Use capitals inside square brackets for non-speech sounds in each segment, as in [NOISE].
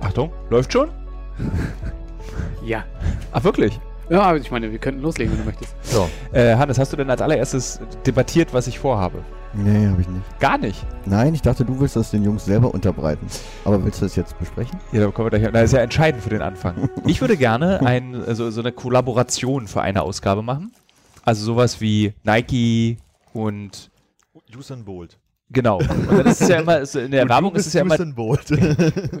Achtung, läuft schon? Ja. Ach, wirklich? Ja, aber ich meine, wir könnten loslegen, wenn du möchtest. So. Äh, Hannes, hast du denn als allererstes debattiert, was ich vorhabe? Nee, habe ich nicht. Gar nicht. Nein, ich dachte, du willst das den Jungs selber unterbreiten. Aber willst du das jetzt besprechen? Ja, da kommen wir gleich. Das ist ja entscheidend für den Anfang. [LAUGHS] Ich würde gerne ein, also, so eine Kollaboration für eine Ausgabe machen. Also sowas wie Nike und Usain Bolt. genau. [LAUGHS] Und dann ist es ja immer, so in der Werbung ist es ja immer Usain Bolt.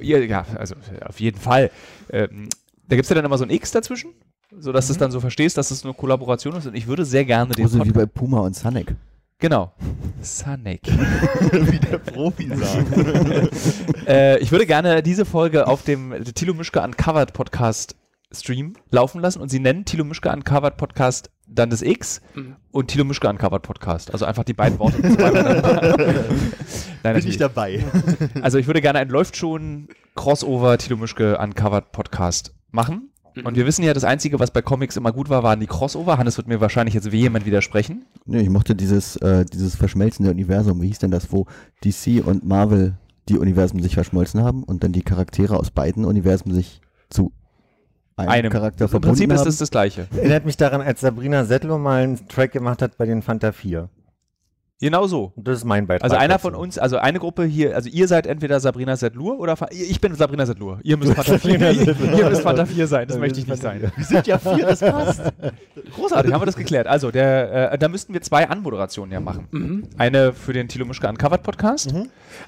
[LAUGHS] Ja, ja, also auf jeden Fall. Ähm, da gibt es ja dann immer so ein X dazwischen, sodass du es dann so verstehst, dass es eine Kollaboration ist. Und ich würde sehr gerne den so wie Podcast. bei Puma und Sonic. Genau. Sonic. Wie [LAUGHS] der Profi sagt. äh, ich würde gerne diese Folge auf dem Thilo Mischke Uncovered Podcast Stream laufen lassen und sie nennen Thilo Mischke Uncovered Podcast dann das X Mhm. und Thilo Mischke Uncovered Podcast. Also einfach die beiden Worte. [LAUGHS] zueinander. Nein, Bin natürlich. ich dabei. Also ich würde gerne ein Läuft schon Crossover Thilo Mischke Uncovered Podcast machen. Mhm. Und wir wissen ja, das Einzige, was bei Comics immer gut war, waren die Crossover. Hannes wird mir wahrscheinlich jetzt vehement widersprechen. Nee, ich mochte dieses, äh, dieses verschmelzende Universum. Wie hieß denn das, wo DC und Marvel die Universen sich verschmolzen haben und dann die Charaktere aus beiden Universen sich zu einem, Charakter Also Im verbunden Prinzip ist haben? es das Gleiche. Erinnert mich daran, als Sabrina Settler mal einen Track gemacht hat bei den Fanta 4. Genau so. Und das ist mein Beitrag. Also einer dazu. von uns, also eine Gruppe hier, also ihr seid entweder Sabrina Sedlur oder Fa ich bin Sabrina Sedlur. Ihr müsst Fanta [LAUGHS] 4 ihr [LAUGHS] müsst Fanta 4 sein, das möchte ich nicht sein. Wir sind ja vier, [LAUGHS] das passt. Großartig, haben wir das geklärt. Also, der, äh, da müssten wir zwei Anmoderationen ja machen. Eine für den Thilo Mischke Uncovered Podcast.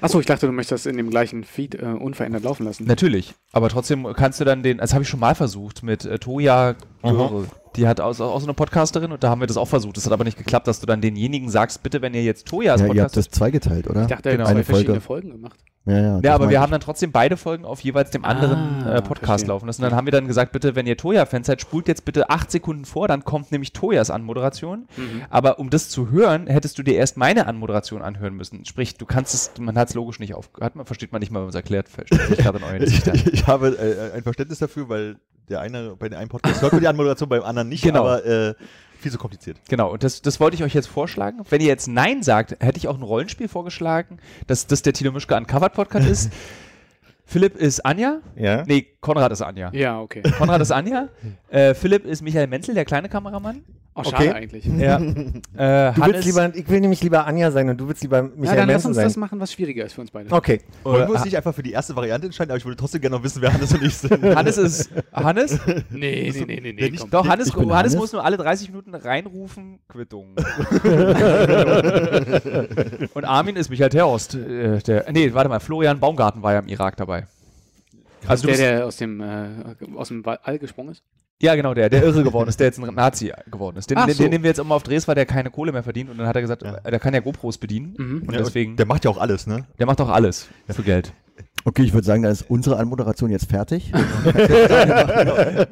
Achso, ich dachte, du möchtest das in dem gleichen Feed äh, unverändert laufen lassen. Natürlich, aber trotzdem kannst du dann den, das habe ich schon mal versucht mit äh, Toja Göre. Die hat auch, auch so eine Podcasterin und da haben wir das auch versucht. Das hat aber nicht geklappt, dass du dann denjenigen sagst, bitte, wenn ihr jetzt Tojas ja, ihr habt Podcast. das zweigeteilt, oder? Ich dachte, er Genau. hat zwei Eine verschiedene Folge. Folgen gemacht. ja, ja, das Ja, aber meine wir ich. haben dann trotzdem beide Folgen auf jeweils dem anderen Ah, äh, Podcast verstehe. laufen lassen. Dann haben wir dann gesagt, bitte, wenn ihr Toja-Fans seid, spult jetzt bitte acht Sekunden vor, dann kommt nämlich Tojas Anmoderation. Aber um das zu hören, hättest du dir erst meine Anmoderation anhören müssen. Sprich, du kannst es, man hat es logisch nicht auf, hat man, versteht man nicht mal, wenn man es erklärt, versteht sich gerade in euren [LAUGHS] Ich, Gesichtern. [LAUGHS] ich habe äh, ein Verständnis dafür, weil der eine bei dem einen Podcast hört man die Anmoderation, beim anderen nicht, Genau. aber äh, viel so kompliziert. Genau, und das, das wollte ich euch jetzt vorschlagen. Wenn ihr jetzt Nein sagt, hätte ich auch ein Rollenspiel vorgeschlagen, dass das der Tino Mischke Uncovered Podcast ist. Philipp ist Anja. Ja? Nee, Konrad ist Anja. Ja, okay. Konrad ist Anja. Äh, Philipp ist Michael Menzel, der kleine Kameramann. Oh, schade Okay. eigentlich. Ja. Äh, Du Hannes. willst lieber, ich will nämlich lieber Anja sein und du willst lieber Ja, Michael dann lass Manson uns sein. das machen, was schwieriger ist für uns beide. Okay. Wollen wir uns nicht einfach für die erste Variante entscheiden, aber ich würde trotzdem gerne noch wissen, wer Hannes und ich sind. Hannes ist. Hannes? Nee, nee, nee, nee, Ja, nee. nicht Komm. Doch, Hannes, ich bin Hannes, Hannes. muss nur alle 30 Minuten reinrufen: Quittung. und Armin ist Michael Terhorst. Äh, der, nee, warte mal, Florian Baumgarten war ja im Irak dabei. Also du der, bist, der aus dem, äh, aus dem Wa- All gesprungen ist. ja, genau, der, der irre geworden ist, der jetzt ein Nazi geworden ist. Den, Ach den, so. den nehmen wir jetzt immer auf Dres, weil der keine Kohle mehr verdient und dann hat er gesagt, Ja. äh, der kann ja GoPros bedienen Mhm. und Ja, deswegen, Der der, macht ja auch alles, ne? macht doch alles für Geld. [LAUGHS] Okay, ich würde sagen, da ist unsere Anmoderation jetzt fertig. Ah,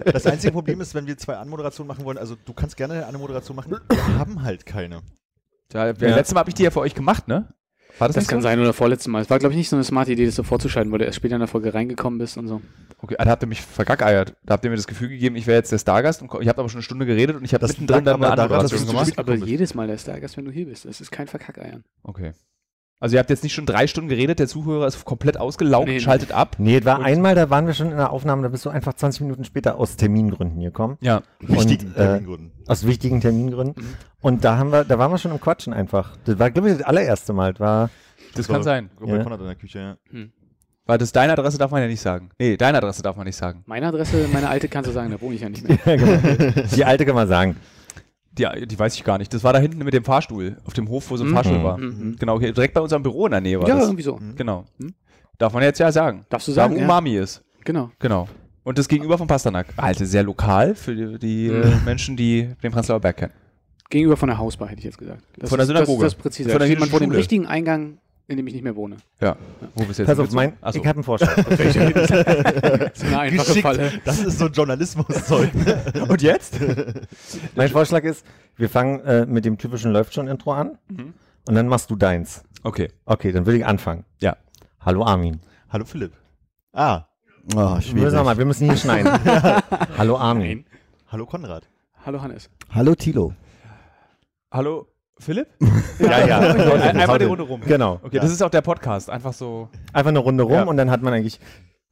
Das einzige Problem ist, wenn wir zwei Anmoderationen machen wollen, also du kannst gerne eine Anmoderation machen, wir haben halt keine. Ja, ja. Letztes Mal habe ich die ja für euch gemacht, ne? War das, Das nicht kann so? sein oder vorletztes Mal. Es war, glaube ich, nicht so eine smarte Idee, das so vorzuschalten, weil du erst später in der Folge reingekommen bist und so. Okay, da habt ihr mich vergackeiert. Da habt ihr mir das Gefühl gegeben, ich wäre jetzt der Stargast und ko- ich habe aber schon eine Stunde geredet und ich habe Das mittendrin lag dann eine aber daran, dass Anmoderation du gemacht. spät- Aber gekommen bist. jedes Mal der Stargast, wenn du hier bist. Das ist kein Verkackeiern. Okay. Also ihr habt jetzt nicht schon drei Stunden geredet, der Zuhörer ist komplett ausgelaugt, Nee. schaltet ab. Nee, es war einmal, da waren wir schon in der Aufnahme, da bist du einfach 20 Minuten später aus Termingründen gekommen. Ja. Wichtigen äh, Termingründen. Mhm. Aus wichtigen Termingründen. Und da haben wir, da waren wir schon im Quatschen einfach. Das war, glaube ich, das allererste Mal. Das war, [LAUGHS] Das kann sein. Bei Ja. Konrad in der Küche, ja. Weil das deine Adresse darf man ja nicht sagen. Nee, deine Adresse darf man nicht sagen. Meine Adresse, meine alte kannst du sagen, da wohne ich ja nicht mehr. genau. die alte kann man sagen. Die, die weiß ich gar nicht. Das war da hinten mit dem Fahrstuhl, auf dem Hof, wo so ein Mhm. Fahrstuhl war. Mhm. Genau, hier, direkt bei unserem Büro in der Nähe war Ja, das. irgendwie so. Genau. Mhm. Darf man jetzt ja sagen. Darfst du Da sagen, wo ja. Umami ist. Genau. Genau. Und das gegenüber von Pasternak. Also sehr lokal für die, die äh, Menschen, die den Prenzlauer Berg kennen. Gegenüber von der Hausbar, hätte ich jetzt gesagt. Das Von der ist- Synagoge. Das ist das präzise. Von der Steht man vor dem Schule. richtigen Eingang, in dem ich nicht mehr wohne. Ja. Wo bist du jetzt? Pass auf, hingezogen? mein, Achso. ich habe einen Vorschlag. Das [LAUGHS] ist eine einfache Falle. Das ist so ein Journalismuszeug. Und jetzt? [LAUGHS] mein Vorschlag ist, wir fangen äh, mit dem typischen Läuft schon Intro an Mhm. und dann machst du deins. Okay. Okay, dann würde ich anfangen. Ja. Hallo Armin. Hallo Philipp. Ah, Oh, Wir müssen, noch schwierig. mal, wir müssen [LAUGHS] hier schneiden. Hallo Armin. hallo Konrad. Hallo Hannes. Hallo Tilo. Hallo, Philipp? Ja, [LAUGHS] ja. Einmal die Runde rum. Genau. Okay, das ist auch der Podcast. Einfach so. Einfach eine Runde rum Ja. und dann hat man eigentlich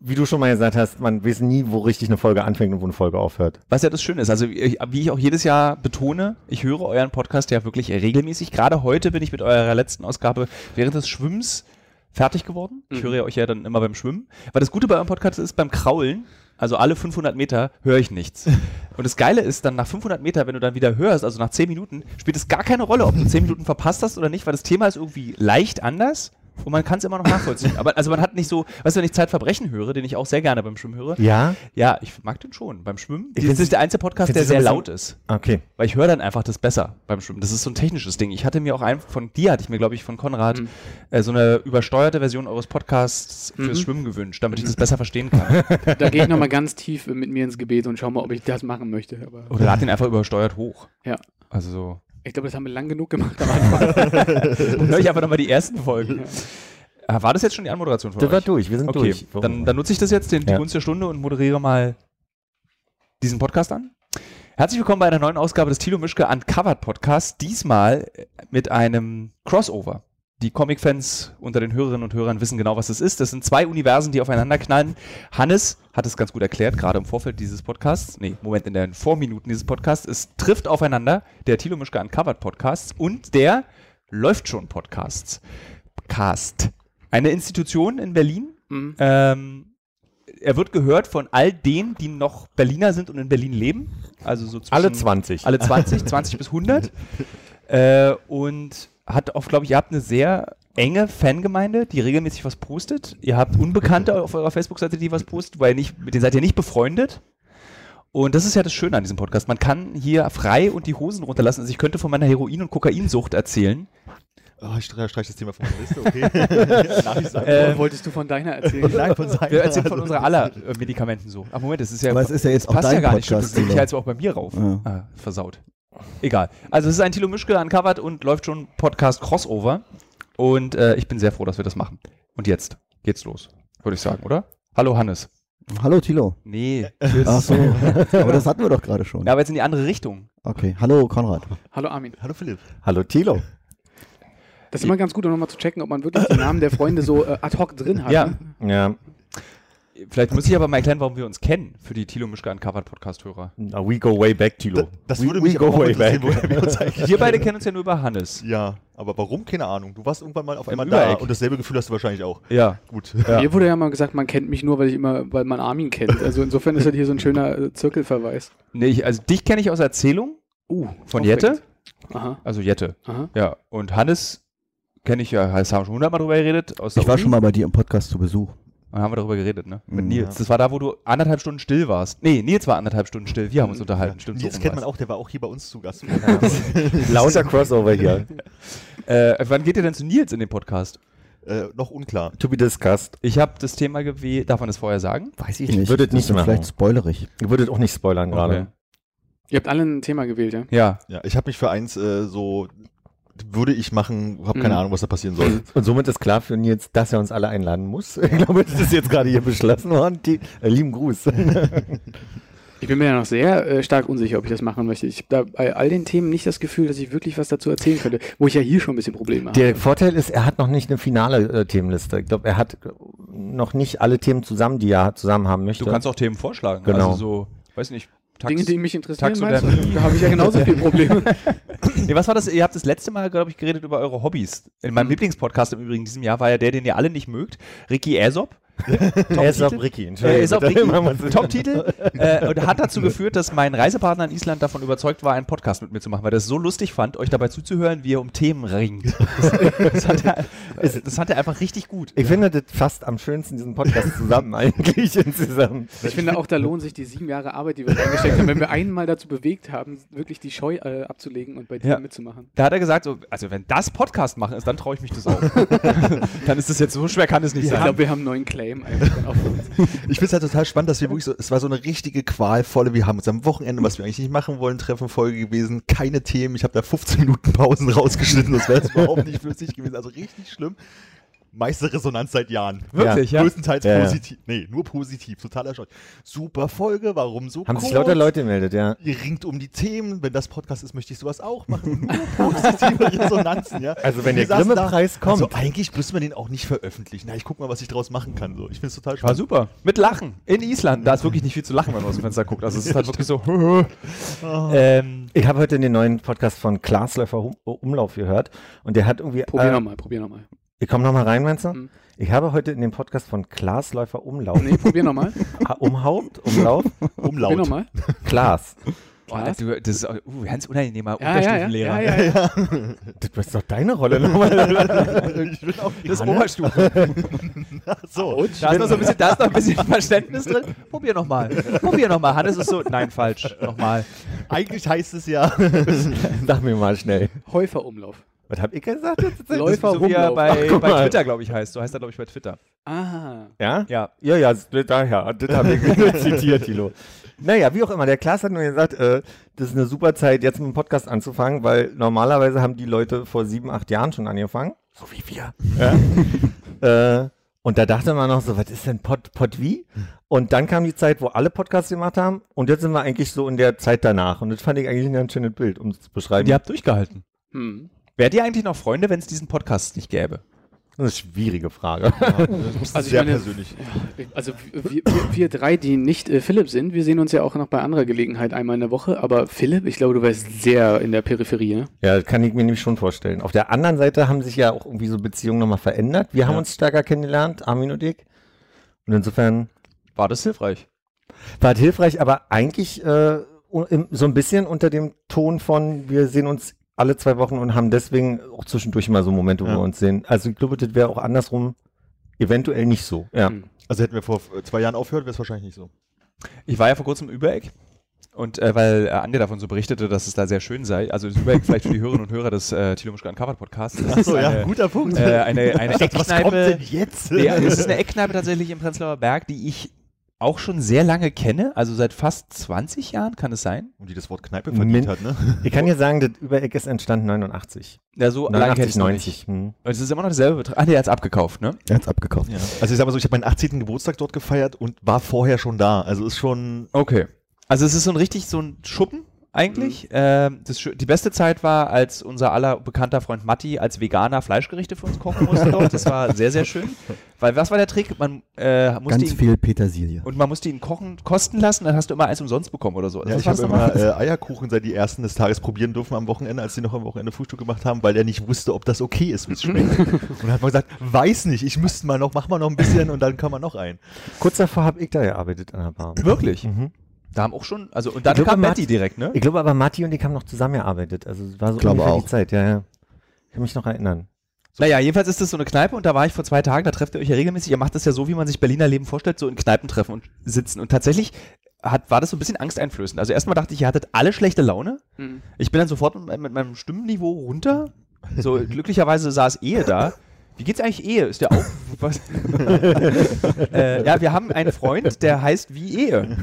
wie du schon mal gesagt hast, man weiß nie, wo richtig eine Folge anfängt und wo eine Folge aufhört. Was ja das Schöne ist, also wie ich- wie ich auch jedes Jahr betone, ich höre euren Podcast ja wirklich regelmäßig. Gerade heute bin ich mit eurer letzten Ausgabe während des Schwimmens fertig geworden. Ich höre ja euch ja dann immer beim Schwimmen. Weil das Gute bei eurem Podcast ist, beim Kraulen, also alle 500 Meter, höre ich nichts. Und das Geile ist, dann nach 500 Meter, wenn du dann wieder hörst, also nach 10 Minuten, spielt es gar keine Rolle, ob du 10 Minuten verpasst hast oder nicht, weil das Thema ist irgendwie leicht anders. Und man kann es immer noch nachvollziehen. Aber also man hat nicht so, weißt du, wenn ich Zeitverbrechen höre, den ich auch sehr gerne beim Schwimmen höre, Ja? ja, ich mag den schon beim Schwimmen. Ich das find's- ist der einzige Podcast, find's der so sehr ein bisschen- laut ist. Okay. Weil ich höre dann einfach das besser beim Schwimmen. Das ist so ein technisches Ding. Ich hatte mir auch einen von dir, hatte ich mir, glaube ich, von Konrad, Mhm. äh, so eine übersteuerte Version eures Podcasts Mhm. fürs Schwimmen gewünscht, damit ich das besser verstehen [LAUGHS] kann. Da gehe ich nochmal ganz tief mit mir ins Gebet und schau mal, ob ich das machen möchte. Aber Oder lad den einfach übersteuert hoch. Ja. Also [LAUGHS] so. ich glaube, das haben wir lang genug gemacht am Anfang. Dann höre ich einfach nochmal die ersten Folgen. Ah, War das jetzt schon die Anmoderation von Das war euch? durch, wir sind Okay, durch. dann, dann nutze ich das jetzt, den, die Ja. Gunst der Stunde und moderiere mal diesen Podcast an. Herzlich willkommen bei einer neuen Ausgabe des Thilo Mischke Uncovered Podcast. Diesmal äh, mit einem Crossover. Die Comic-Fans unter den Hörerinnen und Hörern wissen genau, was das ist. Das sind zwei Universen, die aufeinander knallen. Hannes hat es ganz gut erklärt, gerade im Vorfeld dieses Podcasts. Nee, Moment, in den Vorminuten dieses Podcasts. Es trifft aufeinander der Thilo Mischke Uncovered Podcast und der Läuft schon Podcasts. Cast. Eine Institution in Berlin. Mhm. Ähm, er wird gehört von all denen, die noch Berliner sind und in Berlin leben. Also so zwischen Alle 20. alle 20, 20 bis 100. Äh, und hat auch, glaube ich, ihr habt eine sehr enge Fangemeinde, die regelmäßig was postet. Ihr habt Unbekannte auf eurer Facebook-Seite, die was postet, weil ihr nicht, mit denen seid ihr nicht befreundet. Und das ist ja das Schöne an diesem Podcast. Man kann hier frei und die Hosen runterlassen. Also ich könnte von meiner Heroin- und Kokainsucht erzählen. Oh, ich stre- streich das Thema von meiner Liste, okay. Darf ich sagen? Ähm, Äh, Wolltest du von deiner erzählen? Nein, von seiner. Wir erzählen von also- unserer aller äh, Medikamentensucht. Ach Moment, das ist ja, Aber es ist ja jetzt auch passt ja dein gar nicht. Stimmt, Podcast, das liegt ja Thilo. jetzt auch bei mir rauf. Ja. Ah, versaut. Egal. Also es ist ein Thilo Mischke uncovered und läuft schon Podcast Crossover. Und äh, ich bin sehr froh, dass wir das machen. Und jetzt geht's los, würde ich sagen, oder? Hallo Hannes. Hallo Thilo. Nee. Ach so. [LAUGHS] Aber das hatten wir doch gerade schon. Ja, aber jetzt in die andere Richtung. Okay. Hallo Konrad. Hallo Armin. [LAUGHS] Hallo Philipp. Hallo Thilo. Das ist immer ganz gut, um nochmal zu checken, ob man wirklich die Namen der Freunde so äh, ad hoc drin hat. Ja. Ne? Ja, Vielleicht muss ich aber mal erklären, warum wir uns kennen für die Thilo Mischke uncovered Podcast-Hörer. na, we go way back, Thilo. Das we, würde we mich go aber auch way back. interessieren, woher wir uns eigentlich Wir beide kennen uns ja nur über Hannes. Ja, aber warum? Keine Ahnung. Du warst irgendwann mal auf Im einmal da Übereck. und dasselbe Gefühl hast du wahrscheinlich auch. Ja. Gut. Mir wurde ja mal gesagt, man kennt mich nur, weil ich immer, weil man Armin kennt. Also insofern ist das hier so ein schöner äh, Zirkelverweis. Nee, ich, also dich kenne ich aus Erzählung Uh, von Jette. Aha, Also Jette. aha. Ja, und Hannes kenne ich ja, Hannes haben wir schon hundertmal drüber geredet. Aus der Ich war Uni. schon mal bei dir im Podcast zu Besuch. Da haben wir darüber geredet, ne? Mit Mhm. Nils. Das war da, wo du anderthalb Stunden still warst. Nee, Nils war anderthalb Stunden still. Wir haben uns unterhalten. Stimmt, Jetzt rum kennt man war's. auch, der war auch hier bei uns zu Gast. Lauter Crossover hier. Äh, wann geht ihr denn zu Nils in den Podcast? äh, noch unklar. [LAUGHS] To be discussed. Ich habe das Thema gewählt. Darf man das vorher sagen? Weiß ich Ich nicht. würde es Das nicht ist Vielleicht machen. spoilerig. Ihr würdet auch nicht spoilern gerade. Ihr habt alle ein Thema gewählt, ja? Okay. Ja. Ja, ich habe mich für eins äh, so würde ich machen, habe keine Mhm. Ahnung, was da [LAUGHS] passieren soll. Und somit ist klar für Nils, dass er uns alle einladen muss. [LAUGHS] Ich glaube, das ist jetzt gerade hier beschlossen worden. Die, äh, lieben Gruß. Ich bin mir ja noch sehr äh, stark unsicher, ob ich das machen möchte. Ich habe da bei all den Themen nicht das Gefühl, dass ich wirklich was dazu erzählen könnte, wo ich ja hier schon ein bisschen Probleme habe. Der Vorteil ist, er hat noch nicht eine finale äh, Themenliste. Ich glaube, er hat äh, noch nicht alle Themen zusammen, die er zusammen haben möchte. Du kannst auch Themen vorschlagen. Genau. Also so, weiß nicht. Tax Dinge, die mich interessieren, meinst Taxodermie. du? da habe ich [LAUGHS] ja genauso viel Probleme. nee, was war das? Ihr habt das letzte Mal, glaube ich, geredet über eure Hobbys. In meinem Lieblingspodcast im Übrigen in diesem Jahr war ja der, den ihr alle nicht mögt. Ricky Aesop. er ist Top-Titel. auf Ricky. Äh, Entschuldigung, ist auch bitte. [LAUGHS] Ricky. Machen wir uns- Top-Titel. Äh, und hat dazu geführt, dass mein Reisepartner in Island davon überzeugt war, einen Podcast mit mir zu machen, weil er es so lustig fand, euch dabei zuzuhören, wie ihr um Themen [LAUGHS] ringt. Das, das, hat er, das fand er einfach richtig gut. Ich finde das fast am schönsten, diesen Podcast zusammen [LAUGHS] eigentlich insgesamt. Ich finde auch, da lohnen sich die sieben Jahre Arbeit, die wir reingesteckt haben, wenn wir einmal dazu bewegt haben, wirklich die Scheu äh, abzulegen und bei dir Ja. mitzumachen. Da hat er gesagt, so, also wenn das Podcast machen ist, dann traue ich mich das [LAUGHS] auch. dann ist das jetzt so schwer, kann es nicht Ich sein. glaube, wir haben einen neuen Claim eigentlich dann auch für uns. Ich finde es halt total spannend, dass wir wirklich so, es war so eine richtige qualvolle, wir haben uns am Wochenende, was wir eigentlich nicht machen wollen, Treffenfolge gewesen, keine Themen, ich habe da 15 Minuten Pausen rausgeschnitten, das wäre jetzt überhaupt nicht flüssig gewesen, also richtig schlimm. Meiste Resonanz seit Jahren. Wirklich, ja. Größtenteils Ja, ja. positiv. Nee, nur positiv. Total erschreckt. Super Folge, warum so Haben sich kurz? lauter Leute gemeldet, ja. Ihr ringt um die Themen. Wenn das Podcast ist, möchte ich sowas auch machen. [LAUGHS] Nur positive Resonanzen, ja. Also wenn Wir der saßen da, Grimme-Preis Also kommt. eigentlich müssen wir den auch nicht veröffentlichen. Na, ich guck mal, was ich draus machen kann. So. Ich finde es total War spannend. super. Mit Lachen. In Island. Da ist wirklich nicht viel zu lachen, wenn man aus dem Fenster guckt. Also es ist halt wirklich so. [LAUGHS] ähm, Ich habe heute den neuen Podcast von Klaas Läufer Hum- Umlauf gehört und der hat irgendwie. Probier äh, nochmal, probier nochmal. Ich komme nochmal rein, meinst du? Mhm. Ich habe heute in dem Podcast von Klaas Läufer Umlauf. Nee, [LAUGHS] probier nochmal. Ah, Umhaupt, [LAUGHS] Umlauf, Probier Umlaut. nochmal. Klaas. boah, du, das ist auch- uh, ganz unangenehmer Ah, Ja, ja, ja, ja, Unterstufenlehrer. ja, ja. Das ist doch deine [LAUGHS] Rolle nochmal. [LAUGHS] ich bin auch Das ist Hanne? Oberstufe. [LAUGHS] so. also, Da ist, noch so ein bisschen, da ist noch ein bisschen Verständnis drin. Probier nochmal. Probier nochmal. Hannes ist so. Nein, falsch. Nochmal. Eigentlich heißt es ja. [LAUGHS] Sag mir mal schnell. Häuferumlauf. Was hab ich gesagt? Läufer So wie er bei, guck bei mal. Twitter, glaube ich, heißt. So heißt er, glaube ich, bei Twitter. Ah. Ja? Ja. Ja, ja, s- daher. Das habe ich nur zitiert, Tilo. Naja, wie auch immer. Der Klaas hat nur gesagt, äh, das ist eine super Zeit, jetzt mit dem Podcast anzufangen, weil normalerweise haben die Leute vor sieben, acht Jahren schon angefangen. So wie wir. Ja? äh, und da dachte man noch so, was ist denn Pod, Pod wie? Und dann kam die Zeit, wo alle Podcasts gemacht haben. Und jetzt sind wir eigentlich so in der Zeit danach. Und das fand ich eigentlich ein ganz schönes Bild, um es zu beschreiben. Ihr habt durchgehalten. Hm. Wärt ihr eigentlich noch Freunde, wenn es diesen Podcast nicht gäbe? Das ist eine schwierige Frage. Also Das ich meine- Also wir, wir, wir drei, die nicht äh, Philipp sind, wir sehen uns ja auch noch bei anderer Gelegenheit einmal in der Woche. Aber Philipp, ich glaube, du warst sehr in der Peripherie. Ne? Ja, das kann ich mir nämlich schon vorstellen. Auf der anderen Seite haben sich ja auch irgendwie so Beziehungen nochmal verändert. Wir haben uns stärker kennengelernt, Armin und ich. Und insofern War das hilfreich? war es hilfreich, aber eigentlich äh, u- im- so ein bisschen unter dem Ton von, wir sehen uns alle zwei Wochen und haben deswegen auch zwischendurch mal so Momente, wo Ja. wir uns sehen. Also ich glaube, das wäre auch andersrum eventuell nicht so. [LAUGHS] Ja. Hm. Also hätten wir vor äh, zwei Jahren aufgehört, wäre es wahrscheinlich nicht so. Ich war ja vor kurzem im Übereck. Und äh, weil äh, Anja davon so berichtete, dass es da sehr schön sei, also das Übereck vielleicht für die Hörerinnen und Hörer des äh, Tilo Mischka Uncovered Podcasts. Das ist eine, guter Punkt. äh, [LAUGHS] eine, eine ich dachte, was kommt Eckkneipe- denn jetzt? Ja, es [LAUGHS] ist eine Eckkneipe tatsächlich im Prenzlauer Berg, die ich auch schon sehr lange kenne, also seit fast 20 Jahren kann es sein. Und Um die das Wort Kneipe verdient Min- hat, ne? Ich kann dir sagen, das Übereck ist entstanden 89. Ja, so lange kenne ich es 89, noch 90. Hm. nicht. Und es ist immer noch derselbe Betrag. Ah, nee, er hat es abgekauft, ne? Er hat's abgekauft. Ja. Also ich sag mal so, ich habe meinen 18. Geburtstag dort gefeiert und war vorher schon da. Also ist schon. Okay. Also es ist so ein richtig so ein Schuppen eigentlich. Mhm. Ähm, das, Schö- die beste Zeit war, als unser aller bekannter Freund Matti als Veganer Fleischgerichte für uns kochen [LAUGHS] musste. dort. Das war sehr, sehr schön. Weil was war der Trick? Man äh, musste Ganz ihn viel Petersilie. und man musste ihn kochen, kosten lassen, dann hast du immer eins umsonst bekommen oder so. Ja, Was ich war das habe nochmal? immer äh, Eierkuchen seit die ersten des Tages probieren dürfen am Wochenende, als sie noch am Wochenende Frühstück gemacht haben, weil er nicht wusste, ob das okay ist, wie es schmeckt. und dann hat man gesagt, weiß nicht, ich müsste mal noch, mach mal noch ein bisschen und dann kann man noch ein. Hm. Kurz davor habe ich da gearbeitet an der Bar. äh, Wirklich? Mhm. Da haben auch schon, also und dann glaube, kam Matt- Matti direkt, ne? Ich glaube aber, Matti und ich haben noch zusammengearbeitet. Also es war so Glaube ungefähr auch. die Zeit, ja, ja. Ich kann mich noch erinnern. Naja, jedenfalls ist das so eine Kneipe und da war ich vor zwei Tagen, da trefft ihr euch ja regelmäßig. Ihr macht das ja so, wie man sich Berliner Leben vorstellt, so in Kneipen treffen und sitzen. Und tatsächlich hat, war das so ein bisschen angsteinflößend. Also erstmal dachte ich, ihr hattet alle schlechte Laune. Hm. Ich bin dann sofort mit, meinem- mit meinem Stimmenniveau runter. So, glücklicherweise saß Ehe da. Wie geht's eigentlich Ehe? Ist der auch. Was? [LAUGHS] äh, ja, wir haben einen Freund, der heißt wie Ehe.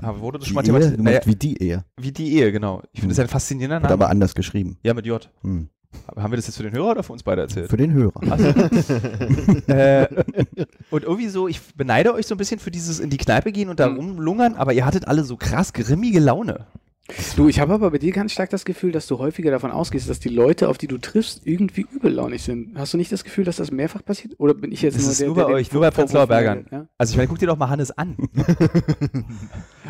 Aber wurde das schon mal die Ehe, thematisiert? du Naja, meinst wie die Ehe. wie die Ehe, genau. Ich finde das ein faszinierender Wird Name. aber anders geschrieben. Ja, mit J. Hm. Haben wir das jetzt für den Hörer oder für uns beide erzählt? Für den Hörer. äh, und irgendwie so, ich beneide euch so ein bisschen für dieses in die Kneipe gehen und da Mhm. rumlungern, aber ihr hattet alle so krass grimmige Laune. Du, ich habe aber bei dir ganz stark das Gefühl, dass du häufiger davon ausgehst, dass die Leute, auf die du triffst, irgendwie übellaunig sind. Hast du nicht das Gefühl, dass das mehrfach passiert? Oder bin ich jetzt Das nur ist der, nur der bei den euch, nur bei Vorwurf Prenzlauer Bergern. meldet, Ja? Also ich meine, guck dir doch mal Hannes an.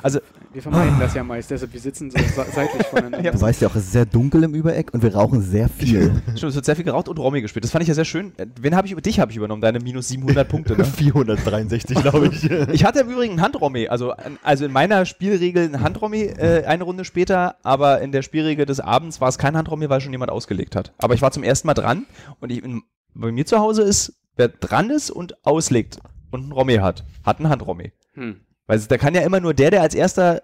also Wir vermeiden das ja meist, deshalb wir sitzen so se- seitlich [LAUGHS] voneinander. Ja. Du weißt ja auch, es ist sehr dunkel im Übereck und wir rauchen sehr viel. schon, es wird sehr viel geraucht und Romy gespielt. Das fand ich ja sehr schön. Äh, Wen habe ich über dich habe ich übernommen? Deine minus 700 Punkte. [LAUGHS] Ne? 463, glaube ich. Ich hatte im Übrigen einen Handromy, also, ein- also in meiner Spielregel einen Handromy äh, eine Runde später, aber in der Spielregel des Abends war es kein Handromy, weil schon jemand ausgelegt hat. Aber ich war zum ersten Mal dran und ich, in, bei mir zu Hause ist, wer dran ist und auslegt und einen Romy hat, hat einen Handromy. Hm. Weil es- da kann ja immer nur der, der als erster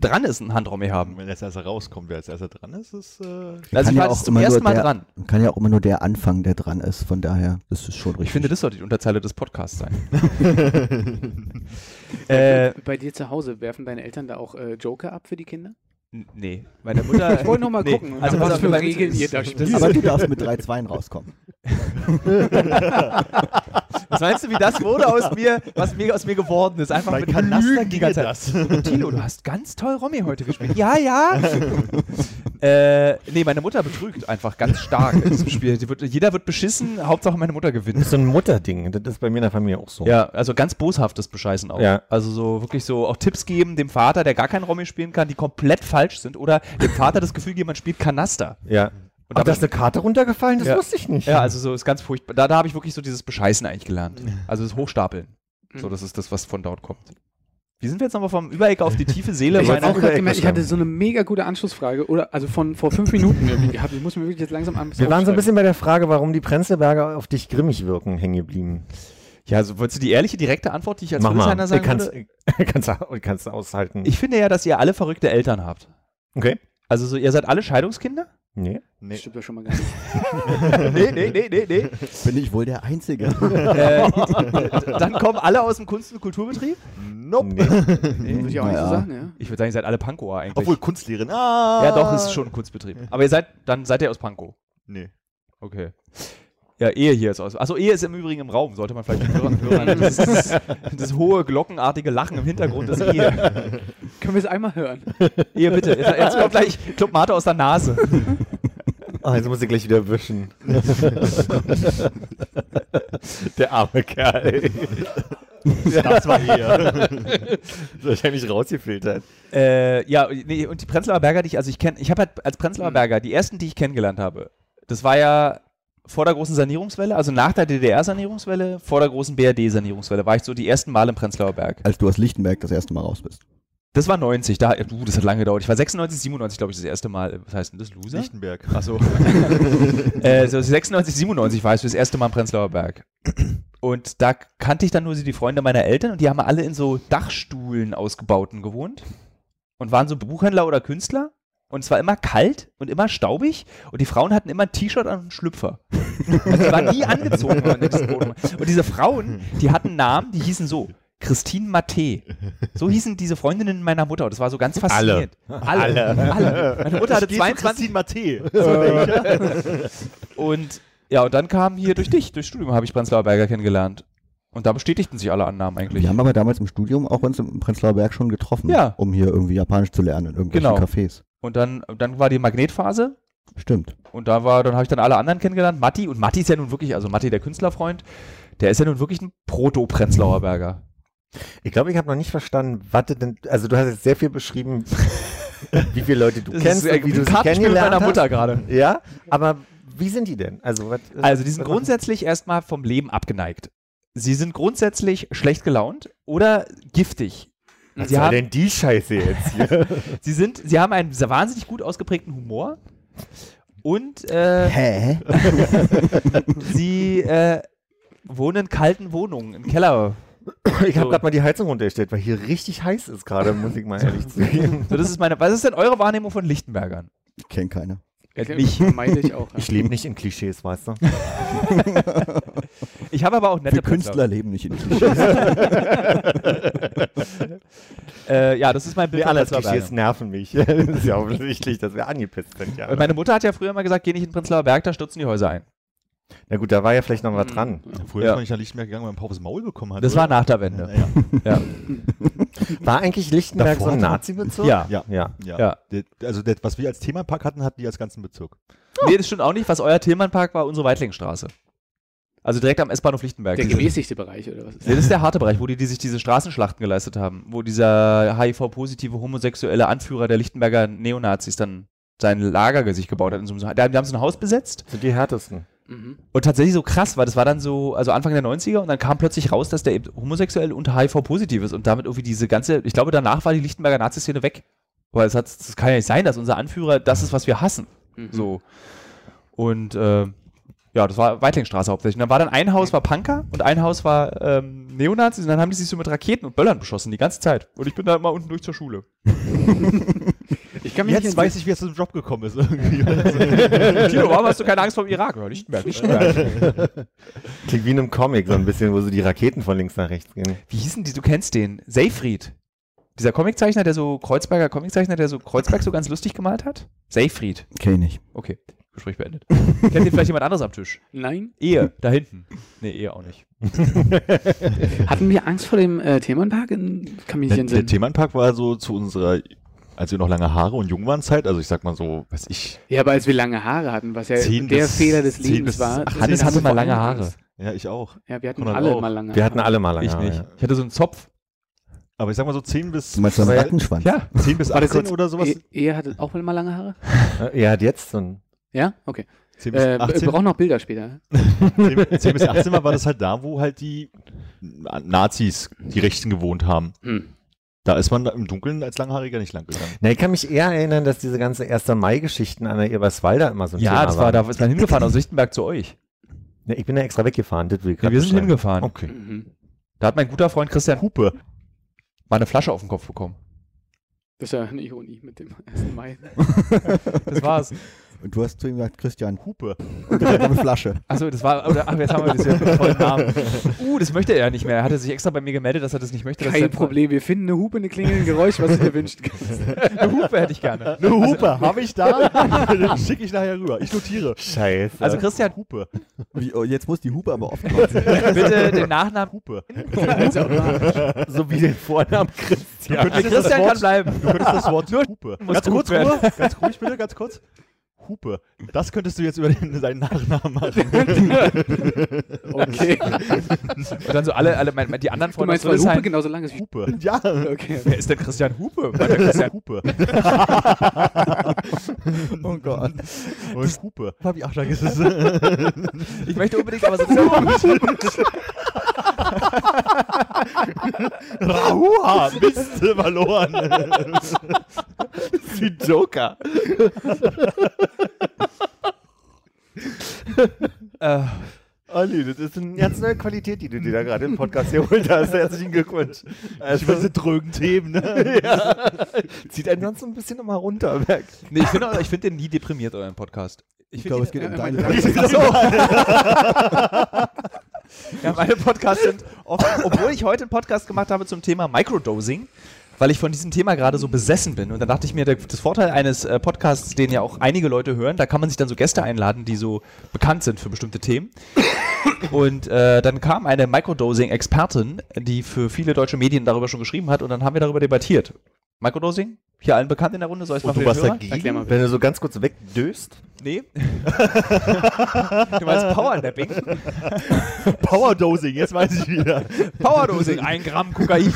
dran ist, einen Handromy haben. Wenn er als erster rauskommt, wer als erster dran ist, ist. Äh Also Kann ich ja war auch jetzt zum immer ersten nur Mal der- dran. Kann ja auch immer nur der Anfang, der dran ist. Von daher, das ist schon richtig. Ich finde, das sollte die Unterzeile des Podcasts [LAUGHS] sein. äh, Bei dir zu Hause werfen deine Eltern da auch äh, Joker ab für die Kinder? n- nee, meine Mutter. Ich wollte noch mal nee. gucken, Also, nach was was für für Regeln ihr da spielt. aber du darfst mit drei Zweien rauskommen. Was meinst du, wie das wurde aus mir, was mir aus mir geworden ist? Einfach Mein mit Kanaster Kanaster die ginge ganze das. Zeit. Tilo, du hast ganz toll Romy heute gespielt. Ja, ja. [LAUGHS] äh, nee, meine Mutter betrügt einfach ganz stark in diesem Spiel. Die wird, jeder wird beschissen, Hauptsache meine Mutter gewinnt. Das ist so ein Mutterding. Das ist bei mir in der Familie auch so. Ja, also ganz boshaftes Bescheißen auch. Ja. Also so wirklich so auch Tipps geben dem Vater, der gar kein Romy spielen kann, die komplett falsch sind. Oder dem Vater das Gefühl geben, man spielt Kanaster. ja. Und Und da ist eine Karte runtergefallen? Das Ja. wusste ich nicht. Ja, also so ist ganz furchtbar. Da, da habe ich wirklich so dieses Bescheißen eigentlich [LAUGHS] gelernt. Also das Hochstapeln. So, das ist das, was von dort komkommt. Wie sind wir jetzt nochmal vom Übereck auf die tiefe [LAUGHS] Seele Ich, hab meiner auch grad gemerkt, ich Ecke hatte so eine mega gute Anschlussfrage, oder also von vor fünf Minuten irgendwie gehabt. Ich muss mir wirklich jetzt langsam an. Wir waren so ein bisschen bei der Frage, warum die Prenzlberger auf dich grimmig wirken, hängen geblieben. Ja, also wolltest du die ehrliche, direkte Antwort, die ich als Mach mal. Hildesheimer sagen kannst, würde? [LAUGHS] kannst, kannst du aushalten. Ich finde ja, dass ihr alle verrückte Eltern habt. okay. Also so, ihr seid alle [LAUGHS] Scheidungskinder? Nee. Das stimmt ja schon mal gar nicht. nee, nee, nee, nee, [LAUGHS] nee. Bin ich wohl der [LAUGHS] Einzige. äh, dann kommen alle aus dem Kunst- und Kulturbetrieb? Nope. [LAUGHS] nee. Würde ich auch nicht so Naja. sagen, ja. Ich würde sagen, ihr seid alle Pankower eigentlich. Mhm. Obwohl Kunstlehrerin. Ah. ja, doch, ist schon ein Kunstbetrieb. Aber ihr seid, dann seid ihr aus Pankow. Nee. Okay. Ja, Ehe hier ist aus. Achso, Ehe ist im Übrigen im Raum, sollte man vielleicht den Hörern [LAUGHS] hören. Das, das, das hohe, glockenartige Lachen im Hintergrund ist Ehe. Können wir es einmal hören? Ehe, bitte. Jetzt, jetzt kommt gleich Clubmate aus der Nase. Ah, jetzt muss ich gleich wieder wischen. der arme [LAUGHS] Kerl. Das war eher. Wahrscheinlich rausgefiltert. Äh, ja, nee, und die Prenzlauer Berger, die ich, also ich kenne, ich habe halt als Mhm. Prenzlauer Berger, die ersten, die ich kennengelernt habe, das war ja vor der großen Sanierungswelle, also nach der DDR-Sanierungswelle, vor der großen BRD-Sanierungswelle, war ich so die ersten Mal im Prenzlauer Berg. Als du aus Lichtenberg das erste Mal raus bist. Das war 90, da, du, das hat lange gedauert. Ich war 96, 97, glaube ich, das erste Mal. äh, Was heißt denn das? Loser? Lichtenberg. Achso. äh, so [LAUGHS] 96, 97 war ich das erste Mal im Prenzlauer Berg. Und da kannte ich dann nur so die Freunde meiner Eltern und die haben alle in so Dachstuhlen ausgebauten gewohnt und waren so Buchhändler oder Künstler. Und es war immer kalt und immer staubig und die Frauen hatten immer ein T-Shirt an und einen Schlüpfer. Also die waren nie angezogen. wenn man in diesen Wohnungen war. Und diese Frauen, die hatten Namen, die hießen so. Christine Matte. So hießen diese Freundinnen meiner Mutter. Und das war so ganz faszinierend. Alle. Alle. Meine Mutter hatte Ich geh zu 22 Christine Matte. und ja, und dann kam hier durch dich, durch Studium habe ich Prenzlauer Berger kennengelernt. Und da bestätigten sich alle Annahmen eigentlich. Wir haben aber damals im Studium auch uns im Prenzlauer Berg schon getroffen, Ja. um hier irgendwie Japanisch zu lernen in irgendwelchen Genau. Cafés. Und dann, dann war die Magnetphase Stimmt. und da war, dann habe ich dann alle anderen kennengelernt. Matti, und Matti ist ja nun wirklich, also Matti, der Künstlerfreund, der ist ja nun wirklich ein Proto-Prenzlauer Berger. Ich glaube, ich habe noch nicht verstanden, was du denn. Also, du hast jetzt sehr [LAUGHS] viel beschrieben, wie viele Leute du Das kennst, ist, äh, und wie ein du sie Kartenspiel mit kennengelernt meiner hast. Mutter gerade. Ja, aber wie sind die denn? Also, was, Also, die sind was machen- grundsätzlich erstmal vom Leben abgeneigt. Sie sind grundsätzlich schlecht gelaunt oder giftig. Was Sie soll haben, denn die Scheiße jetzt hier? [LAUGHS] sie, sind, sie haben einen wahnsinnig gut ausgeprägten Humor und äh, Hä? Sie äh, wohnen in kalten Wohnungen, im Keller. Ich habe So. gerade mal die Heizung runtergestellt, weil hier richtig heiß ist gerade, muss ich mal ehrlich zugeben. So, das ist meine. Was ist denn eure Wahrnehmung von Lichtenbergern? Kennt keiner. Äh, Okay, mich. Meide ich auch. ja. [LAUGHS] Ich lebe nicht in Klischees, [LAUGHS] weißt du? [LAUGHS] Ich habe aber auch nette Wir Künstler leben nicht in [LAUGHS] Klischees. Prenzlauer. Äh, ja, das ist mein Bild. Die von anderen Prenzlauer Klischees Berg. nerven mich. [LAUGHS] Das ist ja offensichtlich, dass wir angepisst sind. Ja. Und meine Mutter hat ja früher mal gesagt, geh nicht in Prenzlauer Berg, da stürzen die Häuser ein. Na gut, da war ja vielleicht noch Mhm. was dran. Früher Ja. ist man nicht nach Lichtenberg gegangen, weil man Paupes Maul bekommen hat. Das war nach der Wende. Naja. Ja. War eigentlich Lichtenberg Davor so ein hat man- Nazi-Bezirk? Ja. Ja. Ja. [LAUGHS] Ja. Ja. Der- Also, das, was wir als Themenpark hatten, hatten die als ganzen Bezirk. Nee, das stimmt auch nicht. Was euer Tillmannpark war, unsere Weitlingstraße. Also direkt am S-Bahnhof Lichtenberg. Der Diese- gemäßigte Bereich, oder was ist Nee, das ist der harte Bereich, wo die, die sich diese Straßenschlachten geleistet haben, wo dieser HIV-positive homosexuelle Anführer der Lichtenberger Neonazis dann sein Lager sich gebaut hat. In so einem, die haben so ein Haus besetzt Sind die härtesten. Mhm. Und tatsächlich so krass, weil das war dann so, also Anfang der 90er und dann kam plötzlich raus, dass der eben homosexuell und HIV-positiv ist und damit irgendwie diese ganze, ich glaube, danach war die Lichtenberger Nazi-Szene weg. Weil es hat, das kann ja nicht sein, dass unser Anführer das ist, was wir hassen. Mhm. So. Und äh, ja, das war Weitlingstraße hauptsächlich. Und dann war dann ein Haus war Punker und ein Haus war ähm, Neonazis und dann haben die sich so mit Raketen und Böllern beschossen die ganze Zeit. Und ich bin da immer unten durch zur Schule. Ich kann mich Jetzt nicht weiß ich, wie es zum Job gekommen [LAUGHS] ist. Irgendwie. Tino, warum hast du keine Angst vor dem Irak? Ja, Lichtenberg, Lichtenberg. Klingt wie in einem Comic so ein bisschen, wo so die Raketen von links nach rechts gehen. Wie hießen die? Du kennst den. Seyfried. Dieser Comiczeichner, der so Kreuzberger Comiczeichner, der so Kreuzberg so ganz lustig gemalt hat? Seyfried. Kenn ich. Okay. Gespräch beendet. Kennt ihr vielleicht jemand anderes am Tisch? Nein. Ehe, da hinten. Nee, Ehe auch nicht. Hatten wir Angst vor dem äh, Themenpark? In- Kann mich nicht Der, der entsinnen. Themenpark war so zu unserer, als wir noch lange Haare und jung waren, Zeit, also ich sag mal so, weiß ich, Ja, aber als wir lange Haare hatten, was ja Zehn der bis- Fehler des zehn Lebens bis- war. ach, Hannes deswegen hatte hatten mal wir lange vorhin Haare. Angst. ja, ich auch. Ja, wir hatten Konrad alle auch. mal lange Wir hatten alle mal lange ich nicht. Haare. Ich hatte so einen Zopf. Aber ich sag mal so 10 bis, Du meinst so einen Weil- Rattenschwanz? Ja. 10 bis Warte 18 kurz, oder sowas? E Ehe hatte auch mal lange Haare? Äh, Ja, hat jetzt so ein. Ja? Okay. 10 bis Äh, wir 18, brauchen noch Bilder später. 10, 10 bis 18 war, war das halt da, wo halt die Nazis, die Rechten gewohnt haben. Hm. Da ist man im Dunkeln als Langhaariger nicht lang gegangen. Na, ich kann mich eher erinnern, dass diese ganze 1. Mai-Geschichten an der Eberswalder immer so ein Thema Ja, das war, da ist man hingefahren aus Lichtenberg zu euch. Ne, ich bin da extra weggefahren. Das will ich Nee, grad wir sind beschreiben. hingefahren. Okay. Mhm. Da hat mein guter Freund Christian Hupe mal eine Flasche auf den Kopf bekommen. Das ist ja eine Ironie mit dem [LAUGHS] 1. Mai. Das war's. [LAUGHS] Und du hast zu ihm gesagt, Christian, [LAUGHS] Hupe. eine Flasche. Achso, Also, das war. Oder, ach, jetzt haben wir das ja mit tollen [LAUGHS] Namen. Uh, das möchte er nicht mehr. Er hatte sich extra bei mir gemeldet, dass er das nicht möchte. dass Kein sein- Problem, wir finden eine Hupe, eine Klingel, ein Geräusch, was du dir wünschen kannst. Eine Hupe hätte ich gerne. Also, Eine Hupe, habe [LAUGHS] ich da? Schicke ich nachher rüber. Ich notiere. Scheiße. Also Christian, Hupe. Wie, oh, jetzt muss die Hupe aber aufkommen. [LAUGHS] bitte den Nachnamen [LAUGHS] Hupe. Hupe. so wie den Vornamen Christian. Nee, Christian kann bleiben. Du könntest [LAUGHS] das Wort Hupe. Muss Ganz gut kurz, werden. Ruhe. Ganz ruhig bitte, ganz kurz. Hupe. Das könntest du jetzt über den, deinen [LAUGHS] Nachnamen machen. [LAUGHS] [LAUGHS] Okay. Und dann so alle, alle mein, mein, die anderen Du Freunde meinst, aus weil Hupe Rüdesheim. genauso lang ist [LAUGHS] wie Hupe. Ja. Okay. Wer ist denn Christian Hupe? Weil der [LAUGHS] Christian [LAUGHS] Hupe. Oh Gott. Und Hupe. Hab ich auch schon [LAUGHS] gesagt. Ich möchte unbedingt, aber so Hupe. Rahua. Mist, verloren. wie Joker. Äh, Olli, das ist eine ganz neue Qualität, die du dir da gerade im Podcast geholt hast. Herzlichen Glückwunsch. Also, Ich weiß, diese drögen Themen, ne? [LAUGHS] zieht einen sonst so ein bisschen immer runter. nee, ich finde find den nie deprimiert, euren Podcast. Ich find glaube, ihn- es geht um [LAUGHS] äh, deinen Ja, meine Podcasts sind oft, obwohl ich heute einen Podcast gemacht habe zum Thema Microdosing, weil ich von diesem Thema gerade so besessen bin. Und dann dachte ich mir, der, das Vorteil eines äh, Podcasts, den ja auch einige Leute hören, da kann man sich dann so Gäste einladen, die so bekannt sind für bestimmte Themen. Und äh, dann kam eine Microdosing-Expertin, die für viele deutsche Medien darüber schon geschrieben hat und dann haben wir darüber debattiert. Microdosing? Hier allen bekannt in der Runde? Soll ich es mal Und für du den warst Hörer? Erklär mal Wenn bitte. du so ganz kurz wegdöst. Nee. [LAUGHS] du meinst Powernapping? Powerdosing, jetzt weiß ich wieder. Powerdosing, ein Gramm Kokain.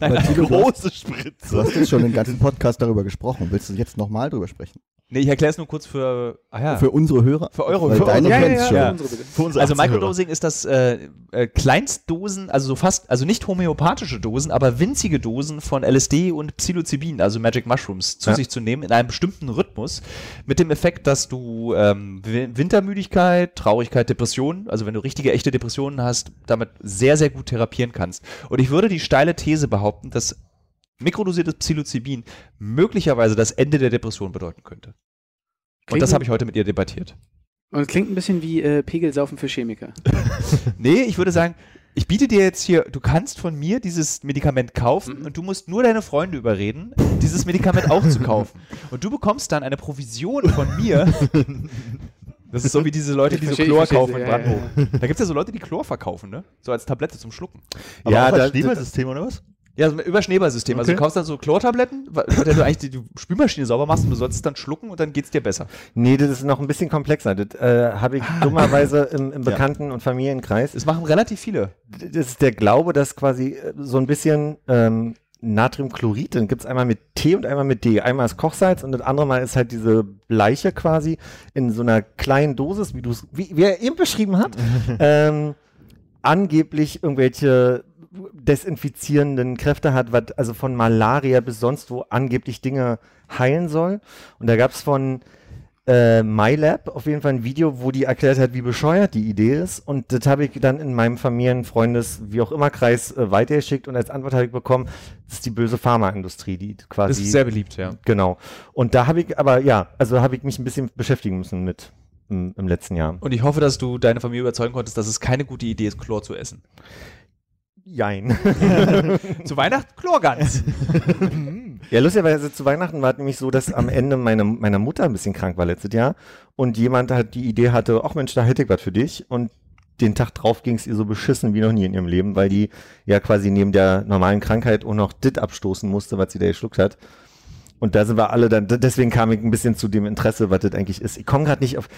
Nein, nein. Große Du Spritze. hast jetzt schon den ganzen Podcast darüber gesprochen. Willst du jetzt nochmal drüber sprechen? Nee, ich erkläre es nur kurz für. Ah ja. Für unsere Hörer? Für eure Weil Hörer. Deine Ja, ja, kennen's ja, schon. ja. unsere bitte. Für unsere also 18 Hörer. Microdosing ist das äh, äh, Kleinstdosen, also so fast, also nicht homöopathische Dosen, aber winzige Dosen von LSD und Psilocybin, also Magic Mushrooms, zu Ja. sich zu nehmen in einem bestimmten Rhythmus, mit dem Effekt, dass du ähm, Wi- Wintermüdigkeit, Traurigkeit, Depressionen, also wenn du richtige, echte Depressionen hast, damit sehr, sehr gut therapieren kannst. Und ich würde die steile These behaupten, dass mikrodosiertes Psilocybin möglicherweise das Ende der Depression bedeuten könnte. Und Klingt- das habe ich heute mit ihr debattiert. Und es klingt ein bisschen wie äh, Pegelsaufen für Chemiker. Nee, ich würde sagen, ich biete dir jetzt hier, du kannst von mir dieses Medikament kaufen Mhm. und du musst nur deine Freunde überreden, dieses Medikament auch zu kaufen. Und du bekommst dann eine Provision von mir. Das ist so wie diese Leute, Ich die so verstehe, Chlor ich verstehe kaufen sie, in ja, Brandenburg. Da gibt es ja so Leute, die Chlor verkaufen, ne? So als Tablette zum Schlucken. Aber Ja, auch da- als Schneeballsystem oder was? Ja, so über Schneeballsystem. Also du Okay. kaufst dann so Chlortabletten, wa- mit der du eigentlich die, die Spülmaschine sauber machst und du sollst es dann schlucken und dann geht's dir besser. Nee, das ist noch ein bisschen komplexer. Das äh, Ah. habe ich dummerweise im, im Bekannten- und Familienkreis. Das machen relativ viele. Das ist der Glaube, dass quasi äh, so ein bisschen ähm, Natriumchlorid, dann gibt es einmal mit T und einmal mit D. Einmal ist Kochsalz und das andere Mal ist halt diese Bleiche quasi in so einer kleinen Dosis, wie du es, wie, wie er eben beschrieben hat, ähm, angeblich irgendwelche desinfizierenden Kräfte hat, was also von Malaria bis sonst wo angeblich Dinge heilen soll. Und da gab es von äh, MyLab auf jeden Fall ein Video, wo die erklärt hat, wie bescheuert die Idee ist. Und das habe ich dann in meinem Familien-, Freundes-, wie auch immer Kreis äh, weitergeschickt und als Antwort habe ich bekommen, das ist die böse Pharmaindustrie, die Das quasi. ist sehr beliebt, ja. genau. Und da habe ich, aber ja, also habe ich mich ein bisschen beschäftigen müssen mit im, im letzten Jahr. Und ich hoffe, dass du deine Familie überzeugen konntest, dass es keine gute Idee ist, Chlor zu essen. Jein. Zu Weihnachten Chlorgans. Ja, lustigerweise zu Weihnachten war es nämlich so, dass am Ende meine, meine Mutter ein bisschen krank war letztes Jahr und jemand halt die Idee hatte, ach Mensch, da hätte ich was für dich und den Tag drauf ging es ihr so beschissen wie noch nie in ihrem Leben, weil die ja quasi neben der normalen Krankheit auch noch dit abstoßen musste, was sie da geschluckt hat. Und da sind wir alle dann, d- deswegen kam ich ein bisschen zu dem Interesse, was das eigentlich ist. Ich komme gerade nicht auf,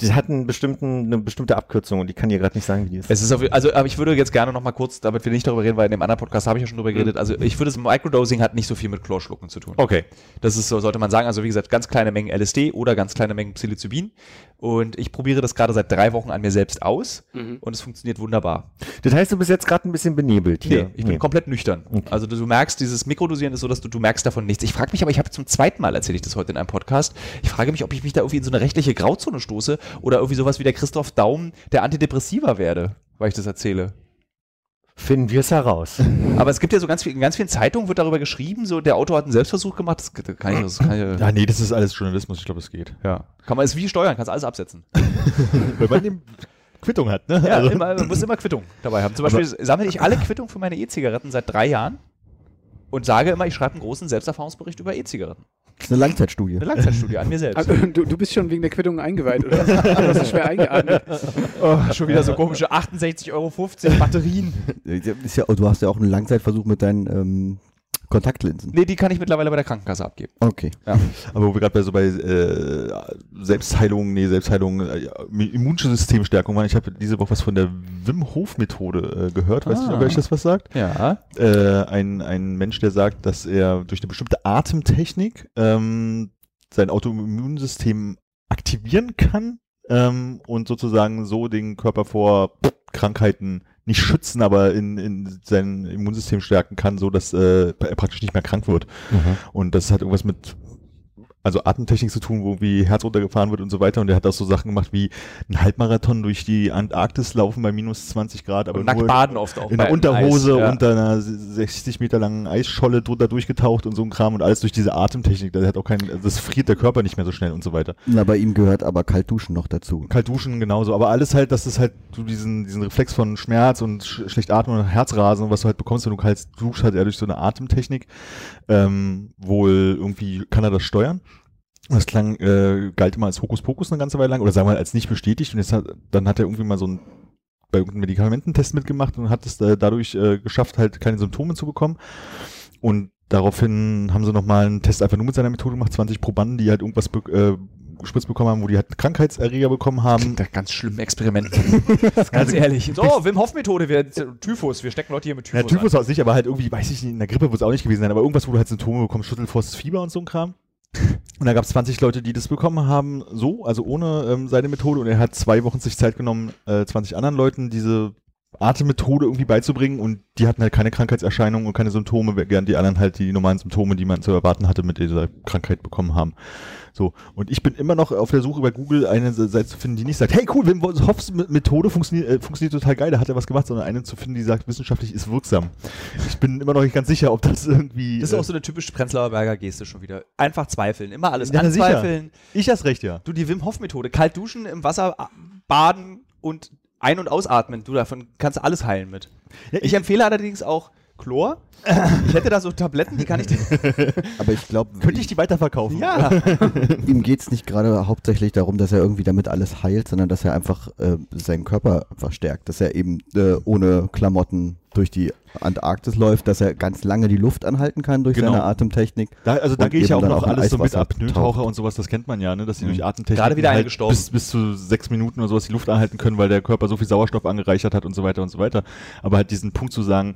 das hat einen bestimmten, eine bestimmte Abkürzung und ich kann dir gerade nicht sagen, wie die [LAUGHS] ist. Es ist auf, also, aber ich würde jetzt gerne noch mal kurz, damit wir nicht darüber reden, weil in dem anderen Podcast habe ich ja schon drüber geredet. Also ich würde, das Microdosing hat nicht so viel mit Chlorschlucken zu tun. Okay. Das ist so, sollte man sagen. Also wie gesagt, ganz kleine Mengen LSD oder ganz kleine Mengen Psilocybin. Und ich probiere das gerade seit drei Wochen an mir selbst aus und es funktioniert wunderbar. Das heißt, du bist jetzt gerade ein bisschen benebelt hier. Nee, ich bin komplett nüchtern. Also du, du merkst, dieses Mikrodosieren ist so, dass du, du merkst davon nichts. Ich frage mich aber, ich habe zum zweiten Mal erzähle ich das heute in einem Podcast, ich frage mich, ob ich mich da irgendwie in so eine rechtliche Grauzone stoße oder irgendwie sowas wie der Christoph Daum, der Antidepressiver werde, weil ich das erzähle. Finden wir es heraus. Aber es gibt ja so ganz viel, in ganz vielen Zeitungen wird darüber geschrieben, so der Autor hat einen Selbstversuch gemacht, das kann ich, das kann ich Ja, nee, das ist alles Journalismus. Ich glaube, es geht. ja. Kann man es wie steuern, kannst alles absetzen. Wenn man eben [LAUGHS] Quittung hat, ne? Ja, Also- immer, man muss immer Quittung dabei haben. Zum Beispiel sammle ich alle Quittung für meine E-Zigaretten seit drei Jahren und sage immer, ich schreibe einen großen Selbsterfahrungsbericht über E-Zigaretten. Das ist eine Langzeitstudie. Eine Langzeitstudie an mir selbst. Also, [LAUGHS] du, du bist schon wegen der Quittung eingeweiht, [LAUGHS] oder? Du hast schwer eingeatmet. oh, Schon wieder so komische 68,50 Euro Batterien. Ist ja, du hast ja auch einen Langzeitversuch mit deinen ähm, Kontaktlinsen. Nee, die kann ich mittlerweile bei der Krankenkasse abgeben. Okay. Aber wo wir gerade bei so bei äh, Selbstheilung, nee, Selbstheilung, äh, Immunsystemstärkung waren, ich habe diese Woche was von der Wim Hof Methode äh, gehört, weiß nicht, Ah. ob euch das was sagt. Ja. Äh, ein, ein Mensch, der sagt, dass er durch eine bestimmte Atemtechnik ähm, sein Autoimmunsystem aktivieren kann ähm, und sozusagen so den Körper vor Krankheiten nicht schützen, aber in, in sein Immunsystem stärken kann, so dass äh, er praktisch nicht mehr krank wird. Und das hat irgendwas mit also Atemtechnik zu tun, wo wie Herz runtergefahren wird und so weiter. Und er hat auch so Sachen gemacht wie einen Halbmarathon durch die Antarktis laufen bei minus 20 Grad, aber Und nackt nur baden oft auch. in bei der Unterhose Eis, ja. unter einer 60 Meter langen Eisscholle drunter durchgetaucht und so ein Kram und alles durch diese Atemtechnik. Das hat auch kein, also das friert der Körper nicht mehr so schnell und so weiter. Na, bei ihm gehört aber Kaltduschen noch dazu. Kalt duschen genauso, aber alles halt, dass das halt du diesen, diesen Reflex von Schmerz und sch schlecht atmen und Herzrasen und was du halt bekommst, wenn du kalt duschst, hat er durch so eine Atemtechnik ähm, wohl irgendwie kann er das steuern. Und Das klang, äh, galt immer als Hokuspokus eine ganze Weile lang oder sagen wir mal, als nicht bestätigt und jetzt hat, dann hat er irgendwie mal so ein bei irgendeinem Medikamententest mitgemacht und hat es äh, dadurch äh, geschafft, halt keine Symptome zu bekommen. Und daraufhin haben sie nochmal einen Test einfach nur mit seiner Methode gemacht, 20 Probanden, die halt irgendwas be äh, gespritzt bekommen haben, wo die halt einen Krankheitserreger bekommen haben. Klingt nach ganz schlimmen Experimenten. [LAUGHS] ganz ehrlich. So, Wim Hof-Methode, wir äh, Typhus, wir stecken Leute hier mit Ja, Typhus. Typhus aus nicht, aber halt irgendwie, weiß ich nicht, in der Grippe wird es auch nicht gewesen sein, aber irgendwas, wo du halt Symptome bekommst, Schüttelfrost, Fieber und so ein Kram. Und da gab es 20 Leute, die das bekommen haben, so, also ohne ähm, seine Methode. Und er hat zwei Wochen sich Zeit genommen, äh, 20 anderen Leuten diese Atemmethode irgendwie beizubringen. Und die hatten halt keine Krankheitserscheinungen und keine Symptome, während die anderen halt die normalen Symptome, die man zu erwarten hatte, mit dieser Krankheit bekommen haben. So, und ich bin immer noch auf der Suche bei Google eine Seite zu finden, die nicht sagt, hey cool, Wim Hofs Methode funktioniert, äh, funktioniert total geil, da hat er was gemacht, sondern eine zu finden, die sagt, wissenschaftlich ist wirksam. Ich bin immer noch nicht ganz sicher, ob das irgendwie... äh, Das ist auch so eine typische Prenzlauer Berger Geste schon wieder. Einfach zweifeln, immer alles Ja, na sicher. anzweifeln. ich das recht, ja. Du, die Wim Hof Methode, kalt duschen, im Wasser a- baden und ein- und ausatmen, du davon kannst du alles heilen mit. Ja, Ich empfehle allerdings auch Chlor. Ich hätte da so Tabletten, die kann [LAUGHS] ich dir. Aber ich glaube, Könnte ich die weiterverkaufen? Ja, ihm geht es nicht gerade hauptsächlich darum, dass er irgendwie damit alles heilt, sondern dass er einfach äh, seinen Körper einfach stärkt. Dass er eben äh, ohne Klamotten durch die Antarktis läuft, dass er ganz lange die Luft anhalten kann durch Genau. seine Atemtechnik. Da, also da Und gehe ich ja auch eben dann noch auch in alles so mit Eiswasser Mhm. ab. Nötaucher taucht. und sowas, das kennt man ja, ne? dass sie durch Atemtechnik Gerade wieder halt eingestorben. bis, bis zu sechs Minuten oder sowas die Luft anhalten können, weil der Körper so viel Sauerstoff angereichert hat und so weiter und so weiter. Aber halt diesen Punkt zu sagen,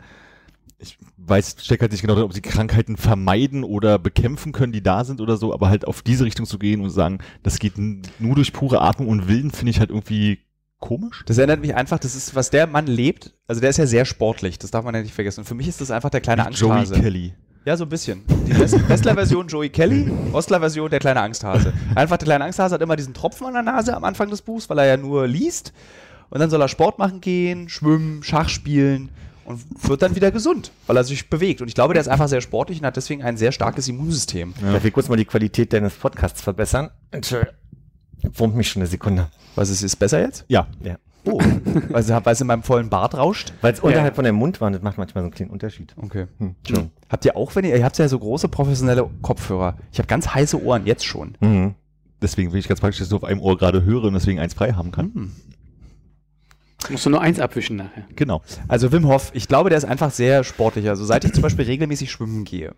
ich weiß, steckt halt nicht genau drin, ob sie Krankheiten vermeiden oder bekämpfen können, die da sind oder so, aber halt auf diese Richtung zu gehen und sagen, das geht n- nur durch pure Atmung und Willen, finde ich halt irgendwie komisch. Das erinnert mich einfach, das ist, was der Mann lebt, also der ist ja sehr sportlich, das darf man ja nicht vergessen. Und für mich ist das einfach der kleine Wie Joey Angsthase. Kelly. Ja, so ein bisschen. Die West- Westler-Version Joey Kelly, Ostler-Version der kleine Angsthase. Einfach der kleine Angsthase hat immer diesen Tropfen an der Nase am Anfang des Buchs, weil er ja nur liest. Und dann soll er Sport machen gehen, schwimmen, Schach spielen und wird dann wieder gesund, weil er sich bewegt. Und ich glaube, der ist einfach sehr sportlich und hat deswegen ein sehr starkes Immunsystem. Darf ich kurz mal die Qualität deines Podcasts verbessern? Entschuldigung. Wurmt mich schon eine Sekunde. Was ist, ist besser jetzt? Ja, Ja. Oh. weil, sie, weil sie in meinem vollen Bart rauscht. Weil es unterhalb von der Mundwand, das macht manchmal so einen kleinen Unterschied. Okay. Hm. Entschuldigung. Habt ihr auch, wenn ihr, ihr habt ja so große professionelle Kopfhörer. Ich habe ganz heiße Ohren, jetzt schon. Mhm. Deswegen bin ich ganz praktisch, dass ich nur auf einem Ohr gerade höre und deswegen eins frei haben Hm. kann. Musst du nur eins abwischen nachher. Genau. Also Wim Hof, ich glaube, der ist einfach sehr sportlich. Also seit ich zum Beispiel regelmäßig schwimmen gehe.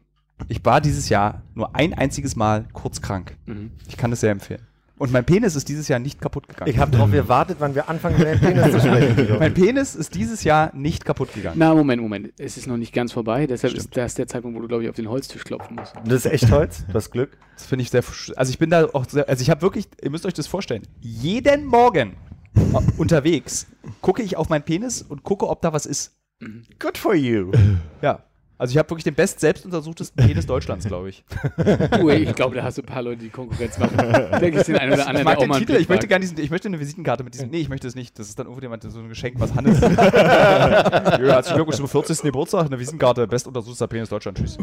Ich war dieses Jahr nur ein einziges Mal kurz krank. Mhm. Ich kann das sehr empfehlen. Und mein Penis ist dieses Jahr nicht kaputt gegangen. Ich habe darauf gewartet, wann wir anfangen, über den Penis zu sprechen. Guido. mein Penis ist dieses Jahr nicht kaputt gegangen. Na, Moment, Moment. Es ist noch nicht ganz vorbei. Deshalb ist das der Zeitpunkt, wo du, glaube ich, auf den Holztisch [LAUGHS] klopfen musst. [LAUGHS] Das ist echt Holz, du hast Glück. Das finde ich sehr. versch- Also ich bin da auch sehr. Also ich habe wirklich. Ihr müsst euch das vorstellen. Jeden Morgen [LAUGHS] äh, unterwegs gucke ich auf meinen Penis und gucke, ob da was ist. Good for you. Ja. Also ich habe wirklich den best selbstuntersuchtesten Penis Deutschlands, glaube ich. Ui, ich glaube, da hast du ein paar Leute, die [LAUGHS] Konkurrenz machen. Da gibt es den einen oder anderen, Ich mag der auch den mal einen Titel, ich Blick möchte wagt. gerne diesen, ich möchte eine Visitenkarte mit diesem. Nee, ich möchte es nicht. Das ist dann irgendjemand so ein Geschenk, was [LAUGHS] Hannes. ja, herzlichen Glückwunsch zum 40. Geburtstag, eine Visitenkarte, bestuntersuchter Penis Deutschland. Tschüss.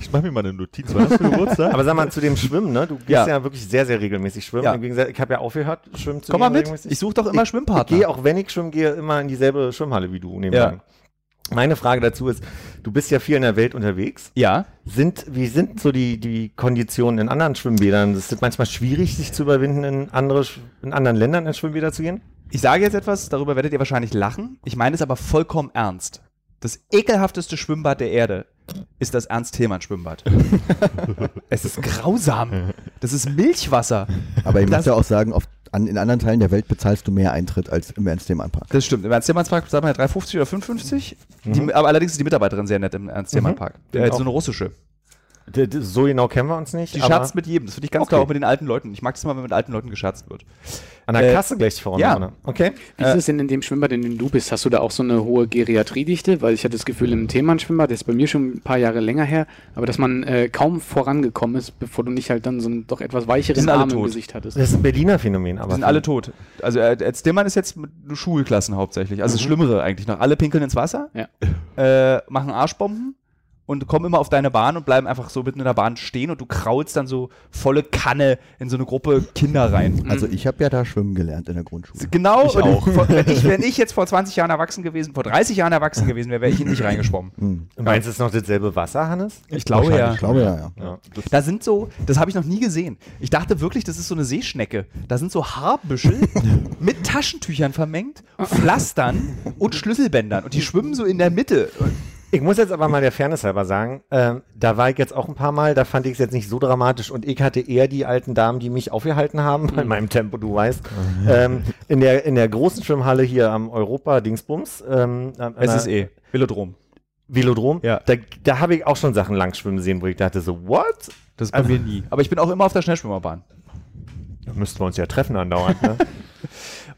Ich mache mir mal eine Notiz. Wann hast du Geburtstag? Aber sag mal zu dem Schwimmen, ne? Du gehst Ja. ja, wirklich sehr, sehr regelmäßig schwimmen. Ja. Im Gegensatz, ich habe ja aufgehört, schwimmen zu Komm gehen mal mit. regelmäßig. Ich suche doch immer Ich- Schwimmpartner. Ich gehe auch, wenn ich schwimmen gehe, immer in dieselbe Schwimmhalle wie du. Ja. Ja. Meine Frage dazu ist, du bist ja viel in der Welt unterwegs. ja. Sind, wie sind so die, die Konditionen in anderen Schwimmbädern? Es ist manchmal schwierig, sich zu überwinden, in, andere, Sch- in anderen Ländern ins Schwimmbäder zu gehen. Ich sage jetzt etwas, darüber werdet ihr wahrscheinlich lachen. Ich meine es aber vollkommen ernst. Das ekelhafteste Schwimmbad der Erde ist das Ernst-Themann-Schwimmbad. es ist grausam. Das ist Milchwasser. Aber ich muss Das- ja auch sagen, auf, an, in anderen Teilen der Welt bezahlst du mehr Eintritt als im Ernst-Themen-Park. Das stimmt. Im Ernst-Themann-Park zahlt man ja 3,50 oder 5,50. Die- Aber allerdings ist die Mitarbeiterin sehr nett im Ernst-Themann-Park. Äh, so eine russische. D- d- So genau kennen wir uns nicht. Die aber scherzt mit jedem. Das finde ich ganz Okay. klar, auch mit den alten Leuten. Ich mag das immer, wenn mit alten Leuten gescherzt wird. an der äh, Kasse gleich vorne. ja. Äh, dran. Okay. Wie ist es denn in dem Schwimmbad, in dem du bist? Hast du da auch so eine hohe Geriatriedichte? Weil ich hatte das Gefühl, im Themenschwimmbad, das ist bei mir schon ein paar Jahre länger her, aber dass man äh, kaum vorangekommen ist, bevor du nicht halt dann so einen doch etwas weicheren sind alle Arm im tot. Gesicht hattest. Das ist ein Berliner Phänomen. Aber Die sind alle tot. Also äh, als Dillmann ist jetzt mit nur Schulklassen hauptsächlich. Also das Schlimmere eigentlich noch. Alle pinkeln ins Wasser, Ja. äh, machen Arschbomben und kommen immer auf deine Bahn und bleiben einfach so mitten in der Bahn stehen und du kraulst dann so volle Kanne in so eine Gruppe Kinder rein. Also ich habe ja da schwimmen gelernt in der Grundschule. Genau, Mhm. ich auch. Vor, wenn, ich, wenn ich jetzt vor 20 Jahren erwachsen gewesen, vor 30 Jahren erwachsen gewesen wäre, wäre ich in nicht reingeschwommen. Meinst du, es ist noch dasselbe Wasser, Hannes? Ich glaube ja. Ich glaube ja, ja. Ja. Da sind so, das habe ich noch nie gesehen. Ich dachte wirklich, das ist so eine Seeschnecke. Da sind so Haarbüschel mit Taschentüchern vermengt, Pflastern und Schlüsselbändern. Und die schwimmen so in der Mitte. Ich muss jetzt aber mal der Fairness halber sagen, ähm, da war ich jetzt auch ein paar Mal, da fand ich es jetzt nicht so dramatisch und ich hatte eher die alten Damen, die mich aufgehalten haben, Mhm. bei meinem Tempo, du weißt. Ähm, in, der, in der großen Schwimmhalle hier am Europa-Dingsbums. Ähm, am- an Es der ist eh Velodrom. Velodrom. Ja. Da, da habe ich auch schon Sachen langschwimmen sehen, wo ich dachte so, what? Das ist bei mir nie. Aber ich bin auch immer auf der Schnellschwimmerbahn. Da müssten wir uns ja treffen andauernd, [LAUGHS] ne?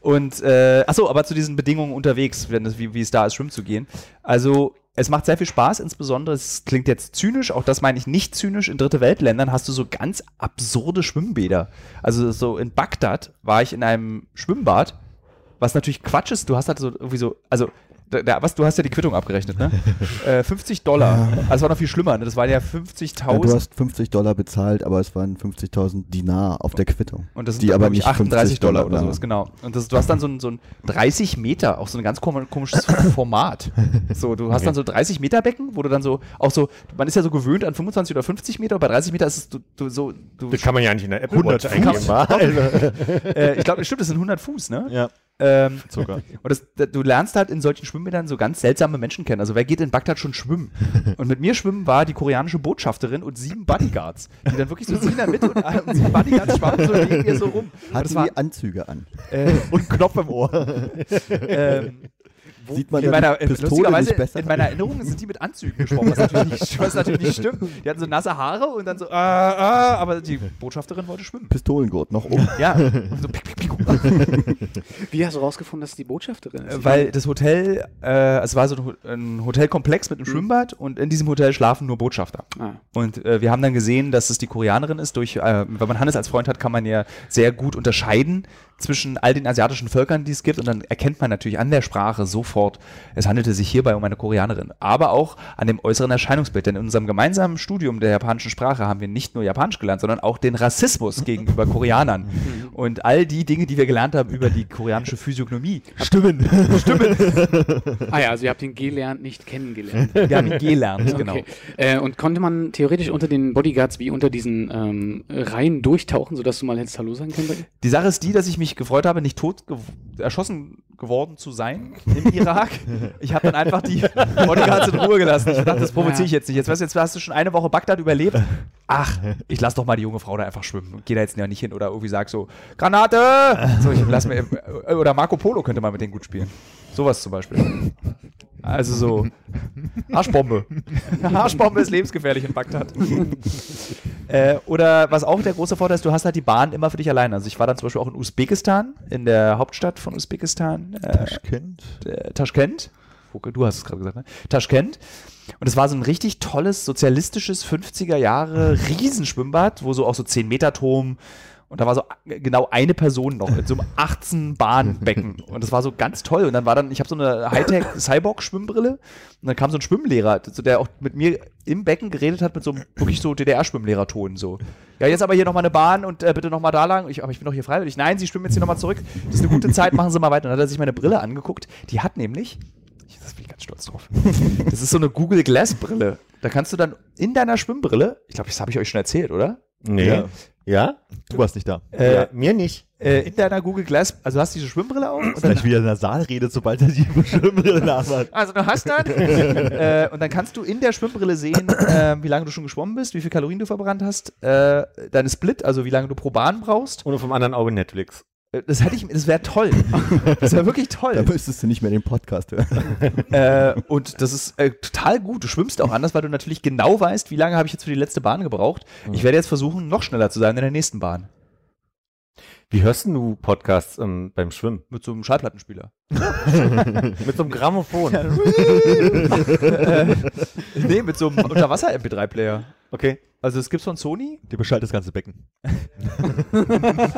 Und äh, achso, aber zu diesen Bedingungen unterwegs, wenn es, wie, wie es da ist, schwimmen zu gehen. Also es macht sehr viel Spaß, insbesondere, es klingt jetzt zynisch, auch das meine ich nicht zynisch, in dritte Weltländern hast du so ganz absurde Schwimmbäder. Also so in Bagdad war ich in einem Schwimmbad, was natürlich Quatsch ist, du hast halt so irgendwie so, also da, da, was, du hast ja die Quittung abgerechnet, [LAUGHS] ne? äh, 50 Dollar. Also das war noch viel schlimmer, ne? das waren ja Ja, du 50.000 hast 50 Dollar bezahlt, aber es waren 50.000 Dinar auf der Quittung. Und das sind die doch, aber glaub ich, nicht 38 50 Dollar oder sowas, genau. Und das, du hast dann so ein, so ein 30 Meter, auch so ein ganz kom- [COUGHS] komisches Format. So, du hast dann so 30 Meter Becken, wo du dann so, auch so, man ist ja so gewöhnt an 25 oder 50 Meter, bei 30 Meter ist es du, du, so, du, Das kann man ja nicht in der App 100 Watch eingeben, wa? äh, ich glaube, stimmt, das sind 100 Fuß, ne? Ja, Ähm, sogar. und das, da- du lernst halt in solchen Schwimmbädern so ganz seltsame Menschen kennen. Also wer geht in Bagdad schon [LAUGHS] schwimmen? Und mit mir schwimmen war die koreanische Botschafterin und sieben Bodyguards, die dann wirklich so sie in der Mitte und, äh, und sieben Bodyguards schwammen so neben ihr so rum. Und Hatten das war, die Anzüge an. äh, Und Knopf im Ohr. [LAUGHS] ähm, Sieht man in da meiner, die in, Pistole lustigerweise, nicht besser? in meiner Erinnerung sind die mit Anzügen gesprochen, was natürlich nicht, was natürlich nicht stimmt. Die hatten so nasse Haare und dann so, äh, äh, aber die Botschafterin wollte schwimmen. Pistolengurt noch [LAUGHS] um. oben. Ja, und so pick, pick, pick. Wie hast du rausgefunden, dass es die Botschafterin ist? Äh, Weil das Hotel, äh, es war so ein Ho- ein Hotelkomplex mit einem Schwimmbad und in diesem Hotel schlafen nur Botschafter. Ah. Und äh, wir haben dann gesehen, dass es die Koreanerin ist. Durch, äh, wenn man Hannes als Freund hat, kann man ja sehr gut unterscheiden, zwischen all den asiatischen Völkern, die es gibt. Und dann erkennt man natürlich an der Sprache sofort, es handelte sich hierbei um eine Koreanerin. Aber auch an dem äußeren Erscheinungsbild. Denn in unserem gemeinsamen Studium der japanischen Sprache haben wir nicht nur Japanisch gelernt, sondern auch den Rassismus gegenüber Koreanern. Und all die Dinge, die wir gelernt haben über die koreanische Physiognomie. [LAUGHS] Stimmen. Ah ja, also ihr habt ihn gelernt, [LAUGHS] nicht kennengelernt. Wir haben gelernt, genau. Okay. Äh, und konnte man theoretisch unter den Bodyguards wie unter diesen ähm, Reihen durchtauchen, sodass du mal jetzt Hallo sagen könntest? Die Sache ist die, dass ich mich gefreut habe, nicht tot gew erschossen geworden zu sein im Irak. Ich habe dann einfach die Bodyguards in Ruhe gelassen. Ich dachte, das provoziere ich jetzt nicht. Jetzt, weißt, du, jetzt hast du schon eine Woche Bagdad überlebt. Ach, ich lass doch mal die junge Frau da einfach schwimmen. und Geh da jetzt ja nicht hin oder irgendwie sag so, Granate! So, ich lass mir, äh, oder Marco Polo könnte man mit denen gut spielen. Sowas zum Beispiel. Also so, [LAUGHS] Arschbombe. Arschbombe ist lebensgefährlich in Bagdad. [LAUGHS] Äh, oder was auch der große Vorteil ist, du hast halt die Bahn immer für dich allein. Also ich war dann zum Beispiel auch in Usbekistan, in der Hauptstadt von Usbekistan, äh, Taschkent. äh, Taschkent. Wo- Du hast es gerade gesagt, ne? Taschkent. Und es war so ein richtig tolles, sozialistisches 50er Jahre Riesenschwimmbad, wo so auch so 10 Meter Turm und da war so a- genau eine Person noch in so [LAUGHS] einem 18 Bahnbecken und das war so ganz toll und dann war dann ich habe so eine Hightech Cyborg Schwimmbrille und dann kam so ein Schwimmlehrer, so der auch mit mir im Becken geredet hat mit so einem wirklich so DDR Schwimmlehrerton so. Ja, jetzt aber hier nochmal eine Bahn und äh, bitte nochmal da lang. Ich, aber ich bin doch hier freiwillig. Nein, Sie schwimmen jetzt hier nochmal zurück. Das ist eine gute Zeit, machen Sie mal weiter. Und dann hat er sich meine Brille angeguckt. Die hat nämlich ich, das bin ich ganz stolz drauf. Das ist so eine Google Glass Brille. Da kannst du dann in deiner Schwimmbrille, ich glaube, das habe ich euch schon erzählt, oder? Nee. Ja. Ja? Du warst nicht da. Äh, Mir nicht. Äh, in deiner Google Glass, also du hast diese Schwimmbrille auf und dann, Gleich wieder nasal redet, sobald er die Schwimmbrille nachhat. also du hast dann äh, und dann kannst du in der Schwimmbrille sehen, äh, wie lange du schon geschwommen bist, wie viel Kalorien du verbrannt hast, äh, deine Split, also wie lange du pro Bahn brauchst. Und vom anderen Auge Netflix. Äh, Das hätte ich, das wäre toll. Das wäre wirklich Da toll. müsstest du nicht mehr den [LAUGHS] Podcast hören. Äh, und das ist äh, total gut. Du schwimmst auch anders, weil du natürlich genau weißt, wie lange habe ich jetzt für die letzte Bahn gebraucht. Ich werde jetzt versuchen, noch schneller zu sein in der nächsten Bahn. Wie hörst denn du Podcasts ähm, beim Schwimmen? Mit so einem Schallplattenspieler. Mit so einem [LAUGHS] Grammophon. Äh, nee, mit so einem Unterwasser-MP3-Player. Okay. Also es gibt von Sony, Dir beschallt das ganze Becken.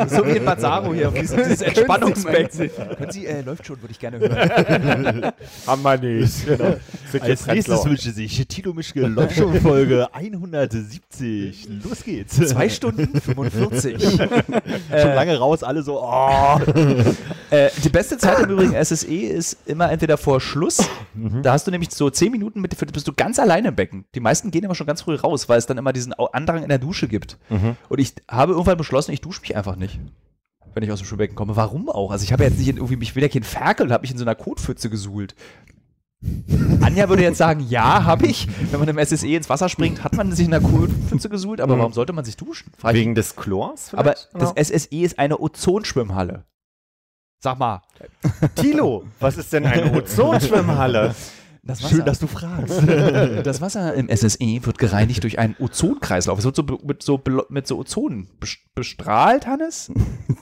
so wie in Mazzaro hier, auf diesem- dieses Entspannungsbecken. Können Sie, äh, läuft schon, würde ich gerne hören. Haben wir nicht. Genau. Als nächstes wünsche sich Tilo Mischke Lotschon Folge 170. Los geht's. Zwei Stunden 45. Schon lange raus, alle so, oh. Äh, die beste Zeit im Übrigen SSE ist immer entweder vor Schluss, Mhm. da hast du nämlich so zehn Minuten, mit, für- bist du ganz alleine im Becken. Die meisten gehen immer schon ganz früh raus, weil es dann immer diesen Au- Andrang in der Dusche gibt. Mhm. Und ich habe irgendwann beschlossen, ich dusche mich einfach nicht. Wenn ich aus dem Schwimmbecken komme. Warum auch? Also ich habe jetzt nicht in irgendwie mich wieder kein Ferkel und habe mich in so einer Kotpfütze gesuhlt. Anja würde jetzt sagen, ja, habe ich. Wenn man im SSE ins Wasser springt, hat man sich in einer Kotpfütze gesuhlt, aber warum sollte man sich duschen? Frag ich Mhm. Wegen des Chlors? aber vielleicht? Genau. das SSE ist eine Ozonschwimmhalle. Sag mal. Tilo, was ist denn eine Ozonschwimmhalle? Das Schön, dass du fragst. [LAUGHS] das Wasser im SSE wird gereinigt durch einen Ozonkreislauf. Es wird so be- mit so, belo- mit so Ozon bes- bestrahlt, Hannes,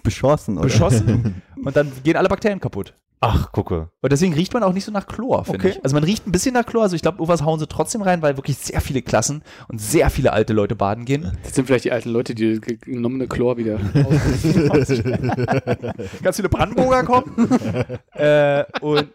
Beschossen, oder? beschossen und dann gehen alle Bakterien kaputt. Ach, gucke. Und deswegen riecht man auch nicht so nach Chlor, finde Okay. ich. Also man riecht ein bisschen nach Chlor, also ich glaube, irgendwas hauen sie trotzdem rein, weil wirklich sehr viele Klassen und sehr viele alte Leute baden [LAUGHS] gehen. Das sind vielleicht die alten Leute, die das ge- genommene Chlor wieder. [LAUGHS] ganz viele Brandenburger kommen. [LAUGHS] äh, und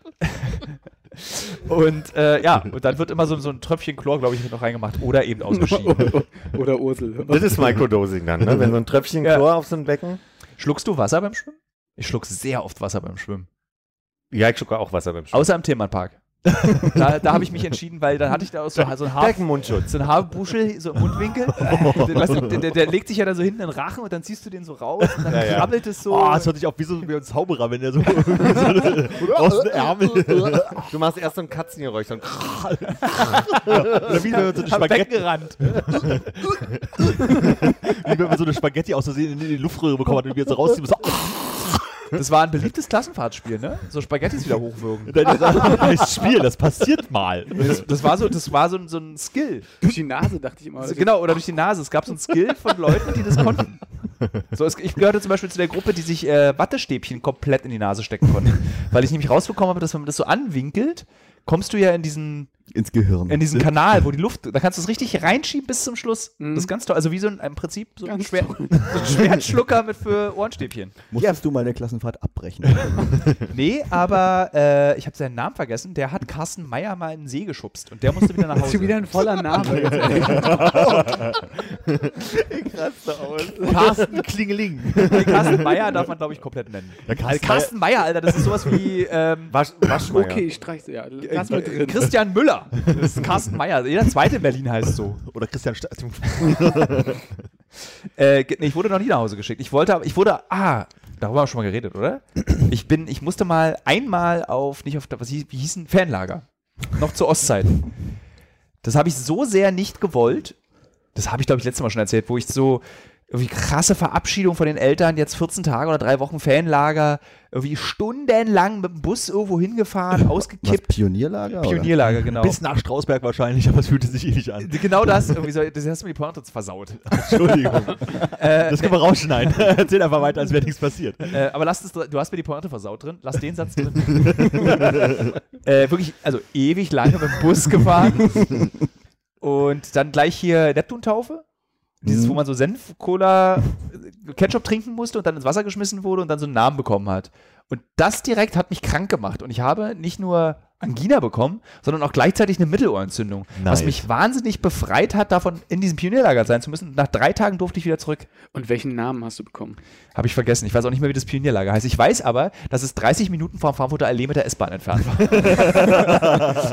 [LAUGHS] und äh, ja, und dann wird immer so, so ein Tröpfchen Chlor, glaube ich, noch reingemacht oder eben ausgeschieden. Oder Ursel. Das ist Microdosing dann, ne? Wenn so ein Tröpfchen Ja. Chlor auf so ein Becken. Schluckst du Wasser beim Schwimmen? Ich schluck sehr oft Wasser beim Schwimmen. Ja, ich schlucke auch Wasser beim Schwimmen. Außer im Themenpark. da da habe ich mich entschieden, weil dann hatte ich da auch so, so ein Haar. Beckenmundschutz. So ein Haarbuschel, so im Mundwinkel. Der- weißt du, der, der, der legt sich ja da so hinten in den Rachen und dann ziehst du den so raus und dann Ja, ja. krabbelt es so. Oh, das hört sich auch wie so wie ein Zauberer, wenn der so, [LAUGHS] so aus den Ärmel. Du machst erst so ein Katzengeräusch. So ein Oder wie wenn man so eine Am Becken Spaghetti, gerannt. wie wenn man so eine Spaghetti aus Versehen in die Luftröhre bekommen hat und die jetzt so rauszieht und so, Das war ein beliebtes Klassenfahrtspiel, ne? So Spaghettis wieder hochwürgen. Das ist das [LAUGHS] Spiel, das passiert mal. Das, das war so, das war so, ein- so ein Skill. Durch die Nase dachte ich immer. Genau, oder durch die Nase. Es gab so ein Skill von Leuten, die das konnten. So, es, ich gehörte zum Beispiel zu der Gruppe, die sich äh, Wattestäbchen komplett in die Nase stecken konnte. Weil ich nämlich rausbekommen habe, dass wenn man das so anwinkelt, kommst du ja in diesen, Ins Gehirn. in diesen Kanal, wo die Luft, da kannst du es richtig reinschieben bis zum Schluss. Das ist ganz toll. Also wie so ein, im Prinzip so ein, Mhm. Ganz Schwer, [LAUGHS] so ein Schwertschlucker mit für Ohrenstäbchen. Musstest du mal eine [LAUGHS] Klassenfahrt abbrechen? Nee, aber äh, ich habe seinen Namen vergessen. Der hat Carsten Meyer mal in den See geschubst und der musste wieder nach Das ist schon Hause. wieder [LAUGHS] ein voller Name. Carsten Klingeling. Nee, Carsten Meyer darf man, glaube ich, komplett nennen. Also Ja, Karl- Carsten Meyer, Alter, das ist sowas wie ähm, äh, Wasch, Waschmeier. okay, ich streich's. Ja, Äh, lass mal drin. Christian Müller. Das ist Carsten Meyer. Jeder zweite in Berlin heißt so. Oder Christian also Sta Äh, ge- nee, ich wurde noch nie nach Hause geschickt. Ich wollte, aber ich wurde, ah, darüber haben wir schon mal geredet, [CLEARS THROAT] oder? Ich bin, ich musste mal einmal auf, nicht auf, was hieß, wie hieß ein Fanlager? Noch zur Ostzeit. Das habe ich so sehr nicht gewollt. Das habe ich, glaube ich, letztes Mal schon erzählt, wo ich so irgendwie krasse Verabschiedung von den Eltern, jetzt 14 Tage oder drei Wochen Fanlager, irgendwie stundenlang mit dem Bus irgendwo hingefahren, Was, ausgekippt. Pionierlager? oder? Pionierlager, genau. Bis nach Strausberg wahrscheinlich, aber es fühlte sich eh nicht an. [LAUGHS] genau das, irgendwie so, das hast du mir die Pointe jetzt versaut. Entschuldigung. Äh, das können wir [LAUGHS] rausschneiden. Erzähl einfach weiter, als wäre nichts passiert. Äh, aber lass es, dr- du hast mir die Pointe versaut drin, lass den Satz drin. äh, wirklich, also ewig lange mit dem Bus gefahren. Und dann gleich hier Neptuntaufe. Dieses, wo man so Senf, Cola, äh, Ketchup trinken musste und dann ins Wasser geschmissen wurde und dann so einen Namen bekommen hat. Und das direkt hat mich krank gemacht. Und ich habe nicht nur Angina bekommen, sondern auch gleichzeitig eine Mittelohrentzündung. Was Nice. mich wahnsinnig befreit hat, davon in diesem Pionierlager sein zu müssen. Und nach drei Tagen durfte ich wieder zurück. Und welchen Namen hast du bekommen? Habe ich vergessen. Ich weiß auch nicht mehr, wie das Pionierlager heißt. Ich weiß aber, dass es 30 Minuten vom Frankfurter Allee mit der S-Bahn entfernt [LAUGHS] war.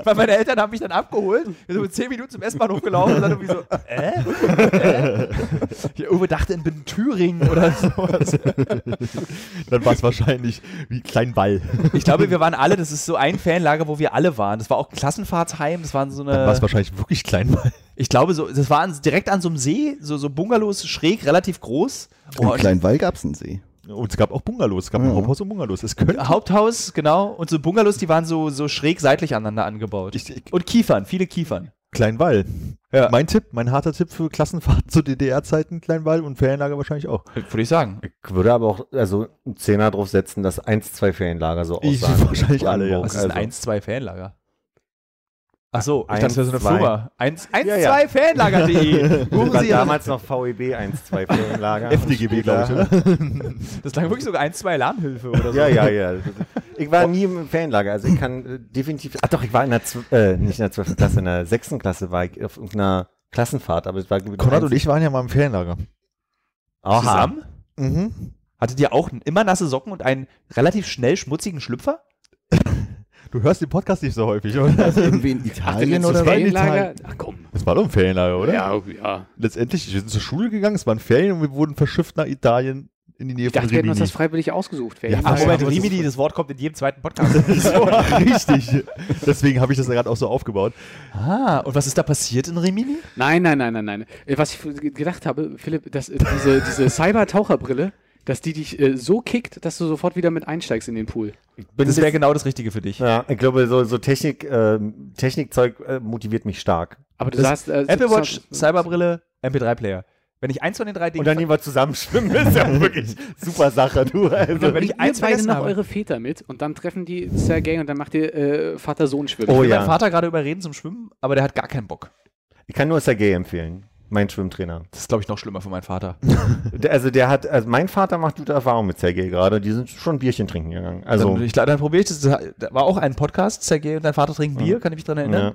Weil meine Eltern haben mich dann abgeholt, wir sind mit 10 Minuten zum S-Bahnhof gelaufen und dann irgendwie so, [LAUGHS] äh? äh? Ich irgendwo dachte, ich bin in Thüringen oder sowas. Dann war es wahrscheinlich wie klein Ball. Ich glaube, wir waren alle, das ist so ein Fanlager, wo wir alle waren. Das war auch ein Klassenfahrtsheim, das waren so [LAUGHS] Dann war es eine, wahrscheinlich wirklich klein Ball. ich glaube, so, das war an, direkt an so einem See, so, so Bungalows, schräg, relativ groß. Oh, In und- Kleinwall gab es einen See. Und es gab auch Bungalows. Es gab ein Ja. Haupthaus und Bungalows. Es könnte. Haupthaus, genau. Und so Bungalows, die waren so, so schräg seitlich aneinander angebaut. Ich, ich, Und Kiefern, viele Kiefern. Kleinwall. Ja. Mein Tipp, mein harter Tipp für Klassenfahrten zu DDR-Zeiten, Kleinwall und Ferienlager wahrscheinlich auch. Würde ich sagen. Ich würde aber auch also einen Zehner drauf setzen, dass eins, zwei Ferienlager so Ich- aussahen. Also, wahrscheinlich alle, ja. Was Was ist ein 1-2-Fanlager? Ach so, ich Eins, dachte, das wäre so eine zwei. Firma. 1-2-Fanlager.de. Ja, ja. [LAUGHS] Rufen Sie Ihre- damals noch E VEB 1, 2 [LAUGHS] Ferienlager. FDGB, glaube ich, oder? [LAUGHS] Das klang wirklich sogar 1-2-Lernhilfe oder so. Ja, ja, ja. Oh. Ich war nie im Fanlager, also ich kann äh, definitiv. Ach doch, ich war in der, zw- äh, nicht in der 12. Klasse, in der 6. Klasse war ich auf irgendeiner Klassenfahrt, aber es war Konrad und ich waren ja mal im Ferienlager. Aha. Zusammen? Mhm. Hattet ihr auch immer nasse Socken und einen relativ schnell schmutzigen Schlüpfer? Du hörst den Podcast nicht so häufig, oder? [LAUGHS] Irgendwie in Italien oder was? Ferienlager? Ach komm. Es war doch ein Ferienlager, oder? Ja, ja. Letztendlich, wir sind zur Schule gegangen, es waren Ferien und wir wurden verschifft nach Italien in die Nähe Ich dachte, von wir hätten Rimini. uns das freiwillig ausgesucht. Ach, Ach, Ferienlager. Moment, ja, aber Rimini, das Wort kommt in jedem zweiten Podcast. [LAUGHS] so, richtig. Deswegen habe ich das gerade auch so aufgebaut. [LAUGHS] ah, und was ist da passiert in Rimini? Nein, nein, nein, nein, nein. Äh, Was ich f- gedacht habe, Philipp, dass äh, diese, diese Cyber-Taucherbrille, dass die dich äh, so kickt, dass du sofort wieder mit einsteigst in den Pool. Ich bin Das das wäre genau das Richtige für dich. ja, ich glaube, so, so Technik, ähm, Technikzeug äh, motiviert mich stark. Aber du Das- sagst, äh, Apple Watch, so- so- Cyberbrille, MP3-Player. Wenn ich eins von den drei Dingen. Und dann lieber zusammen schwimmen, [LAUGHS] ist ja wirklich super Sache, du. Also. Wenn Wenn ich ich ihr eins beide vergessen noch habe. eure Väter mit und dann treffen die Sergei und dann macht ihr äh, Vater-Sohn-Schwimmen. Oh Ich will ja. meinen Vater gerade überreden zum Schwimmen, aber der hat gar keinen Bock. Ich kann nur Sergei empfehlen, mein Schwimmtrainer. Das ist, glaube ich, noch schlimmer für meinen Vater. Der, also der hat, also mein Vater macht gute Erfahrungen mit Sergei gerade. Die sind schon Bierchen trinken gegangen. Also Dann, ich, glaub, dann probiere ich das. Da war auch ein Podcast, Sergei und dein Vater trinken Bier, kann ich mich dran erinnern.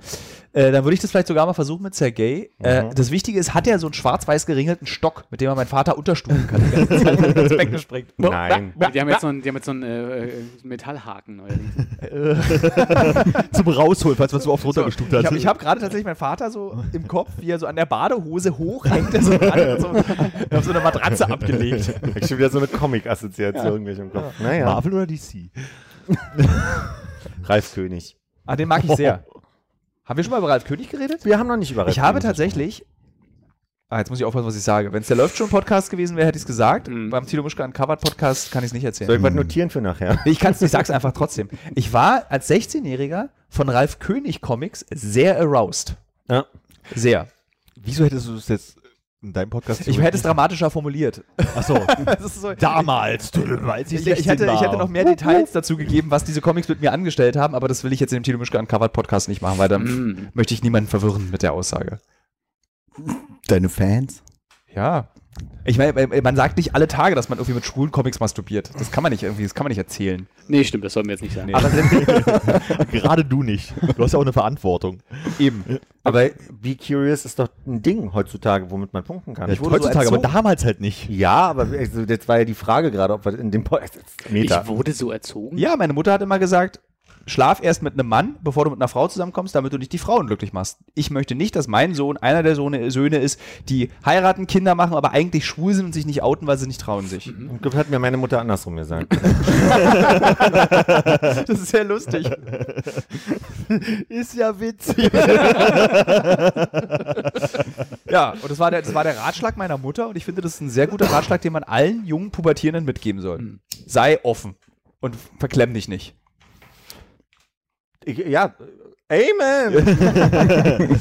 Äh, dann würde ich das vielleicht sogar mal versuchen mit Sergei. Mhm. Äh, das Wichtige ist, hat er so einen schwarz-weiß geringelten Stock, mit dem er meinen Vater unterstufen kann. Die ganze Zeit, wenn er ins Becken springt. nein. Die haben jetzt so einen, die haben jetzt so einen äh, äh, Metallhaken. neuerdings. Zum Rausholen, falls man so oft runtergestuft Ich hat. also habe ich hab gerade tatsächlich meinen Vater so im Kopf, wie er so an der Badehose hochhängt, der so an, so, auf so eine Matratze abgelegt. [LAUGHS] Ich hab schon wieder so eine Comic-Assoziation gleich im Kopf. Naja, Marvel oder DC? Ralf König. Ah, den mag ich sehr. Oh. Haben wir schon mal über Ralf König geredet? Wir haben noch nicht über Ralf Ich habe König tatsächlich. Ah, jetzt muss ich aufpassen, was ich sage. Wenn es der Läuft schon Podcast gewesen wäre, hätte ich es gesagt. Beim Tilo Mischke Uncovered Podcast kann ich es nicht gesprochen. Soll erzählen. ich was notieren für nachher? Ich, kann's, ich sag's einfach trotzdem. Ich war als 16-Jähriger von Ralf König Comics sehr aroused. Ja. Sehr. Wieso hättest du es jetzt in deinem Podcast. Ich hätte es dramatischer formuliert. Achso, Das ist so, damals, als ich, ich, hätte, ich hätte noch mehr Details dazu gegeben, was diese Comics mit mir angestellt haben, aber das will ich jetzt in dem Tilo Mischke Uncovered Podcast nicht machen, weil dann Mm. möchte ich niemanden verwirren mit der Aussage. Deine Fans? Ja. Ich meine, man sagt nicht alle Tage, dass man irgendwie mit schwulen Comics masturbiert. Das kann man nicht irgendwie, das kann man nicht erzählen. Nee, stimmt, das sollten wir jetzt nicht sagen. Aber, Gerade du nicht. Du hast ja auch [LAUGHS] eine Verantwortung. Eben. aber Be Curious ist doch ein Ding heutzutage, womit man punkten kann. wurde so erzogen. damals halt nicht. ja, aber also, jetzt war ja die Frage gerade, ob wir in dem Podcast. Meta. ich wurde so erzogen. Ja, meine Mutter hat immer gesagt, schlaf erst mit einem Mann, bevor du mit einer Frau zusammenkommst, damit du nicht die Frauen glücklich machst. Ich möchte nicht, dass mein Sohn einer der Sohne, Söhne ist, die heiraten, Kinder machen, aber eigentlich schwul sind und sich nicht outen, weil sie nicht trauen sich. Das hat mir meine Mutter andersrum gesagt. [LAUGHS] Das ist sehr lustig. ist ja witzig. Ja, und das war, der, das war der Ratschlag meiner Mutter und ich finde, das ist ein sehr guter Ratschlag, den man allen jungen Pubertierenden mitgeben soll. Sei offen und verklemm dich nicht. [LAUGHS] Ich, ja. [LAUGHS] Amen.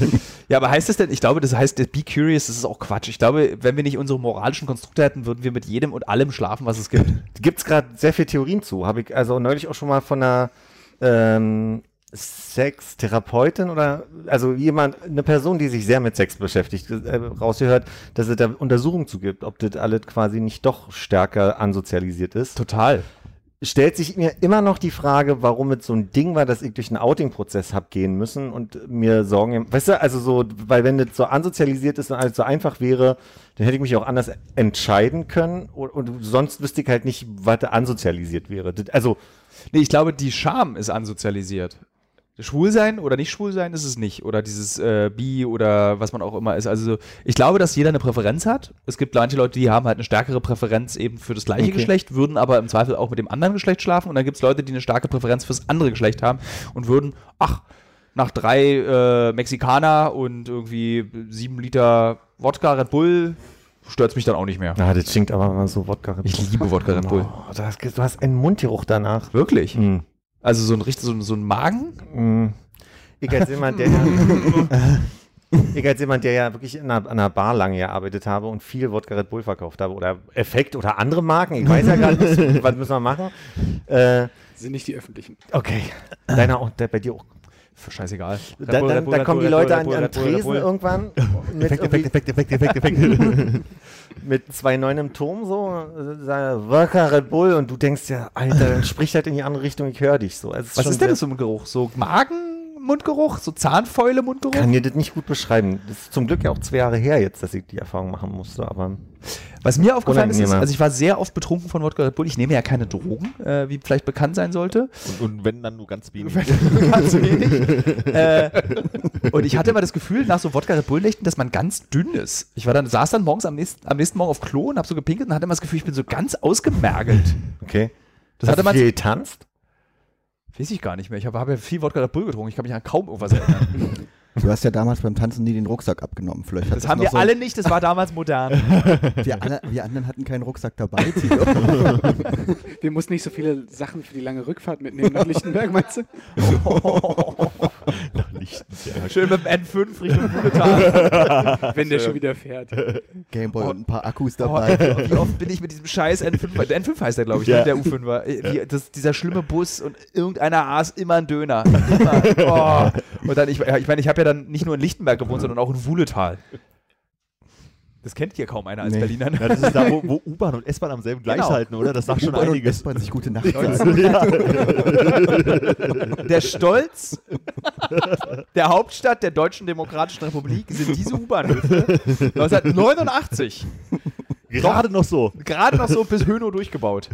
Ja, aber heißt das denn, ich glaube, das heißt, das Be Curious, das ist auch Quatsch. Ich glaube, wenn wir nicht unsere moralischen Konstrukte hätten, würden wir mit jedem und allem schlafen, was es gibt. Gibt es gerade sehr viele Theorien zu. Habe ich also neulich auch schon mal von einer ähm, Sextherapeutin oder also jemand, eine Person, die sich sehr mit Sex beschäftigt, äh, rausgehört, dass es da Untersuchungen zu gibt, ob das alles quasi nicht doch stärker ansozialisiert ist. Total. stellt sich mir immer noch die Frage, warum es so ein Ding war, dass ich durch einen Outing-Prozess hab gehen müssen und mir Sorgen, weißt du, also so, weil wenn das so ansozialisiert ist und alles so einfach wäre, dann hätte ich mich auch anders entscheiden können und, und sonst wüsste ich halt nicht, was da ansozialisiert wäre. Das, also, Nee, ich glaube, die Scham ist ansozialisiert. Schwul sein oder nicht schwul sein ist es nicht. Oder dieses äh, Bi oder was man auch immer ist. Also ich glaube, dass jeder eine Präferenz hat. Es gibt manche Leute, die haben halt eine stärkere Präferenz eben für das gleiche Geschlecht, würden aber im Zweifel auch mit dem anderen Geschlecht schlafen. Und dann gibt es Leute, die eine starke Präferenz fürs andere Geschlecht haben und würden, ach, nach drei äh, Mexikaner und irgendwie sieben Liter Wodka Red Bull stört es mich dann auch nicht mehr. na, Ah, das stinkt aber mal so Wodka. Ich liebe Wodka Red Bull. Oh, du, hast, du hast einen Mundgeruch danach. Wirklich? Mhm. Also so ein, richtig- so ein, so ein Magen? Ich als jemand, [LAUGHS] der ich als jemand, der ja wirklich in einer, an einer Bar lange gearbeitet habe und viel Wodka Red Bull verkauft habe oder Effekt oder andere Marken, ich weiß ja gar nicht, was müssen wir machen. Äh, Sind nicht die öffentlichen. okay, deiner auch, der, bei dir auch. Scheißegal. Da, dann, dann kommen die Leute an, an Tresen [LAUGHS] irgendwann mit, irgendwie Effekt, Effekt, Effekt, Effekt. [LAUGHS] mit zwei Neun im Turm so, äh, sagen, Wodka Red Bull und du denkst ja, Alter, dann sprich halt in die andere Richtung, ich höre dich so. Also es Was schon ist denn sehr- das für ein Geruch? So Magen-Mundgeruch? So Zahnfäule-Mundgeruch? kann dir das nicht gut beschreiben. Das ist zum Glück ja auch zwei Jahre her jetzt, dass ich die Erfahrung machen musste, aber Was mir aufgefallen ist, ist, Unangenehmer. also ich war sehr oft betrunken von Wodka Red Bull. Ich nehme ja keine Drogen, äh, wie vielleicht bekannt sein [LAUGHS] sollte. Und, und wenn dann nur [LAUGHS] ganz wenig. Ganz wenig. äh, und ich hatte immer das Gefühl, nach so Wodka Red Bull-Nächten, dass man ganz dünn ist. Ich war dann, saß dann morgens am nächsten, am nächsten Morgen auf Klo und habe so gepinkelt und hatte immer das Gefühl, ich bin so ganz ausgemergelt. okay. Das Hast hatte du man- viel getanzt? Weiß ich gar nicht mehr. Ich habe hab ja viel Wodka Red Bull getrunken. Ich kann mich an kaum irgendwas [LAUGHS] erinnern. Du hast ja damals beim Tanzen nie den Rucksack abgenommen. Vielleicht hat Das haben noch wir so- alle nicht. Das war damals modern. Wir, alle, wir anderen hatten keinen Rucksack dabei. [LAUGHS] Tilo. Wir mussten nicht so viele Sachen für die lange Rückfahrt mitnehmen [LAUGHS] nach Lichtenberg, meinst du? Schön mit dem N5 Richtung [LAUGHS] Blumenthal. Wenn der schon [LAUGHS] wieder fährt. Gameboy und ein paar Akkus Oh, dabei. wie oft bin ich mit diesem scheiß N5, der N5 heißt der, glaube ich, Ja. ne? der U5er. Äh, Wie, das, dieser schlimme Bus und irgendeiner aß immer einen Döner. Immer. Oh. Und dann, ich meine, ich, mein, ich habe ja dann nicht nur in Lichtenberg gewohnt, sondern auch in Wuhletal. Das kennt hier kaum einer als Nee. Berliner. ne? Ja, das ist da, wo, wo U-Bahn und S-Bahn am selben Gleis Genau. halten, oder? Das sagt schon U-Bahn und einiges. S-Bahn sich gute Nacht sagen. Der Stolz der Hauptstadt der Deutschen Demokratischen Republik sind diese U-Bahnhöfe [LAUGHS] 1989. Gerade noch so. gerade noch so bis Höno durchgebaut.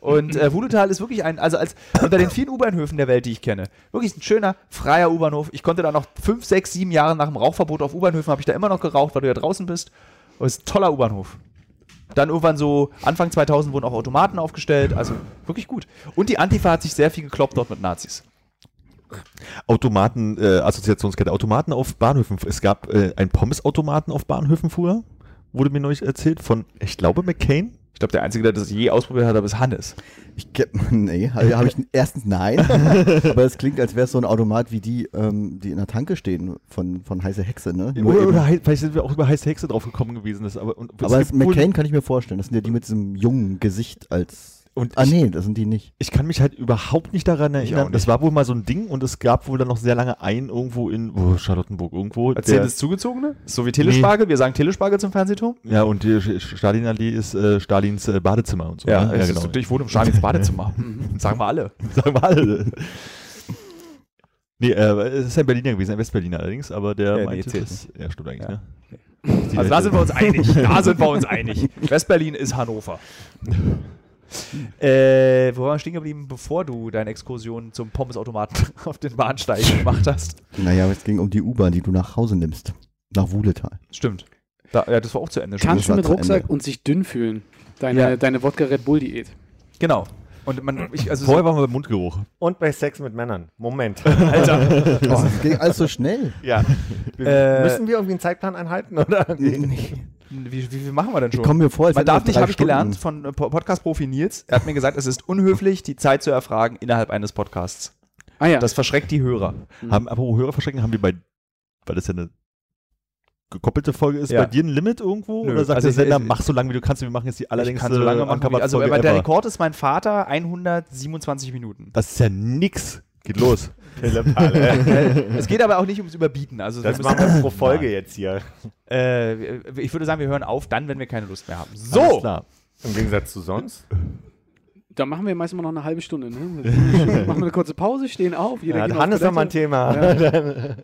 Und äh, Wudetal ist wirklich ein, also als unter den vielen U-Bahnhöfen der Welt, die ich kenne, wirklich ein schöner, freier U-Bahnhof. Ich konnte da noch fünf, sechs, sieben Jahre nach dem Rauchverbot auf U-Bahnhöfen, habe ich da immer noch geraucht, weil du ja draußen bist. Und es ist ein toller U-Bahnhof. Dann irgendwann so Anfang 2000 wurden auch Automaten aufgestellt, also wirklich gut. Und die Antifa hat sich sehr viel gekloppt dort mit Nazis. Automaten, äh, Assoziationskette, Automaten auf Bahnhöfen. Es gab äh, einen Pommesautomaten auf Bahnhöfen früher, wurde mir neulich erzählt, von, ich glaube, McCain. Ich Ich glaube, der Einzige, der das je ausprobiert hat, aber ist Hannes. Ich ge- nee, habe hab ich erstens [LAUGHS] nein, aber es klingt, als wäre es so ein Automat wie die, ähm, die in der Tanke stehen von, von heiße Hexe, ne? Nur Oder, eben- oder hei- vielleicht sind wir auch über heiße Hexe drauf gekommen gewesen. Das, aber und, aber es es gibt wohl- McCain kann ich mir vorstellen. Das sind ja die mit diesem jungen Gesicht als. und Ah ich, nee, das sind die nicht. ich kann mich halt überhaupt nicht daran erinnern. auch Das war wohl mal so ein Ding und es gab wohl dann noch sehr lange einen irgendwo in oh, Charlottenburg irgendwo. Erzählt der- das Zugezogene? Ist So wie Telespargel? Wir sagen Telespargel zum Fernsehturm? Ja, und die Sch- Stalinallee ist äh, Stalins äh, Badezimmer und so. ne? es ist- Ich wohne im Schalins [LAUGHS] Badezimmer. sagen wir alle. Sagen wir alle. nee, äh, es ist ein Berliner gewesen, ein Westberliner allerdings, aber der Ja, meinte, nee, das, ja, stimmt eigentlich, Ja. ne? Die Also da Leute- sind wir uns einig. [LAUGHS] Da sind wir uns einig. Westberlin ist Hannover. Äh, wo waren wir stehen geblieben, bevor du deine Exkursion zum Pommesautomaten [LAUGHS] auf den Bahnsteig gemacht hast? Naja, aber es ging um die U-Bahn, die du nach Hause nimmst. Nach Wuhletal. Stimmt. Da, ja, das war auch zu Ende. schon. Kann- Kannst du mit Satz zu Rucksack Ende. und sich dünn fühlen. Deine, Ja. deine Wodka Red Bull Diät. Genau. Und man, ich, also Vorher waren wir beim Mundgeruch. Und bei Sex mit Männern. [LAUGHS] Moment. [LAUGHS] Alter. Oh, es ging alles so schnell. ja. Äh, Müssen wir irgendwie einen Zeitplan einhalten? Oder? Wie, wie, wie machen wir denn schon? Ich komme mir vor, als Man hätten wir darf nicht, drei habe ich Stunden. gelernt von äh, Po- Podcast-Profi Nils. Er hat mir gesagt, es ist unhöflich, die Zeit zu erfragen innerhalb eines Podcasts. Ah ja, Das verschreckt die Hörer. Haben, apropos Hörer verschenken, haben wir bei, weil das ja eine gekoppelte Folge ist, Ja. bei dir ein Limit irgendwo? Nö, Oder sagt also der ich- Sender, ich- mach so lange, wie du kannst, wir machen jetzt die ich allerdings äh, kann so lange machen. wie- Also aber der der Rekord ist mein Vater 127 Minuten. Das ist ja nix. [LAUGHS] Geht los. [LAUGHS] es geht aber auch nicht ums Überbieten. Also wir Das müssen, machen wir pro Folge jetzt hier. äh, ich würde sagen, wir hören auf, dann, wenn wir keine Lust mehr haben. Alles So, klar. Im Gegensatz zu sonst. da machen wir meist immer noch eine [LAUGHS] halbe Stunde. Ne? machen wir eine kurze Pause, stehen auf. Jeder Ja, geht mal auf Hannes Toilette. nochmal ein Thema.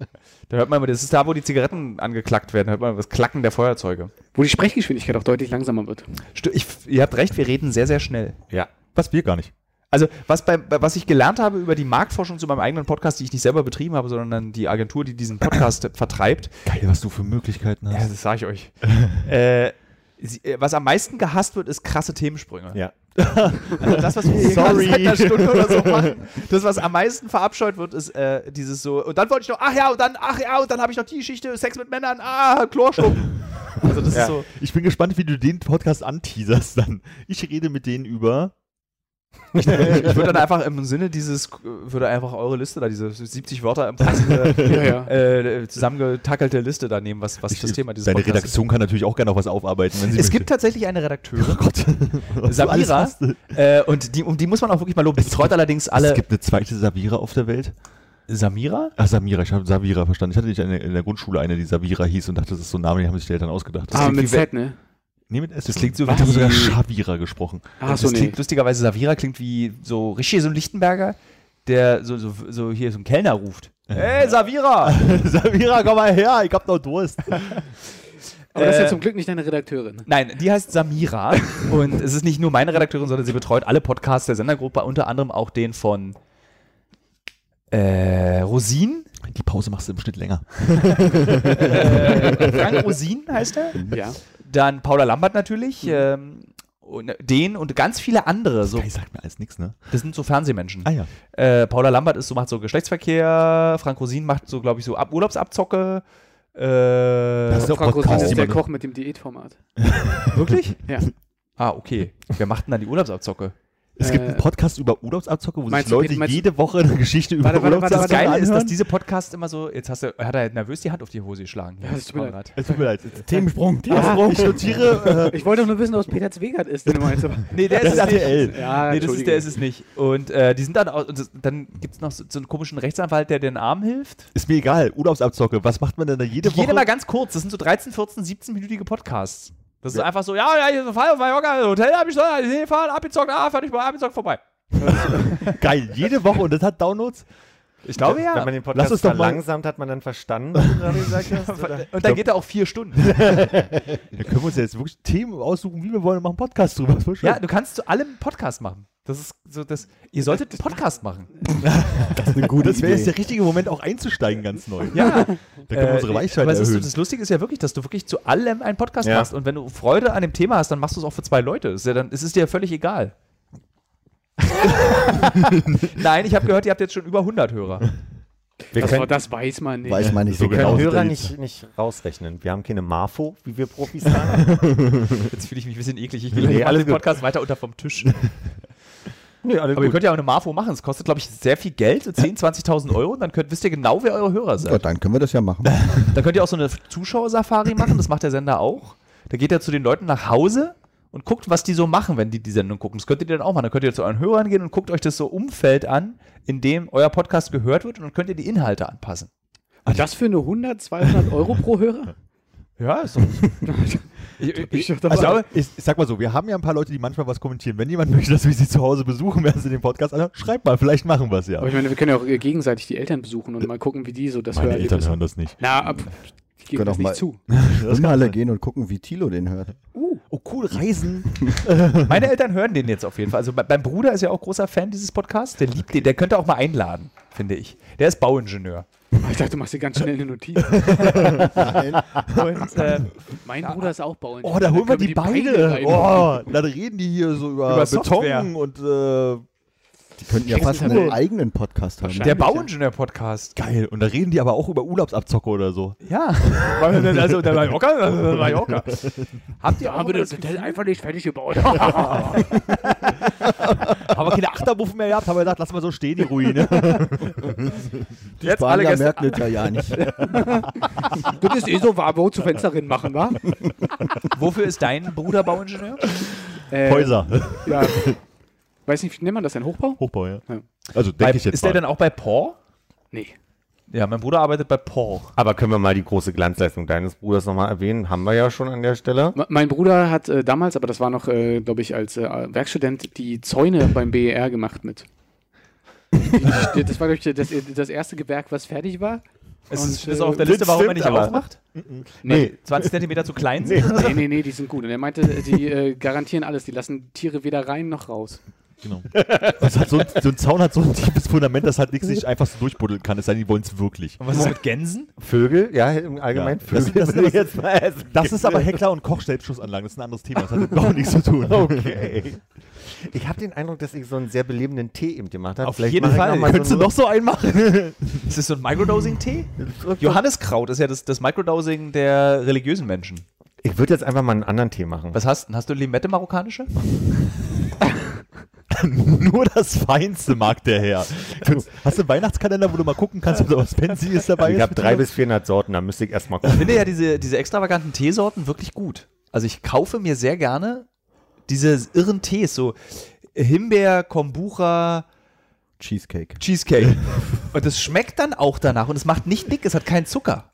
da hört man immer, das ist da, wo die Zigaretten angeklackt werden, hört man das Klacken der Feuerzeuge. Wo die Sprechgeschwindigkeit auch deutlich langsamer wird. Stu- Ich, ihr habt recht, wir reden sehr, sehr schnell. Ja. Was wir gar nicht. Also, was, bei, bei- was ich gelernt habe über die Marktforschung zu meinem eigenen Podcast, die ich nicht selber betrieben habe, sondern die Agentur, die diesen Podcast [LAUGHS] vertreibt, Geil, was du für Möglichkeiten ja, hast. das sage ich euch. äh, sie, äh, was am meisten gehasst wird, ist krasse Themensprünge. Ja. [LAUGHS] Also das, was wir hier Sorry. gerade seit einer Stunde oder so machen, das, was am meisten verabscheut wird, ist äh, dieses so, und dann wollte ich noch, ach ja, und dann, ach ja, und dann habe ich noch die Geschichte, Sex mit Männern, ah, Chlorschlucken. Also das Ja. ist so, Ich bin gespannt, wie du den Podcast anteaserst dann. Ich rede mit denen über. ich würde dann einfach im Sinne dieses, äh, würde einfach eure Liste da, diese 70 Wörter im Prinzip, äh, Ja, [LAUGHS] ja. äh, zusammengetackelte Liste da nehmen, was, was das Thema dieses Deine Podcasts Redaktion kann natürlich auch gerne noch was aufarbeiten, wenn sie ist. Es gibt Oh tatsächlich eine Redakteurin, Samira, äh, und die, um die muss man auch wirklich mal loben. Die Es betreut gibt- allerdings Alle. Es alle. gibt eine zweite Savira auf der Welt. Samira? Ach, Samira, ich habe Savira verstanden. Ich hatte nicht eine, in der Grundschule eine, die Savira hieß und dachte, das ist so ein Name, den haben sich die Eltern ausgedacht. Das Aber klingt mit wie Welt- Z, ne? Nee, mit S. Das klingt so Ich habe wie- sogar Shavira gesprochen. Ach Ah, so, das nee. klingt lustigerweise, Savira klingt wie so richtig so ein Lichtenberger, der so, so, so hier so ein Kellner ruft. Hey, [LAUGHS] Savira! Savira, komm mal her, ich hab noch Durst. Aber das ist ja äh, zum Glück nicht deine Redakteurin. ne? Nein, die heißt Samira und es ist nicht nur meine Redakteurin, sondern sie betreut alle Podcasts der Sendergruppe, unter anderem auch den von äh, Rosin. [LAUGHS] Die Pause machst du im Schnitt länger. Äh, Frank Rosin heißt er. Ja. Dann Paula Lambert natürlich. Mhm. Ähm, und den und ganz viele andere. So, Geil, sagt mir alles nichts, ne? das sind so Fernsehmenschen. Ah ja. Äh, Paula Lambert ist so, macht so Geschlechtsverkehr, Frank Rosin macht so, glaube ich, so Ab Urlaubsabzocke. Äh, ist doch Frau Rosin Podcast. ist der Immer Koch mit dem Diätformat. [LAUGHS] wirklich? [LAUGHS] Ja. Ah, okay. Wer macht denn dann die Urlaubsabzocke? Es gibt Äh, einen Podcast über Urlaubsabzocke, wo sich meinst du, Leute meinst du- jede Woche eine Geschichte über Warte, warte, warte, Das warte, Urlaubsabzocke Geile ist, dass anhören. diese Podcasts immer so, jetzt hast du, hat er nervös die Hand auf die Hose geschlagen. Ja, es tut mir leid. Es tut mir leid. Themensprung, Ah, [LAUGHS] ich notiere. Äh, Ich wollte doch nur wissen, ob es Peter Zwegert ist, den du meinst. [LAUGHS] aber- Ah, Nee, der ist das ist es nicht. RTL. Ja, Nee, das ist, der ist Entschuldigung. es nicht. Und äh, die sind dann, auch, und das, dann gibt es noch so, so einen komischen Rechtsanwalt, der den Arm hilft. Ist mir egal. Urlaubsabzocke. Was macht man denn da jede Woche? Jede mal ganz kurz, das sind so 13, 14, 17-minütige Podcasts. Das ist einfach so, ja, ja, hier ist ein Fall auf Mallorca, Hotel habe ich schon, hingefahren, abgezockt, ah, fertig, abgezockt, vorbei. Geil. Jede Woche. Und das hat Downloads. Ich glaube ja. Wenn man den Lass uns Podcast doch mal- verlangsamt, hat man dann verstanden, was du gerade gesagt hast? Oder? Und dann geht er auch vier [LAUGHS] Stunden. Da können wir uns jetzt wirklich Themen aussuchen, wie wir wollen, und machen einen Podcast drüber. Das ist voll schön. ja, du kannst zu allem einen Podcast machen. Das ist so das. Ihr solltet einen Podcast machen. Das ist eine gute das wäre jetzt Idee. der richtige Moment, auch einzusteigen, ganz neu. Ja. [LAUGHS] Äh, Da können wir unsere Reichweite aber es ist, so- erhöhen. das Lustige ist ja wirklich, dass du wirklich zu allem einen Podcast Ja. machst. Und wenn du Freude an dem Thema hast, dann machst du es auch für zwei Leute. Ist ja dann, es ist dir ja völlig [LAUGHS] egal. Nein, ich habe gehört, ihr habt jetzt schon über 100 Hörer. Wir Das, können- war- das weiß man nicht. Weiß man nicht so Wir genau. können Genau Hörer sind- nicht, nicht rausrechnen. Wir haben keine Marfo, wie wir Profis [LAUGHS] sagen. Jetzt fühle ich mich ein bisschen eklig. Ich Nee, will nee, alles den gut. Podcast weiter unter vom Tisch. [LAUGHS] nee, alle Aber ihr könnt ja auch eine Marfo machen. Es kostet, glaube ich, sehr viel Geld, [LAUGHS] so 10.000, 20.000 Euro. Und dann könnt, wisst ihr genau, wer eure Hörer Ja, sind. dann können wir das ja machen. Dann könnt ihr auch so eine Zuschauersafari machen. Das macht der Sender auch. Da geht er zu den Leuten nach Hause und guckt, was die so machen, wenn die die Sendung gucken. Das könnt ihr dann auch machen. Dann könnt ihr zu euren Hörern gehen und guckt euch das so Umfeld an, in dem euer Podcast gehört wird. Und dann könnt ihr die Inhalte anpassen. Und das für eine 100, 200 Euro pro Hörer? Ja, ist so. [LAUGHS] ich, ich, dachte, Also, aber- [LAUGHS] ich, ich sag mal so, wir haben ja ein paar Leute, die manchmal was kommentieren. Wenn jemand möchte, dass wir sie zu Hause besuchen, während sie den Podcast anhören, schreibt mal, vielleicht machen wir es ja. Aber ich meine, wir können ja auch äh, gegenseitig die Eltern besuchen und mal gucken, wie die so das Meine Hörerlebnis Eltern haben. hören das nicht. Na, ab, die geben Können das auch nicht mal- [LAUGHS] zu. Können wir alle gehen und gucken, wie Thilo den hört. Oh, cool, Reisen. Meine Eltern hören den jetzt auf jeden Fall. Also mein mein Bruder ist ja auch großer Fan dieses Podcasts. Der liebt den. Der könnte auch mal einladen, finde ich. Der ist Bauingenieur. Ich dachte, du machst dir ganz schnell eine Notiz. [LAUGHS] Und äh, Mein Bruder ist auch Bauingenieur. Oh, da holen wir Können die, Beine beide. rein- Oh, dann reden die hier so über, Über Software. Beton und äh, Die könnten ja fast einen eigenen Podcast haben. [LAUGHS] der Bauingenieur-Podcast. geil. Und da reden die aber auch über Urlaubsabzocke oder so. Ja. [LAUGHS] also der Mallorca, der [LAUGHS] Mallorca. Habt ihr Da haben auch wir das das Gefühl, Hotel einfach nicht fertig gebaut. [LAUGHS] Haben wir keine Achterbuffen mehr gehabt, haben wir gedacht, lass mal so stehen, die Ruine. jetzt alle Spanier Gäste, merken das ja ja nicht. [LAUGHS] das ist eh so warm, wo zu Fensterin machen, [LAUGHS] wa? wofür ist dein Bruder Bauingenieur? Äh, [LAUGHS] Häuser. Ja. Weiß nicht, wie nennt man das denn? Hochbau? Hochbau, ja. Ja. Also denke ich jetzt ist mal. der dann auch bei Paw? Nee. Ja, mein Bruder arbeitet bei Paw. Aber können wir mal die große Glanzleistung deines Bruders nochmal erwähnen? Haben wir ja schon an der Stelle. Me- Mein Bruder hat äh, damals, aber das war noch, äh, glaube ich, als äh, Werkstudent, die Zäune beim BER gemacht mit. Die- Das war, glaube ich, das, das erste Gewerk, was fertig war. Es Und, ist, äh, ist auf der das Liste, warum er stimmt nicht aber. aufmacht. Nee. 20 Zentimeter zu klein sind. Nee, nee, nee, die sind gut. Und er meinte, die äh, garantieren alles. Die lassen Tiere weder rein noch raus. Genau. [LAUGHS] Das hat so, ein, so ein Zaun hat so ein tiefes Fundament, dass halt nichts sich einfach so durchbuddeln kann. Es sei denn, die wollen es wirklich. Und was ist mit Gänsen? Vögel, ja, im Allgemeinen. Ja. Das- Vögel das- will ich das- jetzt mal essen. Das ist aber Heckler und Koch Selbstschussanlagen. Das ist ein anderes Thema. Das hat überhaupt nichts zu [LAUGHS] tun. Okay. [LAUGHS] Ich habe den Eindruck, dass ich so einen sehr belebenden Tee eben gemacht habe. Auf jeden Fall. Könntest du noch so einen machen? [LAUGHS] Ist das so ein Microdosing-Tee? noch? Johanneskraut ist ja das, das Microdosing der religiösen Menschen. Ich würde jetzt einfach mal einen anderen Tee machen. Was hast du? Hast du Limette marokkanische? Nur das Feinste mag der [LAUGHS] Herr. Hast du einen Weihnachtskalender, wo du mal gucken kannst, ob da was Fancy ist dabei? Ich ist habe mit drei drin? bis 400 Sorten, da müsste ich erstmal gucken. Ich finde ja diese, diese extravaganten Teesorten wirklich gut. Also ich kaufe mir sehr gerne diese irren Tees, so Himbeer, Kombucha, Cheesecake. Cheesecake. [LAUGHS] Und es schmeckt dann auch danach und es macht nicht dick, es hat keinen Zucker.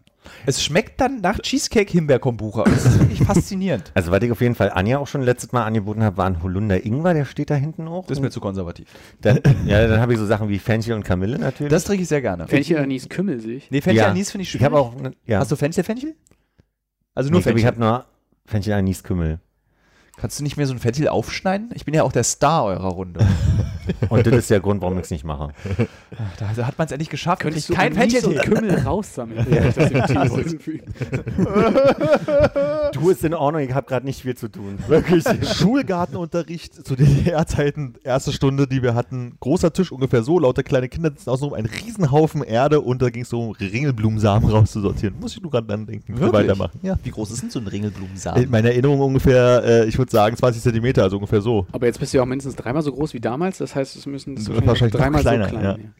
Es schmeckt dann nach Cheesecake, Himbeer, Kombucha. Und das ist [LAUGHS] wirklich faszinierend. Also, was ich auf jeden Fall Anja auch schon letztes Mal angeboten habe, war ein Holunder Ingwer, der steht da hinten auch. Das ist mir zu konservativ. Dann, ja, dann habe ich so Sachen wie Fenchel und Kamille natürlich. Das trinke ich sehr gerne. Fenchel, Anis, Kümmel sich. Nee, Fenchel Ja. Anis finde ich schön. Ich habe auch, ne, ja. Hast du Fenchel, Fenchel? Also nur nur ich glaube, ich Fenchel. habe nur Fenchel Anis Kümmel. Kannst du nicht mehr so ein Fenchel aufschneiden? Ich bin ja auch der Star eurer [LAUGHS] Runde. Und das ist der Grund, warum ich es nicht mache. Da also hat man es endlich geschafft. Könntest du Kriegt kein Anis und Fenchel. [LAUGHS] Kümmel raussammeln? Ja. Das dem [LAUGHS] Tee so hinzufügen. Du ist in Ordnung, ich habe gerade nicht viel zu tun. Wirklich. Schulgartenunterricht zu DDR-Zeiten, erste Stunde, die wir hatten. Großer Tisch, ungefähr so, lauter kleine Kinder sitzen außenrum, ein Riesenhaufen Erde und da ging es so um Ringelblumensamen [LAUGHS] rauszusortieren. Muss ich nur gerade dran denken. Wir Wirklich? Weitermachen. Ja. Ähm. Wie groß ist denn so ein Ringelblumensamen? In meiner Erinnerung ungefähr, äh, ich würde sagen, 20 Zentimeter, also ungefähr so. Aber jetzt bist du ja auch mindestens dreimal so groß wie damals. Das heißt, es müssen das Das wahrscheinlich, wahrscheinlich auch dreimal noch kleiner, so ja. klein.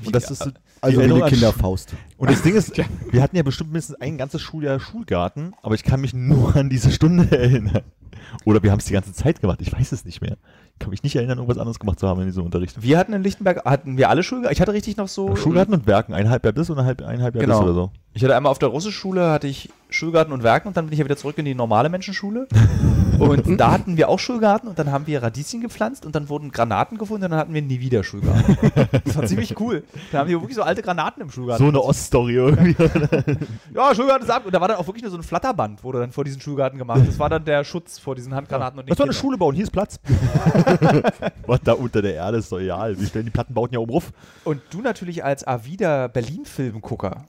Ja. Und das ist so die Also wie Erinnerung eine an Kinderfaust. Und das Ding ist, wir hatten [LAUGHS] ja bestimmt mindestens ein ganzes Schuljahr Schulgarten, aber ich kann mich nur an diese Stunde [LAUGHS] erinnern. Oder wir haben es die ganze Zeit gemacht, ich weiß es nicht mehr. Ich kann mich nicht erinnern, irgendwas anderes gemacht zu haben in diesem Unterricht. Wir hatten in Lichtenberg, hatten wir alle Schulgarten? Ich hatte richtig noch so. Schulgarten und Werken, ein halb Jahr bis und ein halb, ein halb Jahr Genau. bis oder so. Ich hatte einmal auf der Russischschule hatte ich Schulgarten und Werken und dann bin ich ja wieder zurück in die normale [LAUGHS] Menschenschule. Und da hatten wir auch Schulgarten und dann haben wir Radieschen gepflanzt und dann wurden Granaten gefunden und dann hatten wir nie wieder [LAUGHS] Schulgarten. Das war ziemlich cool. Da haben wir wirklich so alte Granaten im Schulgarten. So eine Oststory irgendwie. Ja, Schulgarten ist ab. Und da war dann auch wirklich nur so ein Flatterband, wurde dann vor diesen Schulgarten gemacht. Das war dann der Schutz vor diesen Handgranaten und den Lass mal eine Kindern. Schule bauen, hier ist Platz. [LAUGHS] Was da unter der Erde ist, doch egal. Wir stellen die Plattenbauten ja oben ruf. Und du natürlich als avider Berlin-Filmgucker,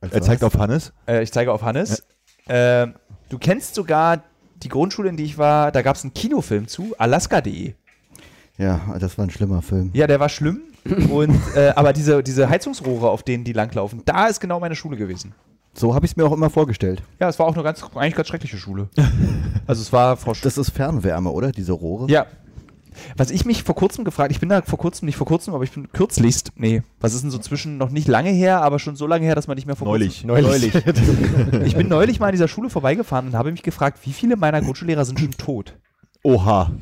Er zeigt auf Hannes. äh, ich zeige auf Hannes, ähm, du kennst sogar die Grundschule, in die ich war, da gab es einen Kinofilm zu, alaska.de. Ja, das war ein schlimmer Film. Ja, der war schlimm. Und, äh, aber diese, diese Heizungsrohre, auf denen die langlaufen, da ist genau meine Schule gewesen. So habe ich es mir auch immer vorgestellt. Ja, es war auch eine ganz, eigentlich ganz schreckliche [LAUGHS] Schule. Also es war Frau Sch Das ist Fernwärme, oder? Diese Rohre? Ja. Was ich mich vor kurzem gefragt, ich bin da vor kurzem, nicht vor kurzem, aber ich bin kürzlichst, nee, was ist denn so zwischen, noch nicht lange her, aber schon so lange her, dass man nicht mehr vor Neulich. Neulich. Kurzem, ich bin neulich mal an dieser Schule vorbeigefahren und habe mich gefragt, wie viele meiner Grundschullehrer sind schon tot? Oha.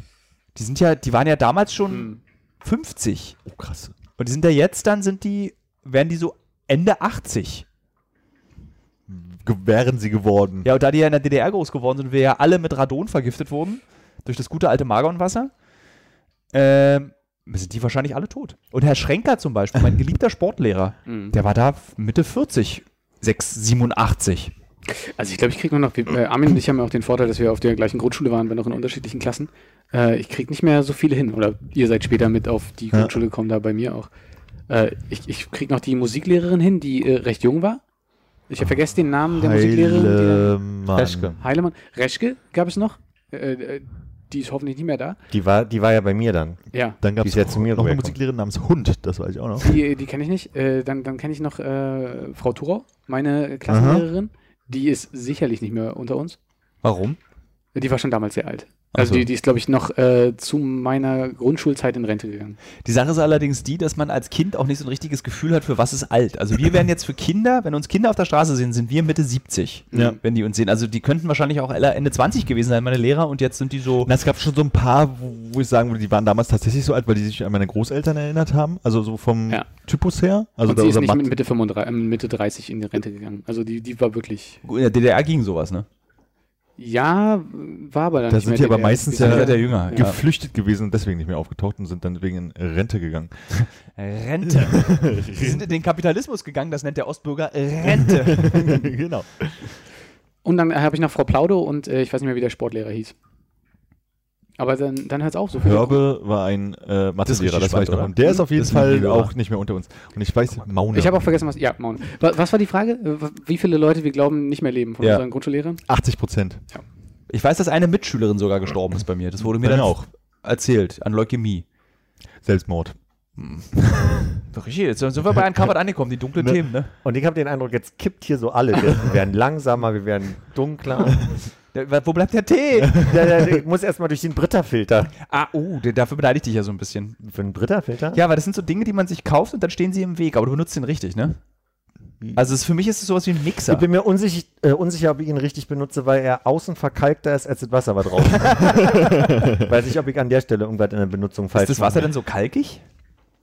Die sind ja, die waren ja damals schon 50 Oh, krass. und die sind ja jetzt dann, sind die, werden die so Ende 80. Ge wären sie geworden. Ja, und da die ja in der DDR groß geworden sind, wir ja alle mit Radon vergiftet wurden, durch das gute alte Magonwasser, ähm, sind die wahrscheinlich alle tot. Und Herr Schrenker zum Beispiel, mein geliebter Sportlehrer, Mhm. der war da Mitte 40, 6, 87. Also ich glaube, ich kriege nur noch, wir- äh, Armin und ich haben ja auch den Vorteil, dass wir auf der gleichen Grundschule waren, wenn auch in unterschiedlichen Klassen. Äh, ich kriege nicht mehr so viele hin. Oder ihr seid später mit auf die Grundschule gekommen, da bei mir auch. Äh, ich ich kriege noch die Musiklehrerin hin, die äh, recht jung war. Ich habe vergessen den Namen der Musiklehrerin. Heile Mann. Peschke. Die, Heilemann. Reschke gab es noch. Äh, äh, die ist hoffentlich nicht mehr da. [LAUGHS] Die war, die war ja bei mir dann. Ja. Dann gab Die es ist ja zu mir noch eine rübergekommen. Musiklehrerin namens Hund, das weiß ich auch noch. Die, die kenne ich nicht. Äh, dann dann kenne ich noch äh, Frau Thurau, meine Klassenlehrerin. Die ist sicherlich nicht mehr unter uns. Warum? Die war schon damals sehr alt. Ach Also so. die, die ist, glaube ich, noch äh, zu meiner Grundschulzeit in Rente gegangen. Die Sache ist allerdings die, dass man als Kind auch nicht so ein richtiges Gefühl hat, für was ist alt. Also wir werden jetzt für Kinder, wenn uns Kinder auf der Straße sehen, sind wir Mitte 70, Ja. wenn die uns sehen. Also die könnten wahrscheinlich auch alle Ende 20 gewesen sein, meine Lehrer, und jetzt sind die so... Na, es gab schon so ein paar, wo, wo ich sagen würde, die waren damals tatsächlich so alt, weil die sich an meine Großeltern erinnert haben. Also so vom Ja. Typus her. Also Und sie ist unser nicht Mat- mit Mitte, 35, äh, Mitte 30 in die Rente gegangen. Also die, die war wirklich, In der DDR ging sowas, ne? ja, war aber dann Da nicht sind mehr die aber DDR. meistens sind ja- ja- jünger. Äh, Ja. geflüchtet gewesen und deswegen nicht mehr aufgetaucht und sind dann wegen in Rente gegangen. Rente. [LAUGHS] Sie sind in den Kapitalismus gegangen, das nennt der Ostbürger Rente. [LAUGHS] genau. Und dann habe ich noch Frau Plaudo und äh, ich weiß nicht mehr, wie der Sportlehrer hieß. Aber dann, dann hört es auf so viel. Hörbe war ein äh, Mathelehrer, richtig das, weiß ich spannend, noch. oder? Und der ist auf jeden Das ist ein Fall Lehrer. auch nicht mehr unter uns. Und ich weiß, Maune. Ich habe auch vergessen, was, ja, Maun. Was, was war die Frage? Äh, w- Wie viele Leute wir glauben, nicht mehr leben von Ja. unseren Grundschullehrern? 80 Prozent. [LAUGHS] Ich weiß, dass eine Mitschülerin sogar gestorben ist bei mir. Das wurde mir Bei dann mir auch. erzählt, an Leukämie. Selbstmord. Richtig, jetzt sind wir bei Uncovered angekommen, die dunklen Ne. Themen, ne? Und ich habe den Eindruck, jetzt kippt hier so alle. [LAUGHS] Wir werden langsamer, wir werden dunkler. Der, wo bleibt der [LAUGHS] Tee? ja, ja, ich muss erstmal durch den Britta-Filter. ah, oh, der, dafür beneide ich dich ja so ein bisschen. Für den Britta-Filter? Ja, weil das sind so Dinge, die man sich kauft und dann stehen sie im Weg, aber du benutzt den richtig, ne? Also es, für mich ist es sowas wie ein Ich Mixer. bin mir unsicher, äh, unsicher, ob ich ihn richtig benutze, weil er außen verkalkter ist, als das Wasser war drauf. [LAUGHS] Weiß nicht, ob ich an der Stelle irgendwas in der Benutzung falsch Ist das Wasser denn so kalkig?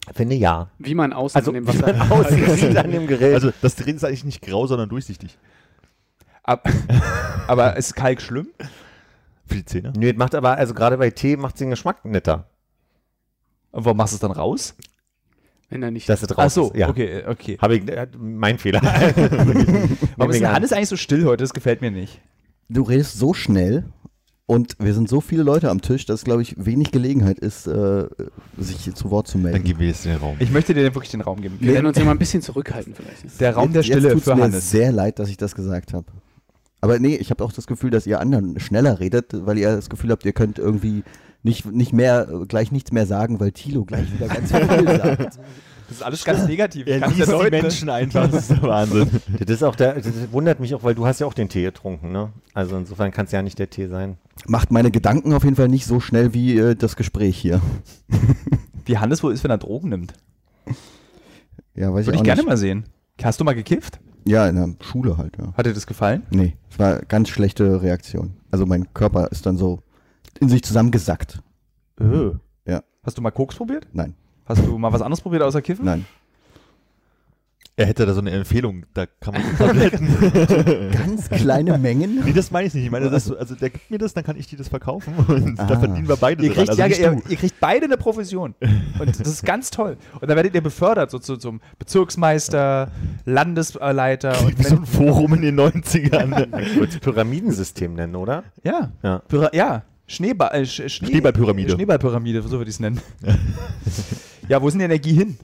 mache. Finde ja. Wie man außen Also, in dem wie man [LAUGHS] Wasser. aussieht an dem Gerät. Also das Gerät ist eigentlich nicht grau, sondern durchsichtig. Ab, [LAUGHS] aber ist Kalk schlimm? Für die Zähne. Nö, das macht aber, also gerade bei Tee macht es den Geschmack netter, Und warum machst du es dann raus? Wenn er nicht. dass es raus Ach so, ist. Ja. okay, okay. Habe ich, äh, mein Fehler. Warum ist Mega. denn Hannes eigentlich so still heute? Das gefällt mir nicht. Du redest so schnell und wir sind so viele Leute am Tisch, dass, glaube ich, wenig Gelegenheit ist, äh, sich zu Wort zu melden. Dann geben wir jetzt den Raum. Ich möchte dir wirklich den Raum geben. wir werden uns ja mal ein bisschen zurückhalten vielleicht. Der Raum der Jetzt- jetzt Stille tut's für mir Hannes. sehr leid, dass ich das gesagt habe. Aber nee, ich habe auch das Gefühl, dass ihr anderen schneller redet, weil ihr das Gefühl habt, ihr könnt irgendwie nicht, nicht mehr, gleich nichts mehr sagen, weil Thilo gleich wieder ganz viel [LAUGHS] sagt. Das ist alles ganz negativ. Ich Er kann's liest die deuten. Menschen einfach. Das ist der Wahnsinn. das ist auch der, das wundert mich auch, weil du hast ja auch den Tee getrunken, ne? Also insofern kann es ja nicht der Tee sein. Macht meine Gedanken auf jeden Fall nicht so schnell wie äh, das Gespräch hier. [LAUGHS] Wie Hannes wohl ist, wenn er Drogen nimmt. Ja, weiß Würde ich ich auch gerne nicht. mal sehen. Hast du mal gekifft? Ja, in der Schule halt, ja. Hat dir das gefallen? Nee, es war ganz schlechte Reaktion. Also mein Körper ist dann so in sich zusammengesackt. Äh, Hast du mal Koks probiert? Nein, Hast du mal was anderes probiert außer Kiffen? nein. Er hätte da so eine Empfehlung, da kann man so [LAUGHS] Tabletten. Ganz kleine Mengen. [LAUGHS] Nee, das meine ich nicht. Ich meine, das, also der gibt mir das, dann kann ich dir das verkaufen und da Ah. verdienen wir beide Ihr dran. kriegt, Also ja, nicht ihr, du. ihr kriegt beide eine Provision. Und das ist ganz toll. Und dann werdet ihr befördert, so zu, zum Bezirksmeister, Landesleiter. Und Wie so ein Forum in den [LAUGHS] 90ern. Ich würde es Pyramidensystem nennen, oder? ja, Ja. Pyra ja. Schneeball, äh, Sch Schnee Schneeballpyramide. Schneeballpyramide, so würde ich es nennen. [LAUGHS] ja, wo ist denn die Energie hin?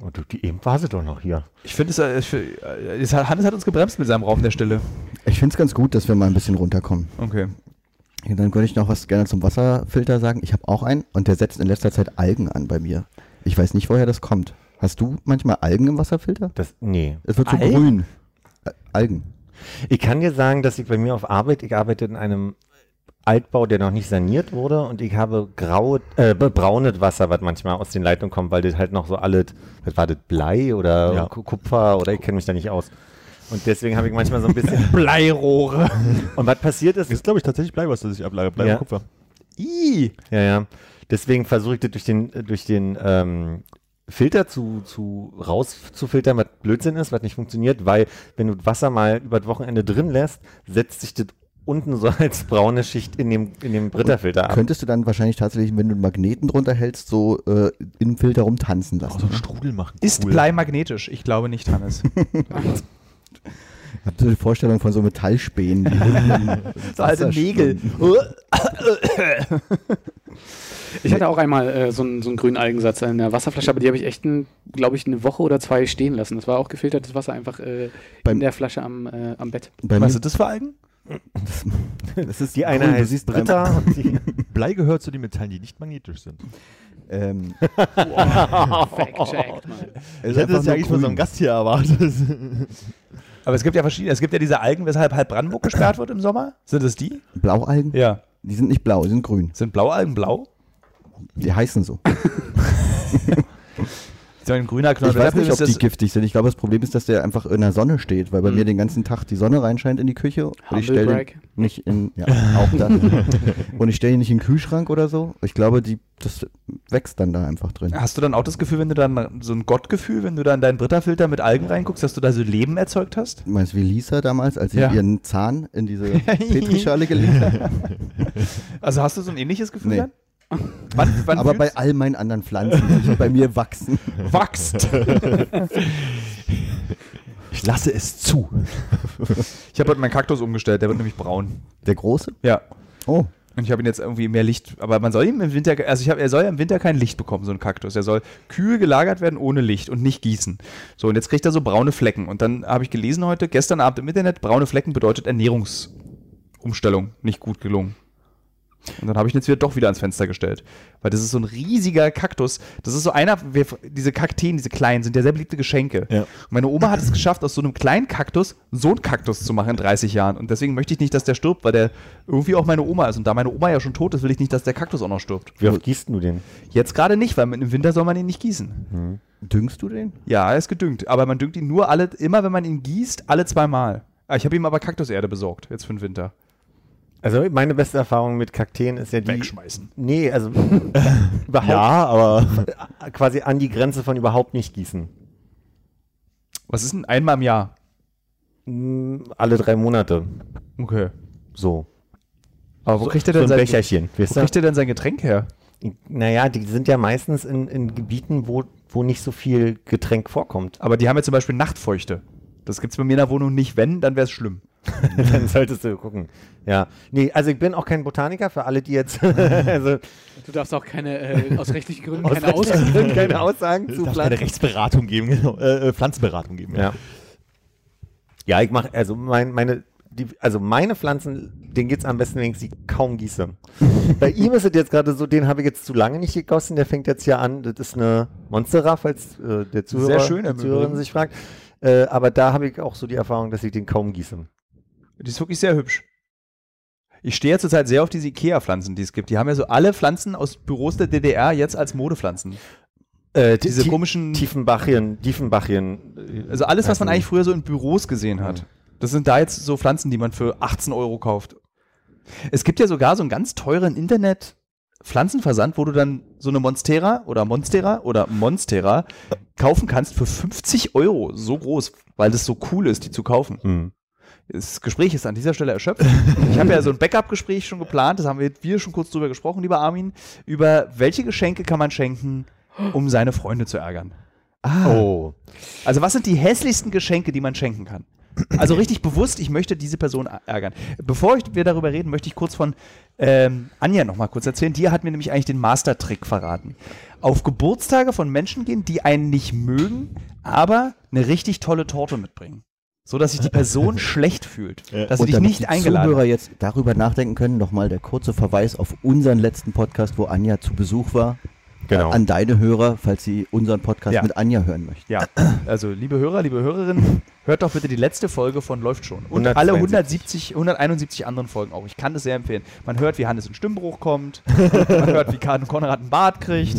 Und Oh, du, die eben war sie doch noch hier. Ich finde, es, äh, ich- äh, es hat- Hannes hat uns gebremst mit seinem Raum der Stille. Ich finde es ganz gut, dass wir mal ein bisschen runterkommen. Okay. Ja, dann würde ich noch was gerne zum Wasserfilter sagen. Ich habe auch einen und der setzt in letzter Zeit Algen an bei mir. Ich weiß nicht, woher das kommt. Hast du manchmal Algen im Wasserfilter? Das, nee. Es wird so Algen? grün. Ä- Algen. Ich kann dir sagen, dass ich bei mir auf Arbeit, ich arbeite in einem Altbau, der noch nicht saniert wurde und ich habe graue, äh, be- braunes Wasser, was manchmal aus den Leitungen kommt, weil das halt noch so alles, was war das, Blei oder Ja. Ku- Kupfer oder ich kenne mich da nicht aus. Und deswegen habe ich manchmal so ein bisschen [LAUGHS] Bleirohre. Und was passiert ist, Ist, glaube ich, tatsächlich Blei, was ich ablage. Blei Ja. und Kupfer. Ih, Ja, ja. Deswegen versuche ich das durch den, äh, durch den ähm, Filter zu, zu rauszufiltern, was Blödsinn ist, was nicht funktioniert, weil wenn du Wasser mal über das Wochenende drin lässt, setzt sich das unten so [LAUGHS] als braune Schicht in dem, in dem Britterfilter ab. Könntest du dann wahrscheinlich tatsächlich, wenn du einen Magneten drunter hältst, so äh, im Filter rumtanzen Auch lassen. ne? so einen Strudel machen. ist Cool. Blei magnetisch? Ich glaube nicht, [LAUGHS] Hannes. Ich habe so die Vorstellung von so Metallspänen. die unten im Wasser schwimmen. Ich hatte auch einmal äh, so, einen, so einen grünen Algensatz in der Wasserflasche, aber die habe ich echt, glaube ich, eine Woche oder zwei stehen lassen. Das war auch gefiltertes Wasser einfach äh, Beim- in der Flasche am, äh, am [LAUGHS] Bett. Bei Was mir, sind das für Algen? das ist Die eine grün, du heißt siehst Britta [LAUGHS] und die [LAUGHS] Blei gehört zu den Metallen, die nicht magnetisch sind. Ähm, Fact checked, Mann. es ist einfach nur grün. Gast hier erwartet. Aber es gibt ja verschiedene. Es gibt ja diese Algen, weshalb halb Brandenburg gesperrt wird im Sommer. Sind es die? Blaualgen? Ja. Die sind nicht blau, die sind grün. Sind blaue Algen blau? Die heißen so. So ein grüner Knoll. Ich weiß nicht, ob ist die das, Mhm. giftig sind. Ich glaube, das Problem ist, dass der einfach in der Sonne steht, weil bei mir den ganzen Tag die Sonne reinscheint in die Küche. Und ich stelle den Humblebrag. nicht in, [LAUGHS] ja, auch das. und ich stelle ihn nicht in den Kühlschrank oder so. Ich glaube, die, das wächst dann da einfach drin. hast du dann auch das Gefühl, wenn du dann so ein Gottgefühl, wenn du dann deinen Britterfilter mit Algen reinguckst, dass du da so Leben erzeugt hast? Du meinst wie Lisa damals, als sie Ja. ihren Zahn [LAUGHS] in diese Petrischale gelegt hat? Also hast du so ein ähnliches Gefühl Nee. dann? Wann, wann Aber bei fühlst- all meinen anderen Pflanzen, die bei mir wachsen. [LAUGHS] [LAUGHS] wachst. [LAUGHS] Ich lasse es zu. Ich habe heute meinen Kaktus umgestellt, der wird nämlich braun. Der große? Ja. Oh, Und ich habe ihn jetzt irgendwie mehr Licht, aber man soll ihm im Winter, also ich habe, er soll ja im Winter kein Licht bekommen, so ein Kaktus. Er soll kühl gelagert werden ohne Licht und nicht gießen. So, und jetzt kriegt er so braune Flecken. Und dann habe ich gelesen heute, gestern Abend im Internet, braune Flecken bedeutet Ernährungsumstellung. Nicht gut gelungen. Und dann habe ich ihn jetzt wieder doch wieder ans Fenster gestellt. Weil das ist so ein riesiger Kaktus. Das ist so einer, wir, diese Kakteen, diese kleinen, sind ja sehr beliebte Geschenke. Ja. Und meine Oma hat es geschafft, aus so einem kleinen Kaktus so einen Kaktus zu machen in 30 Jahren. Und deswegen möchte ich nicht, dass der stirbt, weil der irgendwie auch meine Oma ist. Und da meine Oma ja schon tot ist, will ich nicht, dass der Kaktus auch noch stirbt. Wie oft gießt du den? Jetzt gerade nicht, weil im Winter soll man ihn nicht gießen. düngst du den? Ja, er ist gedüngt. Aber man düngt ihn nur alle, immer wenn man ihn gießt, alle zweimal. Ah, Ich habe ihm aber Kaktuserde besorgt, jetzt für den Winter. Also meine beste Erfahrung mit Kakteen ist ja die... Wegschmeißen. Nee, [LAUGHS] also überhaupt Ja, aber quasi an die Grenze von überhaupt nicht gießen. Was ist denn einmal im Jahr? Mm, Alle drei Monate. Okay. So. Aber wo kriegt er so denn ein sein Becherchen. Wo kriegt er denn sein Getränk her? Naja, die sind ja meistens in, in Gebieten, wo, wo nicht so viel Getränk vorkommt. [LAUGHS] Aber die haben ja zum Beispiel Nachtfeuchte. Das gibt es bei mir in der Wohnung nicht. Wenn, dann wäre es schlimm. Dann solltest du gucken. Ja. Nee, also ich bin auch kein Botaniker, für alle, die jetzt [LAUGHS] also Du darfst auch keine, äh, aus rechtlichen Gründen, aus keine rechtlichen Aussagen. Gründen keine Aussagen zu darf keine Pflanzen. Rechtsberatung geben, genau. Äh, äh, Pflanzenberatung geben. Ja. ja, ich mache, also mein, meine, die, also meine Pflanzen, denen geht es am besten, wenn ich sie kaum gieße. [LAUGHS] Bei ihm ist es jetzt gerade so, den habe ich jetzt zu lange nicht gegossen, der fängt jetzt hier an, das ist eine Monstera, falls äh, der Sehr Zuhörer schön, die im Zuhörerin Übrigen. sich fragt. Äh, aber da habe ich auch so die Erfahrung, dass ich den kaum gieße. Die ist wirklich sehr hübsch. Ich stehe ja zurzeit sehr auf diese Ikea-Pflanzen, die es gibt. Die haben ja so alle Pflanzen aus Büros der DDR jetzt als Modepflanzen. Äh, Diese Ti- komischen, Tiefenbachien, Tiefenbachien. äh, also alles, was man heißen eigentlich früher so in Büros gesehen hat. Das sind da jetzt so Pflanzen, die man für 18 Euro kauft. Es gibt ja sogar so einen ganz teuren Internet Pflanzenversand, wo du dann so eine Monstera oder Monstera oder Monstera kaufen kannst für 50 Euro. So groß, weil das so cool ist, die zu kaufen. die. Hm. Das Gespräch ist an dieser Stelle erschöpft. Ich habe ja so ein Backup-Gespräch schon geplant, das haben wir, wir schon kurz drüber gesprochen, lieber Armin, über welche Geschenke kann man schenken, um seine Freunde zu ärgern. Ah. Oh. Also was sind die hässlichsten Geschenke, die man schenken kann? Also richtig bewusst, ich möchte diese Person ärgern. Bevor ich, wir darüber reden, möchte ich kurz von ähm, Anja nochmal kurz erzählen. Die hat mir nämlich eigentlich den Mastertrick verraten. Auf Geburtstage von Menschen gehen, die einen nicht mögen, aber eine richtig tolle Torte mitbringen. So dass sich die [LAUGHS] Person schlecht fühlt. Ja. Dass sie dich damit nicht die eingeladen Zuhörer hat. jetzt darüber nachdenken können, nochmal der kurze Verweis auf unseren letzten Podcast, wo Anja zu Besuch war. Genau. Äh, An deine Hörer, falls sie unseren Podcast Ja. mit Anja hören möchten. Ja, also liebe Hörer, liebe Hörerinnen, hört doch bitte die letzte Folge von Läuft schon. Und 172. alle 170, 171 anderen Folgen auch. Ich kann das sehr empfehlen. Man hört, wie Hannes in Stimmbruch kommt. man hört, wie Karten Konrad einen Bart kriegt.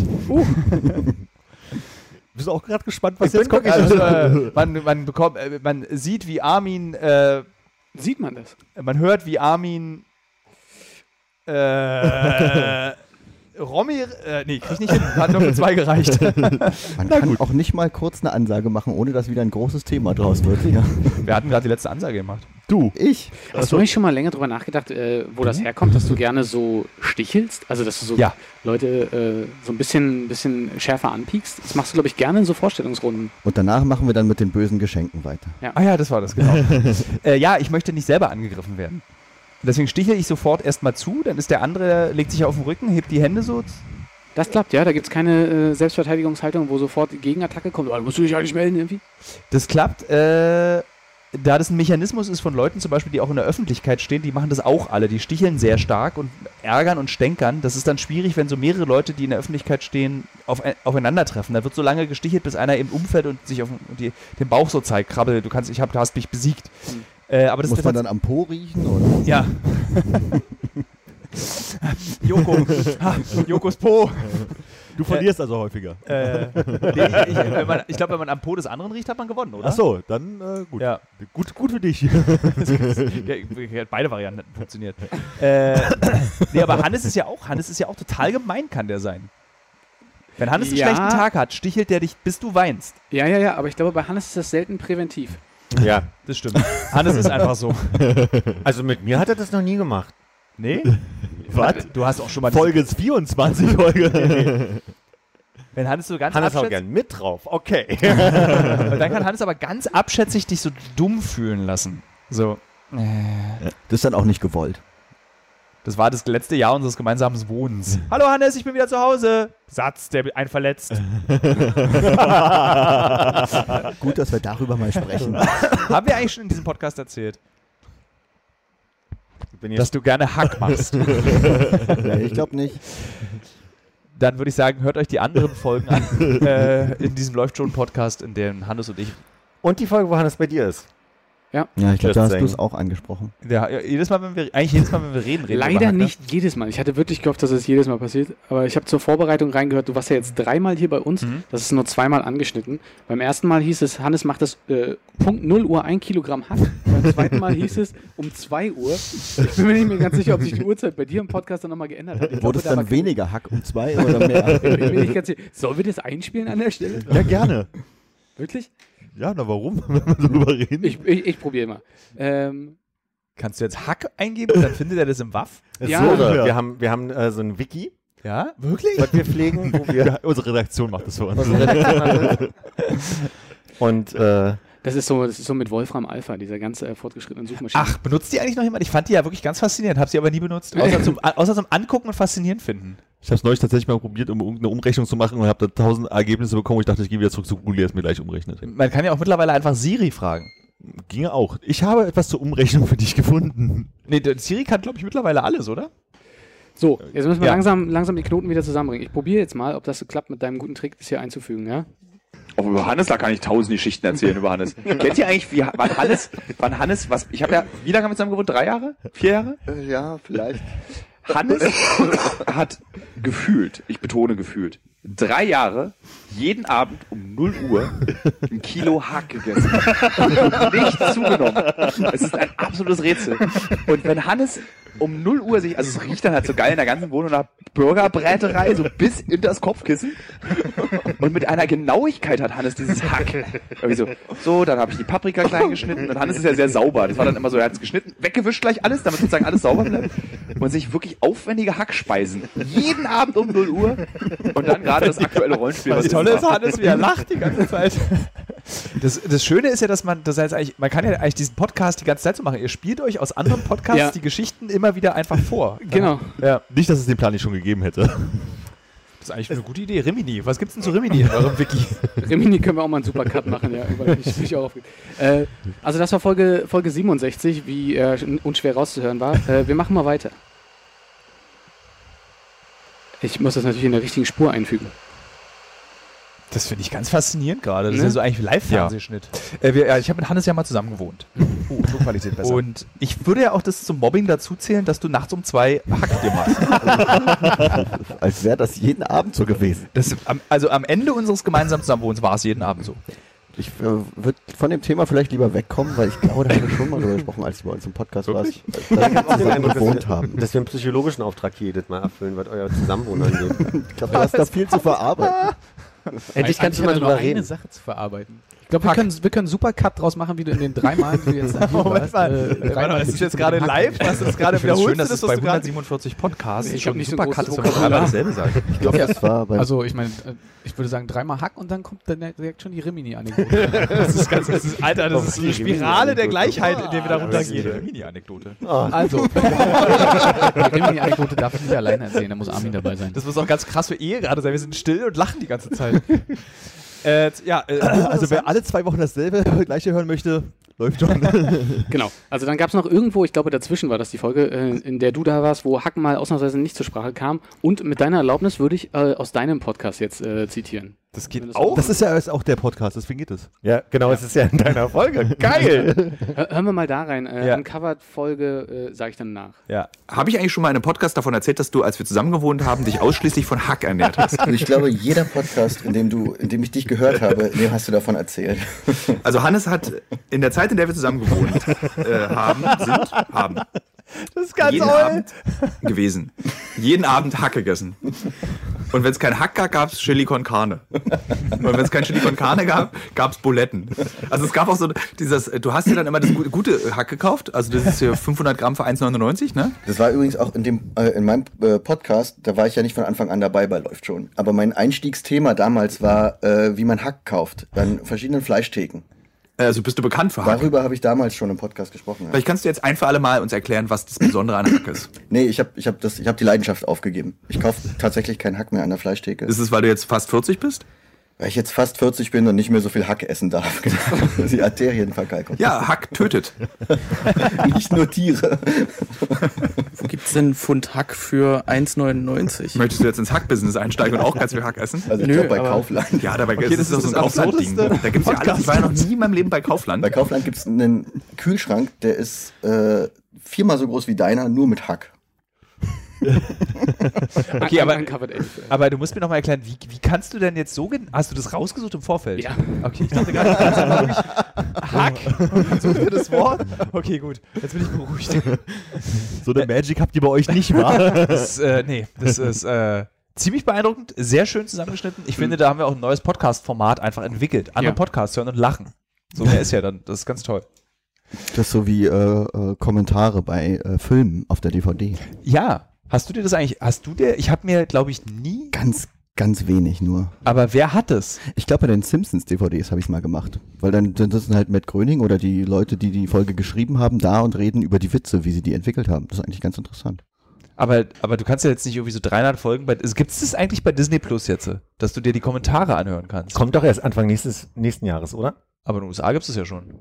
Bist du auch gerade gespannt, was Ich jetzt bin kommt? wirklich- also, äh, man, man, bekommt, äh, man sieht, wie Armin, äh, Sieht man das? man hört, wie Armin äh, Romy, äh, nee, krieg ich nicht hin, hat nur für zwei gereicht. Man kann auch nicht mal kurz eine Ansage machen, ohne dass wieder ein großes Thema draus wird. [LAUGHS] Ja. Wir hatten gerade die letzte Ansage gemacht. äh, du. Ich? Hast du eigentlich schon mal länger drüber nachgedacht, äh, wo das herkommt, dass du gerne so stichelst? Also, dass du so Ja. Leute äh, so ein bisschen, bisschen schärfer anpiekst? Das machst du, glaube ich, gerne in so Vorstellungsrunden. Und danach machen wir dann mit den bösen Geschenken weiter. Ah ja, das war das, [LAUGHS] genau. äh, ja, ich möchte nicht selber angegriffen werden. Deswegen stiche ich sofort erstmal zu, dann ist der andere, legt sich auf den Rücken, hebt die Hände so. Das klappt, ja. Da gibt es keine äh, Selbstverteidigungshaltung, wo sofort die Gegenattacke kommt. Oh, musst du dich eigentlich melden irgendwie? Das klappt. Äh, da das ein Mechanismus ist von Leuten zum Beispiel, die auch in der Öffentlichkeit stehen, die machen das auch alle. Die sticheln sehr stark und ärgern und stänkern. Das ist dann schwierig, wenn so mehrere Leute, die in der Öffentlichkeit stehen, auf, aufeinandertreffen. Da wird so lange gestichelt, bis einer eben umfällt und sich auf den- und die, den Bauch so zeigt, krabbel, du kannst, ich hab, du hast mich besiegt. Äh, aber das Hm. Muss ist man dann am Po riechen? Oder? Ja. [LAUGHS] Joko. Ha, Jokos Po. Du verlierst also häufiger. Äh, nee, ich ich, wenn man- ich glaube, wenn man am Po des anderen riecht, hat man gewonnen, oder? Ach so, dann äh, gut. Ja. gut. Gut für dich. [LAUGHS] Ja, ich- hat beide Varianten hatten funktioniert. äh, nee, aber Hannes ist ja auch, Hannes ist ja auch total gemein, kann der sein. Wenn Hannes einen Ja. schlechten Tag hat, stichelt der dich, bis du weinst. Ja, ja, ja. Aber ich glaube, bei Hannes ist das selten präventiv. [LAUGHS] Ja. Das stimmt. Hannes ist einfach so. Also mit mir hat er das noch nie gemacht. Nee? Was? Du hast auch schon mal diese- Folge ist 24, Folge. Wenn Hannes so ganz Hannes haut abschätzt- gern mit drauf. Okay. Und dann kann Hannes aber ganz abschätzig dich so dumm fühlen lassen. So. Das ist dann auch nicht gewollt. Das war das letzte Jahr unseres gemeinsamen Wohnens. [LAUGHS] Hallo Hannes, ich bin wieder zu Hause. Satz, der ein verletzt. Gut, dass wir darüber mal sprechen. [LAUGHS] Haben wir eigentlich schon in diesem Podcast erzählt, [LAUGHS] Bin dass du gerne Hack [LAUGHS] machst? [LAUGHS] nee, ich glaube nicht. Dann würde ich sagen, hört euch die anderen Folgen [LAUGHS] an äh, in diesem läuft schon Podcast, in dem Hannes und ich. Und die Folge, wo Hannes bei dir ist. Ja, ich glaube, Das da hast Ding. du es auch angesprochen. Ja, jedes Mal, wenn wir eigentlich jedes Mal, wenn wir reden, reden wir über Leider Hack, ne? nicht jedes Mal. Ich hatte wirklich gehofft, dass es jedes Mal passiert. Aber ich habe zur Vorbereitung reingehört, du warst ja jetzt dreimal hier bei uns. Das ist nur zweimal angeschnitten. Beim ersten Mal hieß es, Hannes macht das äh, Punkt 0 Uhr 1 Kilogramm Hack. Beim zweiten Mal hieß es um 2 Uhr. Ich bin mir nicht mehr ganz sicher, ob sich die Uhrzeit bei dir im Podcast dann nochmal geändert hat. Ich Wurde es da dann war- weniger Hack um zwei oder mehr? Ich bin mir nicht ganz sicher. Sollen wir das einspielen an der Stelle? ja, gerne. Wirklich? Ja, na warum, [LAUGHS] wenn wir darüber reden? Ich, ich, ich probiere mal. Ähm, Kannst du jetzt Hack eingeben und dann findet er das im Waff? Es Ja. wurde. Ja. Wir haben, wir haben äh, so ein Wiki, Ja? was wir pflegen, wo wir ja, unsere Redaktion macht das für uns. unsere [LAUGHS] Redaktion Und äh, das, ist so, das ist so mit Wolfram Alpha, dieser ganz äh, fortgeschrittenen Suchmaschine. Ach, benutzt die eigentlich noch jemand? Ich fand die ja wirklich ganz faszinierend, habe sie aber nie benutzt, außer [LAUGHS] zum, außer zum Angucken und Faszinierend finden. Ich habe es neulich tatsächlich mal probiert, um irgendeine Umrechnung zu machen und habe da tausend Ergebnisse bekommen. Ich dachte, ich gehe wieder zurück zu Google, der es mir gleich umrechnet. Man kann ja auch mittlerweile einfach Siri fragen. Ginge auch. Ich habe etwas zur Umrechnung für dich gefunden. Nee, der Siri kann, glaube ich, mittlerweile alles, oder? So, jetzt müssen wir Ja. langsam, langsam die Knoten wieder zusammenbringen. Ich probiere jetzt mal, ob das so klappt, mit deinem guten Trick, das hier einzufügen, ja? Auch über Hannes, da kann ich tausend Geschichten erzählen über Hannes. Kennt ihr eigentlich, wie, wann Hannes, wann Hannes, was, ich habe ja, wie lange haben wir zusammen gewohnt? Drei Jahre? Vier Jahre? Äh, Ja, vielleicht. Hannes hat gefühlt, ich betone gefühlt, drei Jahre jeden Abend um 0 Uhr ein Kilo Hack gegessen. Und nicht zugenommen. Es ist ein absolutes Rätsel. Und wenn Hannes um 0 Uhr sich, also es riecht dann halt so geil in der ganzen Wohnung nach Burgerbräterei, so bis in das Kopfkissen. Und mit einer Genauigkeit hat Hannes dieses Hack. Irgendwie so, so, dann habe ich die Paprika klein geschnitten und Hannes ist ja sehr sauber. Das war dann immer so, er hat es geschnitten, weggewischt gleich alles, damit sozusagen alles sauber bleibt. Und sich wirklich aufwendige Hackspeisen. Jeden Abend um 0 Uhr. Und dann gerade das aktuelle Rollenspiel. Das was Tolle wir ist, Hannes, wie er lacht die ganze Zeit. Das, das Schöne ist ja, dass man, das heißt eigentlich, man kann ja eigentlich diesen Podcast die ganze Zeit so machen. Ihr spielt euch aus anderen Podcasts Ja. die Geschichten immer wieder einfach vor. Genau. Ja, Nicht, dass es den Plan nicht schon gegeben hätte. ist eigentlich eine gute Idee. Rimini, was gibt's denn zu Rimini in eurem Wiki? Rimini können wir auch mal einen Supercut machen, ja. Über, ich, ich auch auf, äh, also das war Folge, Folge 67, wie äh, unschwer rauszuhören war. Äh, wir machen mal weiter. Ich muss das natürlich in der richtigen Spur einfügen. Das finde ich [LAUGHS] ganz faszinierend gerade. Das Ne? ist ja so eigentlich Live-Fernsehschnitt. Äh, wir- ja, ich habe mit Hannes ja mal zusammen gewohnt. Oh, Tonqualität besser. [LAUGHS] Und ich würde ja auch das zum Mobbing dazu zählen, dass du nachts um zwei Hack dir machst. Als wäre das jeden Abend so gewesen. [LAUGHS] Das, am- also am Ende unseres gemeinsamen Zusammenwohnens war es jeden Abend so. Ich äh, würde von dem Thema vielleicht lieber wegkommen, weil ich glaube, da haben wir schon mal drüber gesprochen, als du bei uns im Podcast warst. Als wir zusammen gewohnt haben. dass wir einen psychologischen Auftrag hier jedes Mal erfüllen, was euer Zusammenwohnen [LAUGHS] angeht. Ich glaube, du hast da viel zu verarbeiten. Endlich kannst du mal drüber drüber reden. eine Sache zu verarbeiten. Ich glaube, wir können, wir können super Cut draus machen, wie du in den drei Malen, die [LAUGHS] du jetzt da Moment mal, äh, das ist jetzt gerade live, das ist [LAUGHS] gerade find's wiederholt. schön, dass es bei 147 Podcasts Ich hab nicht so ein großes gerade Vokabular. dasselbe sagen. Ich glaube, das war bei Also, ich meine, äh, ich würde sagen, dreimal Hack und dann kommt dann direkt schon die Rimini-Anekdote. Das ist ganz, das ist, Alter, das ist eine Spirale der Gleichheit, in der wir da wirklich. runtergehen. Mini-Anekdote. Also, die Rimini-Anekdote darf ich nicht alleine erzählen, da muss Armin dabei sein. Das muss auch ganz krass für Ehe gerade sein. Wir sind still und lachen die ganze Zeit. äh, ja, äh, Also wer alle zwei Wochen dasselbe [LAUGHS] gleiche hören möchte, läuft schon. Genau. Also dann gab es noch irgendwo, ich glaube dazwischen war das die Folge, äh, in der du da warst, wo Hack mal ausnahmsweise nicht zur Sprache kam. Und mit deiner Erlaubnis würde ich äh, aus deinem Podcast jetzt äh, zitieren. das geht auch? Das Das ist ja ist auch der Podcast, deswegen geht es. Ja, genau, es ist ja in deiner Folge. Geil! Hör, hören wir mal da rein. Äh, Ja. Uncovered-Folge äh, sage ich dann nach. Habe ich eigentlich schon mal in einem Podcast davon erzählt, dass du, als wir zusammen gewohnt haben, dich ausschließlich von Hack ernährt hast? Und ich glaube, jeder Podcast, in dem du, in dem ich dich gehört habe, in dem hast du davon erzählt. Also Hannes hat in der Zeit, in der wir zusammen gewohnt äh, haben, sind, haben, ist ganz jeden toll. Abend gewesen. Jeden Abend Hack gegessen. Und wenn es kein Hack gab, gab es Chili con Carne. Und wenn es kein Chili con Carne gab, gab es Buletten. Also es gab auch so dieses, äh, du hast dir dann immer das gu- gute Hack gekauft, also das ist hier 500 Gramm für 1,99, ne? Das war übrigens auch in dem, äh, in meinem äh, Podcast, da war ich ja nicht von Anfang an dabei bei Läuft schon. Aber mein Einstiegsthema damals war, äh, wie man Hack kauft an verschiedenen Fleischtheken. Also bist du bekannt für Hack. Darüber habe ich damals schon im Podcast gesprochen. Ja. Vielleicht kannst du jetzt ein für alle Mal uns erklären, was das Besondere an Hack ist. Nee, ich habe ich hab das, ich hab die Leidenschaft aufgegeben. Ich kaufe tatsächlich keinen Hack mehr an der Fleischtheke. Ist es, weil du jetzt fast 40 bist? Weil ich jetzt fast 40 bin und nicht mehr so viel Hack essen darf. [LAUGHS] Genau. die Arterienverkalkung. Ja, Hack tötet. Nicht nur Tiere. Wo gibt's denn Pfund Hack für 1,99? Möchtest du jetzt ins Hack-Business einsteigen und auch ganz viel Hack essen? Also ich Nö, glaube bei aber- Kaufland. Ja, dabei ist es das doch ist so ein das Kaufland-Ding. Da absurdeste gibt's ja alles. Ich war ja noch nie in meinem Leben bei Kaufland. Bei Kaufland gibt es einen Kühlschrank, der ist äh, viermal so groß wie deiner, nur mit Hack. Okay, aber- Uncovered 11. Aber du musst mir noch mal erklären, wie, wie kannst du denn jetzt so gen Hast du das rausgesucht im Vorfeld? Ja. Okay, ich dachte gerade, du kannst einfach [LAUGHS] wirklich Hack. [LAUGHS] und dann Such dir das Wort. Okay, gut. Jetzt bin ich beruhigt. So eine Magic habt ihr bei euch nicht, wahr? [LAUGHS] Das, äh, nee, das ist äh, ziemlich beeindruckend, sehr schön zusammengeschnitten. Ich finde, da haben wir auch ein neues Podcast-Format einfach entwickelt. Andere Ja. Podcasts hören und lachen. So mehr ist ja dann. Das ist ganz toll. das so wie äh, äh, Kommentare bei äh, Filmen auf der DVD. Ja. Hast du dir das eigentlich, hast du dir, ich habe mir, glaube ich, nie, Ganz, ganz wenig nur. aber wer hat es? Ich glaube, bei den Simpsons-DVDs habe ich mal gemacht. Weil dann, dann sitzen halt Matt Gröning oder die Leute, die die Folge geschrieben haben, da und reden über die Witze, wie sie die entwickelt haben. Das ist eigentlich ganz interessant. Aber, aber du kannst ja jetzt nicht irgendwie so 300 Folgen bei, gibt es das eigentlich bei Disney Plus jetzt, dass du dir die Kommentare anhören kannst? Kommt doch erst Anfang nächstes, nächsten Jahres, oder? Aber in den USA gibt es das ja schon.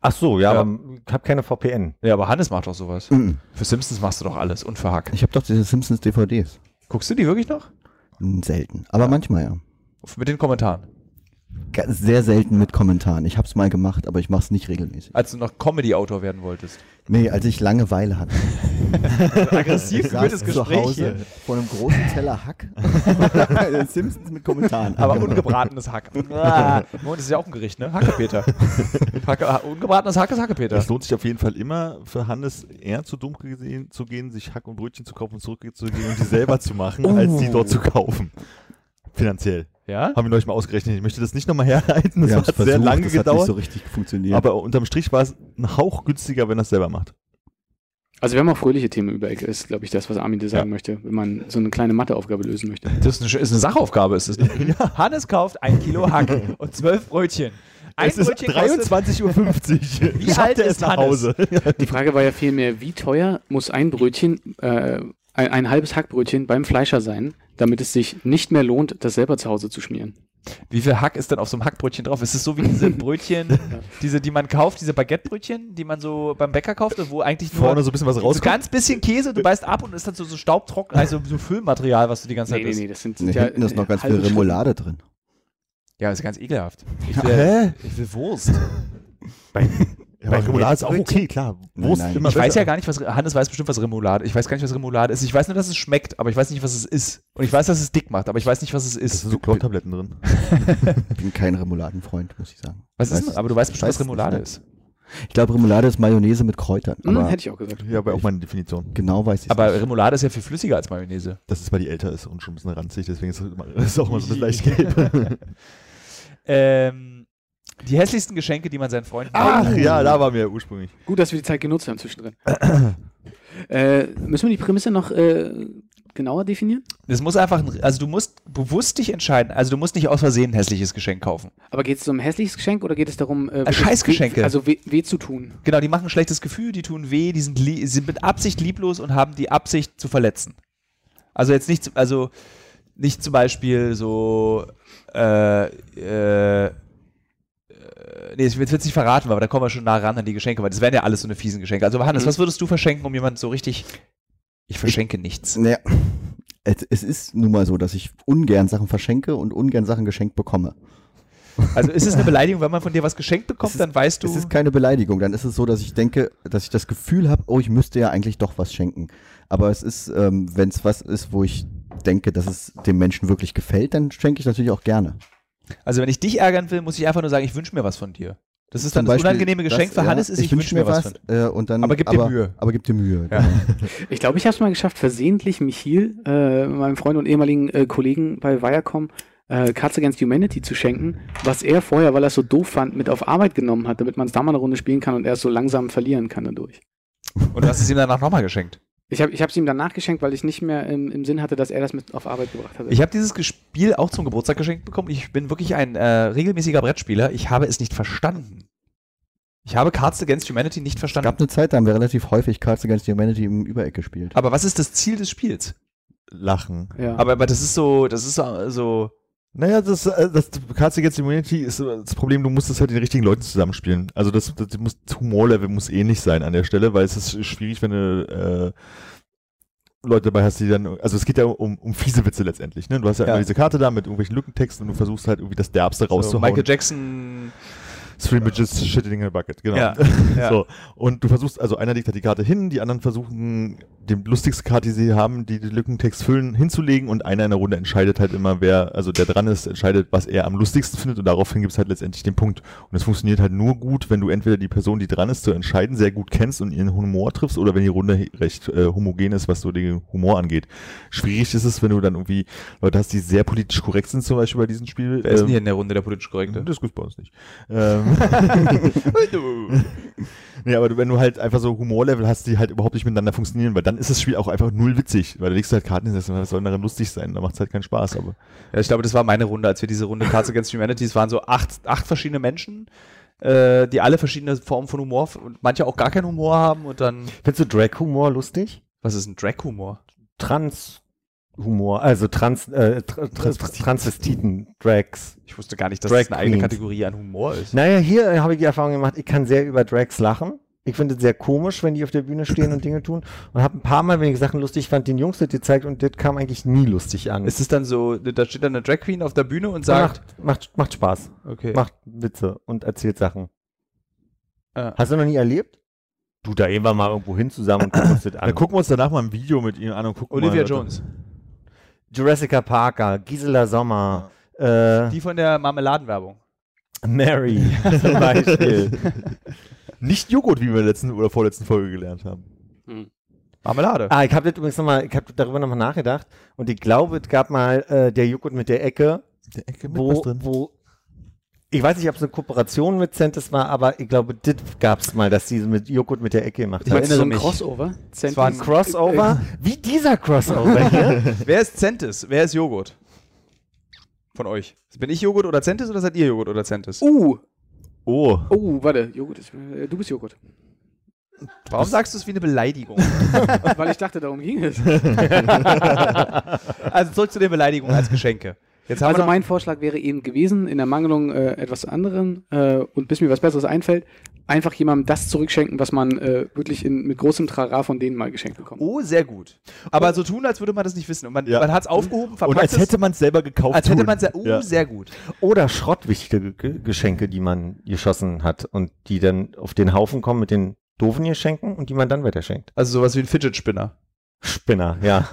Ach so, ja, Ja. aber ich habe keine VPN. Ja, aber Hannes macht doch sowas. Mhm. Für Simpsons machst du doch alles und für Hack. Ich habe doch diese Simpsons-DVDs. Guckst du die wirklich noch? Hm, Selten. Aber manchmal ja. Mit den Kommentaren. Ga- Sehr selten mit Kommentaren. Ich habe es mal gemacht, aber ich mache es nicht regelmäßig. Als du noch Comedy-Autor werden wolltest. Nee, als ich Langeweile hatte. Aggressiv saß zu Hause vor einem großen Teller Hack. [LAUGHS] Simpsons mit Kommentaren. Genau. Aber angemacht. ungebratenes Hack. Ah, Moment, das ist ja auch ein Gericht, ne? Hackepeter. Hacke, ungebratenes Hack ist Hackepeter. Das Es lohnt sich auf jeden Fall immer für Hannes eher zu dumm gesehen, zu gehen, sich Hack und Brötchen zu kaufen und zurückzugehen und die selber zu machen, als die dort zu kaufen. Finanziell. Ja? Haben wir neulich mal ausgerechnet. Ich möchte das nicht nochmal herleiten. Das Wir hat haben's sehr versucht, lange das Hat nicht gedauert. so richtig funktioniert. aber unterm Strich war es ein Hauch günstiger, wenn er es selber [LAUGHS] macht. Also wir haben auch fröhliche Themen über Ecke, ist, glaube ich, das, was Armin dir sagen möchte, wenn man so eine kleine Matheaufgabe lösen möchte. Das ist eine, Sch- ist eine Sachaufgabe, ist es. ne? [LAUGHS] Hannes kauft ein Kilo Hack und zwölf Brötchen. Ein es ist 23.50 Uhr. Wie alt ist es nach Hannes? Hause? Die Frage war ja vielmehr, wie teuer muss ein Brötchen, äh, ein, ein halbes Hackbrötchen beim Fleischer sein, damit es sich nicht mehr lohnt, das selber zu Hause zu schmieren. [LAUGHS] Wie viel Hack ist denn auf so einem Hackbrötchen drauf? Ist es so wie diese Brötchen, [LAUGHS] diese, die man kauft, diese Baguettebrötchen, die man so beim Bäcker kauft, und wo eigentlich nur Vorne so ein bisschen was so rauskommt? ganz bisschen Käse, du beißt ab und ist dann so, so staubtrocken, also so Füllmaterial, was du die ganze Zeit Nee, nee, isst. nee, das sind, Nee, sind ja äh, hinten ist noch ganz viel halbe Schritte. Remoulade drin. Ja, ist ganz ekelhaft. Ich will, ich will Wurst. Ja, aber Remoulade ist auch okay, klar. Wurst nein. immer ich weiß besser. ja gar nicht, was Hannes weiß bestimmt, was Remoulade. Ich weiß gar nicht, was Remoulade ist. Ich weiß nur, dass es schmeckt, aber ich weiß nicht, was es ist. Und ich weiß, dass es dick macht, aber ich weiß nicht, was es Es ist. sind so Klopptabletten drin. Ich bin kein Remouladenfreund, muss ich sagen. was ist Weiß- denn? Aber du weißt bestimmt, weiß was Remoulade nicht, ist. ne? Ich glaube, Remoulade ist Mayonnaise mit Kräutern. Hm, Aber hätte ich auch gesagt. Ja, aber auch meine Definition. genau weiß ich Aber Remoulade ist ja viel flüssiger als Mayonnaise. Das ist, weil die älter ist und schon ein bisschen ranzig, deswegen ist es immer- [LAUGHS] ist auch immer so ein bisschen leicht gelb. Ähm, die hässlichsten Geschenke, die man seinen Freunden Ach ja, da waren wir ja ursprünglich. Gut, dass wir die Zeit genutzt haben zwischendrin. [CLEARS THROAT] äh, müssen wir die Prämisse noch äh, genauer definieren? Das muss einfach, ein- also du musst bewusst dich entscheiden. Also du musst nicht aus Versehen ein hässliches Geschenk kaufen. Aber geht es um ein hässliches Geschenk oder geht es darum, äh, wirklich Scheißgeschenke. Weh, also weh, weh zu tun? Genau, die machen ein schlechtes Gefühl, die tun weh, die sind, lie- sind mit Absicht lieblos und haben die Absicht zu verletzen. Also jetzt nicht, zu- also nicht zum Beispiel so, äh, äh, äh, nee, ich will es nicht verraten, aber da kommen wir schon nah ran an die Geschenke, weil das wären ja alles so eine fiesen Geschenke. Also Mhm. Hannes, was würdest du verschenken, um jemanden so richtig, ich verschenke nichts. Naja, es, es ist nun mal so, dass ich ungern Sachen verschenke und ungern Sachen geschenkt bekomme. Also ist es eine Beleidigung, wenn man von dir was geschenkt bekommt, Es ist- dann weißt du. Es ist keine Beleidigung. Dann ist es so, dass ich denke, dass ich das Gefühl habe, oh, ich müsste ja eigentlich doch was schenken. Aber es ist, ähm, wenn es was ist, wo ich denke, dass es dem Menschen wirklich gefällt, dann schenke ich natürlich auch gerne. Also wenn ich dich ärgern will, muss ich einfach nur sagen, ich wünsche mir was von dir. Das ist dann Zum das Beispiel unangenehme das, Geschenk für ja, Hannes ist, ich, wünsche mir was. von dir. äh, und dann, Aber gib dir Mühe. Aber gib dir Mühe. Ja. genau. Ich glaube, ich habe es mal geschafft, versehentlich Michiel, äh, meinem Freund und ehemaligen äh, Kollegen bei Viacom, äh, Cards Against Humanity zu schenken, was er vorher, weil er es so doof fand, mit auf Arbeit genommen hat, damit man es da mal eine Runde spielen kann und er es so langsam verlieren kann dadurch. Und du hast es ihm danach nochmal geschenkt. Ich habe es ihm danach geschenkt, weil ich nicht mehr im, im Sinn hatte, dass er das mit auf Arbeit gebracht hatte. Ich habe dieses Ges- Spiel auch zum Geburtstag geschenkt bekommen. Ich bin wirklich ein äh, regelmäßiger Brettspieler. Ich habe es nicht verstanden. Ich habe Cards Against Humanity nicht Es gab verstanden. eine ne Zeit, da haben wir relativ häufig Cards Against Humanity im Übereck gespielt. Aber was ist das Ziel des Spiels? Lachen. ja. Aber, aber das ist so, das ist so, so Naja, das, äh, das Cards Against Humanity ist äh, das Problem, du musst es halt den richtigen Leuten zusammenspielen. Also das, das, muss, das Humorlevel muss ähnlich sein an der Stelle, weil es ist schwierig, wenn du äh, Leute dabei hast, die dann, also es geht ja um, um fiese Witze letztendlich, ne? Du hast ja, Ja. immer diese Karte da mit irgendwelchen Lückentexten und du versuchst halt irgendwie das Derbste so rauszuhauen. Michael Jackson. Three Midgets Shitting in a Bucket, genau. Ja, [LAUGHS] ja. So. Und du versuchst, also einer legt halt die Karte hin, die anderen versuchen, die lustigste Karte, die sie haben, die den Lückentext füllen, hinzulegen und einer in der Runde entscheidet halt immer, wer, also der dran ist, entscheidet, was er am lustigsten findet und daraufhin gibt's halt letztendlich den Punkt. Und es funktioniert halt nur gut, wenn du entweder die Person, die dran ist, zu entscheiden, sehr gut kennst und ihren Humor triffst oder wenn die Runde he- recht äh, homogen ist, was so den Humor angeht. Schwierig ist es, wenn du dann irgendwie Leute hast, die sehr politisch korrekt sind, zum Beispiel bei diesem Spiel. Wer ist denn ähm, hier in der Runde der politisch Korrekte? das gibt's bei [LAUGHS] uns nicht. Ähm. nee, aber du- wenn du halt einfach so Humorlevel hast, die halt überhaupt nicht miteinander funktionieren, weil dann ist das Spiel auch einfach null witzig, weil da legst du halt Karten hin, und sagst, was soll denn daran lustig sein? Da macht's halt keinen Spaß, aber. Ja, ich glaube, das war meine Runde, als wir diese Runde Cards Against Humanity, es waren so acht, acht verschiedene Menschen, äh, die alle verschiedene Formen von Humor f- und manche auch gar keinen Humor haben und dann, Findest du Drag-Humor lustig? was ist ein Drag-Humor? Trans-Humor, also Trans, äh, Tra- Tra- Transvestiten, Drags. Ich wusste gar nicht, dass Drag das eine eigene Queens. Kategorie an Humor ist. Naja, hier äh, habe ich die Erfahrung gemacht, ich kann sehr über Drags lachen. Ich finde es sehr komisch, wenn die auf der Bühne stehen und Dinge tun. Und habe ein paar Mal, wenn ich Sachen lustig fand, den Jungs das gezeigt und das kam eigentlich nie lustig an. Ist es dann so, da steht dann eine Drag Queen auf der Bühne und sagt, macht, macht, macht Spaß, okay. macht Witze und erzählt Sachen. Ah. Hast du noch nie erlebt? Du, da gehen wir mal irgendwo hin zusammen und gucken uns [CLEARS THROAT] das Dann an. gucken wir uns danach mal ein Video mit ihnen an und gucken Also Olivia mal, Jones, Jurassic Parker, Gisela Sommer, äh, die von der Marmeladenwerbung. Mary zum Beispiel. [LAUGHS] Nicht Joghurt, wie wir in der letzten oder vorletzten Folge gelernt haben. Marmelade. Ah, ich habe das übrigens nochmal, ich habe darüber nochmal nachgedacht und ich glaube, es gab mal äh, der Joghurt mit der Ecke, Der Ecke wo, wo ich weiß nicht, ob es eine Kooperation mit Centis war, aber ich glaube, das gab es mal, dass die mit Joghurt mit der Ecke gemacht Ich haben. weiß- erinnere so ein mich. Crossover. Es war ein Sentence. Crossover, wie dieser Crossover hier. Wer ist Centis? Wer ist Joghurt? Von euch. Bin ich Joghurt oder Centis oder seid ihr Joghurt oder Centis? Uh, Oh. oh, warte, Joghurt ist, äh, du bist Joghurt. Warum sagst du es wie eine Beleidigung? Weil ich dachte, darum ging es. also zurück zu den Beleidigungen als Geschenke. Jetzt haben Also wir mein Vorschlag wäre eben gewesen, in der Mangelung äh, etwas anderem äh, und bis mir was Besseres einfällt, einfach jemandem das zurückschenken, was man äh, wirklich in, mit großem Trara von denen mal geschenkt bekommt. Oh, sehr gut. Aber so tun, als würde man das nicht wissen. Und man, Ja. man hat es aufgehoben, Und verpackt als hätte man es selber gekauft. es, als hätte tun. man es. Oh, Ja. sehr gut. Oder schrottwichtige Ge- Geschenke, die man geschossen hat und die dann auf den Haufen kommen mit den doofen Geschenken und die man dann weiterschenkt. Also sowas wie ein Fidget-Spinner. Spinner, [LAUGHS] ja.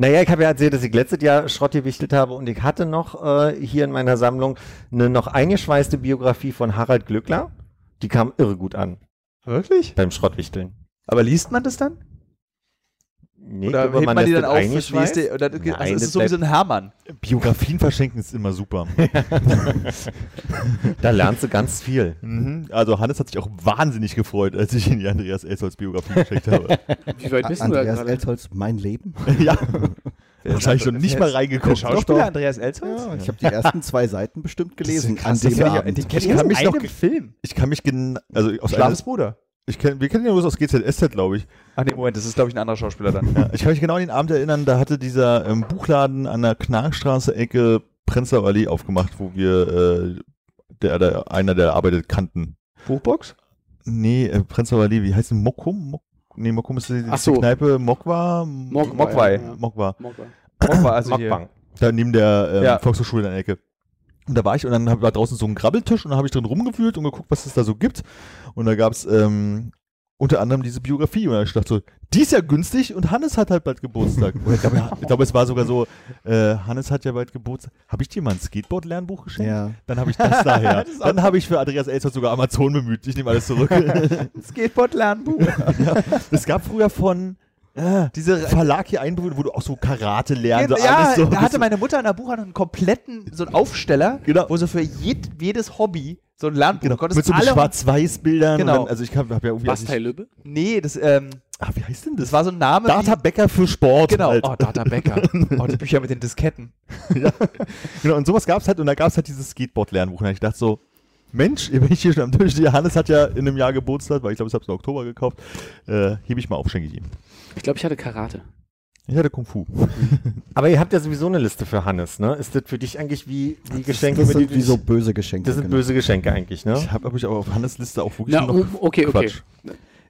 Naja, ich habe ja erzählt, dass ich letztes Jahr Schrott gewichtelt habe und ich hatte noch äh, hier in meiner Sammlung eine noch eingeschweißte Biografie von Harald Glückler. Die kam irre gut an Wirklich? beim Schrottwichteln. Aber liest man das dann? Nee, Oder ich glaube, hebt man die lässt dann das auf, eingeschweißt. verschließt die? Oder, das geht- Nein, also es das ist so wie so ein Hermann. Biografien verschenken ist immer super. Da lernst du ganz viel. Mhm. Also Hannes hat sich auch wahnsinnig gefreut, als ich ihm die Andreas Elsholz Biografie geschickt habe. Wie weit bist du da Andreas gerade? Elsholz, mein Leben? [LAUGHS] ja. Wahrscheinlich schon nicht mal Der reingeguckt. Schauspieler Andreas Elsholz? Ja, ich habe die ersten zwei Seiten bestimmt gelesen krass, an das dem war ja- Abend. Ich kann mich noch- Film. Ich kann mich gen also aus einer, Schlafes Bruder. ich kenn, wir kennen ihn ja bloß aus GZSZ, glaube ich. Ach nee, Moment, das ist, glaube ich, ein anderer Schauspieler dann. Ja, ich kann mich genau an den Abend erinnern, da hatte dieser ähm, Buchladen an der Knarkstraße Ecke Prenzlauer Allee aufgemacht, wo wir äh, der, der, einer der arbeitet kannten. Buchbox? Nee, äh, Prenzlauer Allee, wie heißt denn Mokum? Mok nee, Mokum ist die, die Ach so. Kneipe Mokwa. Mogwai. Mogwai. Ja. Mokwa. Mogwai. Mokwa, also hier. Mockbang. Da neben der ähm, Ja. Volkshochschule in der Ecke. Und da war ich und dann hab, war draußen so ein Grabbeltisch und da habe ich drin rumgewühlt und geguckt, was es da so gibt. Und da gab es ähm, unter anderem diese Biografie. Und da hab ich dachte so, die ist ja günstig und Hannes hat halt [LAUGHS] bald Geburtstag. Oder ich glaube, ja, ich glaube, es war sogar so, äh, Hannes hat ja bald Geburtstag. Habe ich dir mal ein Skateboard-Lernbuch geschenkt? Ja. Dann habe ich [LAUGHS] das daher. dann habe ich für Andreas Elsholz sogar Amazon bemüht. Ich nehme alles zurück. [LAUGHS] [LAUGHS] Skateboard-Lernbuch. Es gab früher von äh, Diese- Verlag hier einberufen, wo du auch so Karate lernst. so ja, alles so da hatte meine Mutter in der Buchhandlung einen kompletten, so einen Aufsteller, Genau. wo so für jed, jedes Hobby so ein Lernbuch. Genau, Du konntest mit so alle- Schwarz-Weiß-Bildern. und Genau. dann- Also ich habe hab ja irgendwie... als ich- Bastei Lübbe? Nee, das, ähm, ah, wie heißt denn das das? war so ein Name. Data wie- Becker für Sport. Genau. Halt. Oh, Data Becker. Oh, die Bücher mit den Disketten. genau. Und sowas gab es halt. Und da gab es halt dieses Skateboard-Lernbuch. Und ich dachte so, Mensch, [LAUGHS] hier bin ich hier schon am Tisch. Der Hannes hat ja in einem Jahr Geburtstag, weil ich glaube, ich habe es im Oktober gekauft. Äh, hebe ich mal auf, schenke ich ihm. Ich glaube, ich hatte Karate. Ich hatte Kung Fu. Aber ihr habt ja sowieso eine Liste für Hannes, ne? Ist das für dich eigentlich wie die Geschenke, das über die sind du wie dich- so böse Geschenke. das sind genau. böse Geschenke eigentlich, ne? Ich habe aber ich aber auf Hannes Liste auch wirklich Na, noch oh, okay, okay. Quatsch.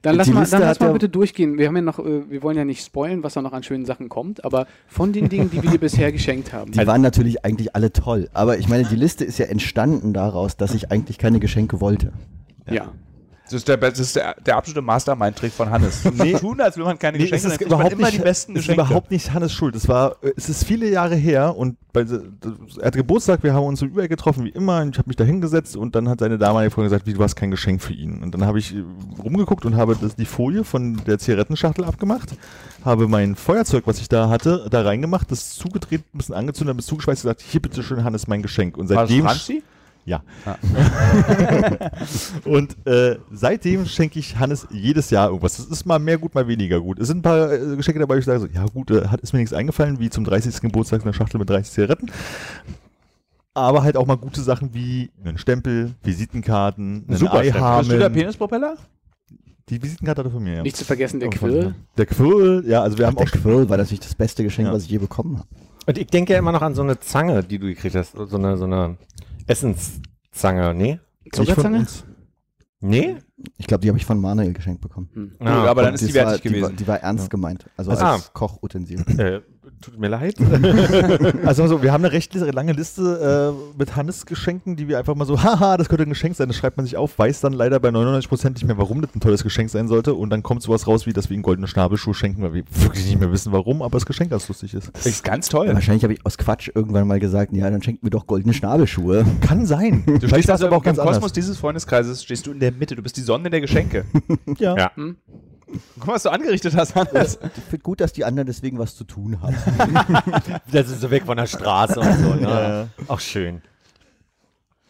Dann lass Die mal, Liste dann lass hat mal ja- bitte durchgehen. Wir haben ja noch, äh, wir wollen ja nicht spoilen, was da noch an schönen Sachen kommt, aber von den Dingen, die wir dir bisher geschenkt haben. also, Die waren natürlich eigentlich alle toll. Aber ich meine, die Liste ist ja entstanden daraus, dass ich eigentlich keine Geschenke wollte. ja. Das ist der, be- das ist der, der absolute Mastermind-Trick von Hannes. Nee. Tun, als will man keine Geschenke, es dann ist kriegt man überhaupt immer nicht, die besten es ist Geschenke. überhaupt nicht Hannes Schuld. Es war, äh, es ist viele Jahre her und bei, er hatte Geburtstag, wir haben uns im Überall getroffen, wie immer, und ich habe mich da hingesetzt und dann hat seine damalige Freundin gesagt, wie, du hast kein Geschenk für ihn. Und dann habe ich äh, rumgeguckt und habe das, die Folie von der Zigarettenschachtel abgemacht, habe mein Feuerzeug, was ich da hatte, da reingemacht, das zugedreht, ein bisschen angezündet, ein bisschen zugeschweißt und gesagt, hier bitte schön, Hannes, mein Geschenk. Und War das seitdem Franzi? ja. und äh, seitdem schenke ich Hannes jedes Jahr irgendwas. Das ist mal mehr gut, mal weniger gut. Es sind ein paar äh, Geschenke dabei, wo ich sage so, ja gut, äh, hat, ist mir nichts eingefallen, wie zum 30. Geburtstag eine Schachtel mit 30 Zigaretten. Aber halt auch mal gute Sachen wie einen Stempel, Visitenkarten, einen Superstempel. Bist du der Eiharmen. Penispropeller? Die Visitenkarte hat er von mir, ja. Nicht zu vergessen, der Oh, Quirl. Der Quirl, ja, also wir haben Der auch Quirl war natürlich das beste Geschenk, Ja. was ich je bekommen habe. Und ich denke ja immer noch an so eine Zange, die du gekriegt hast. So eine, so eine Essenszange, nee? nicht von Zuckerzange? uns. Nee? Ah. Ich glaube, die habe ich von Manuel geschenkt bekommen. Hm. Nö, aber dann Und ist die das war, wertig Die war, gewesen. ah. die war ernst gemeint. Also Also- [LAUGHS] als Kochutensil. Äh, tut mir [LAUGHS] leid. Also so, wir haben eine recht lange Liste äh, mit Hannes Geschenken, die wir einfach mal so, haha, das könnte ein Geschenk sein, das schreibt man sich auf, weiß dann leider bei 99% nicht mehr, warum das ein tolles Geschenk sein sollte und dann kommt sowas raus, wie dass wir ihm goldene Schnabelschuhe schenken, weil wir wirklich nicht mehr wissen, warum, aber das Geschenk ganz lustig ist. Das ist ganz toll. Wahrscheinlich habe ich aus Quatsch irgendwann mal gesagt, ja, dann schenkt mir doch goldene Schnabelschuhe. Kann sein. Du stehst [LAUGHS] das also aber auch im Kosmos dieses Freundeskreises stehst du in der Mitte. Du bist die Sonne der Geschenke. [LAUGHS] Hm? Ja. Ja. Guck mal, was du angerichtet hast, Hannes. Ich finde gut, dass die anderen deswegen was zu tun haben. das ist so weg von der Straße und so, ne? Auch schön.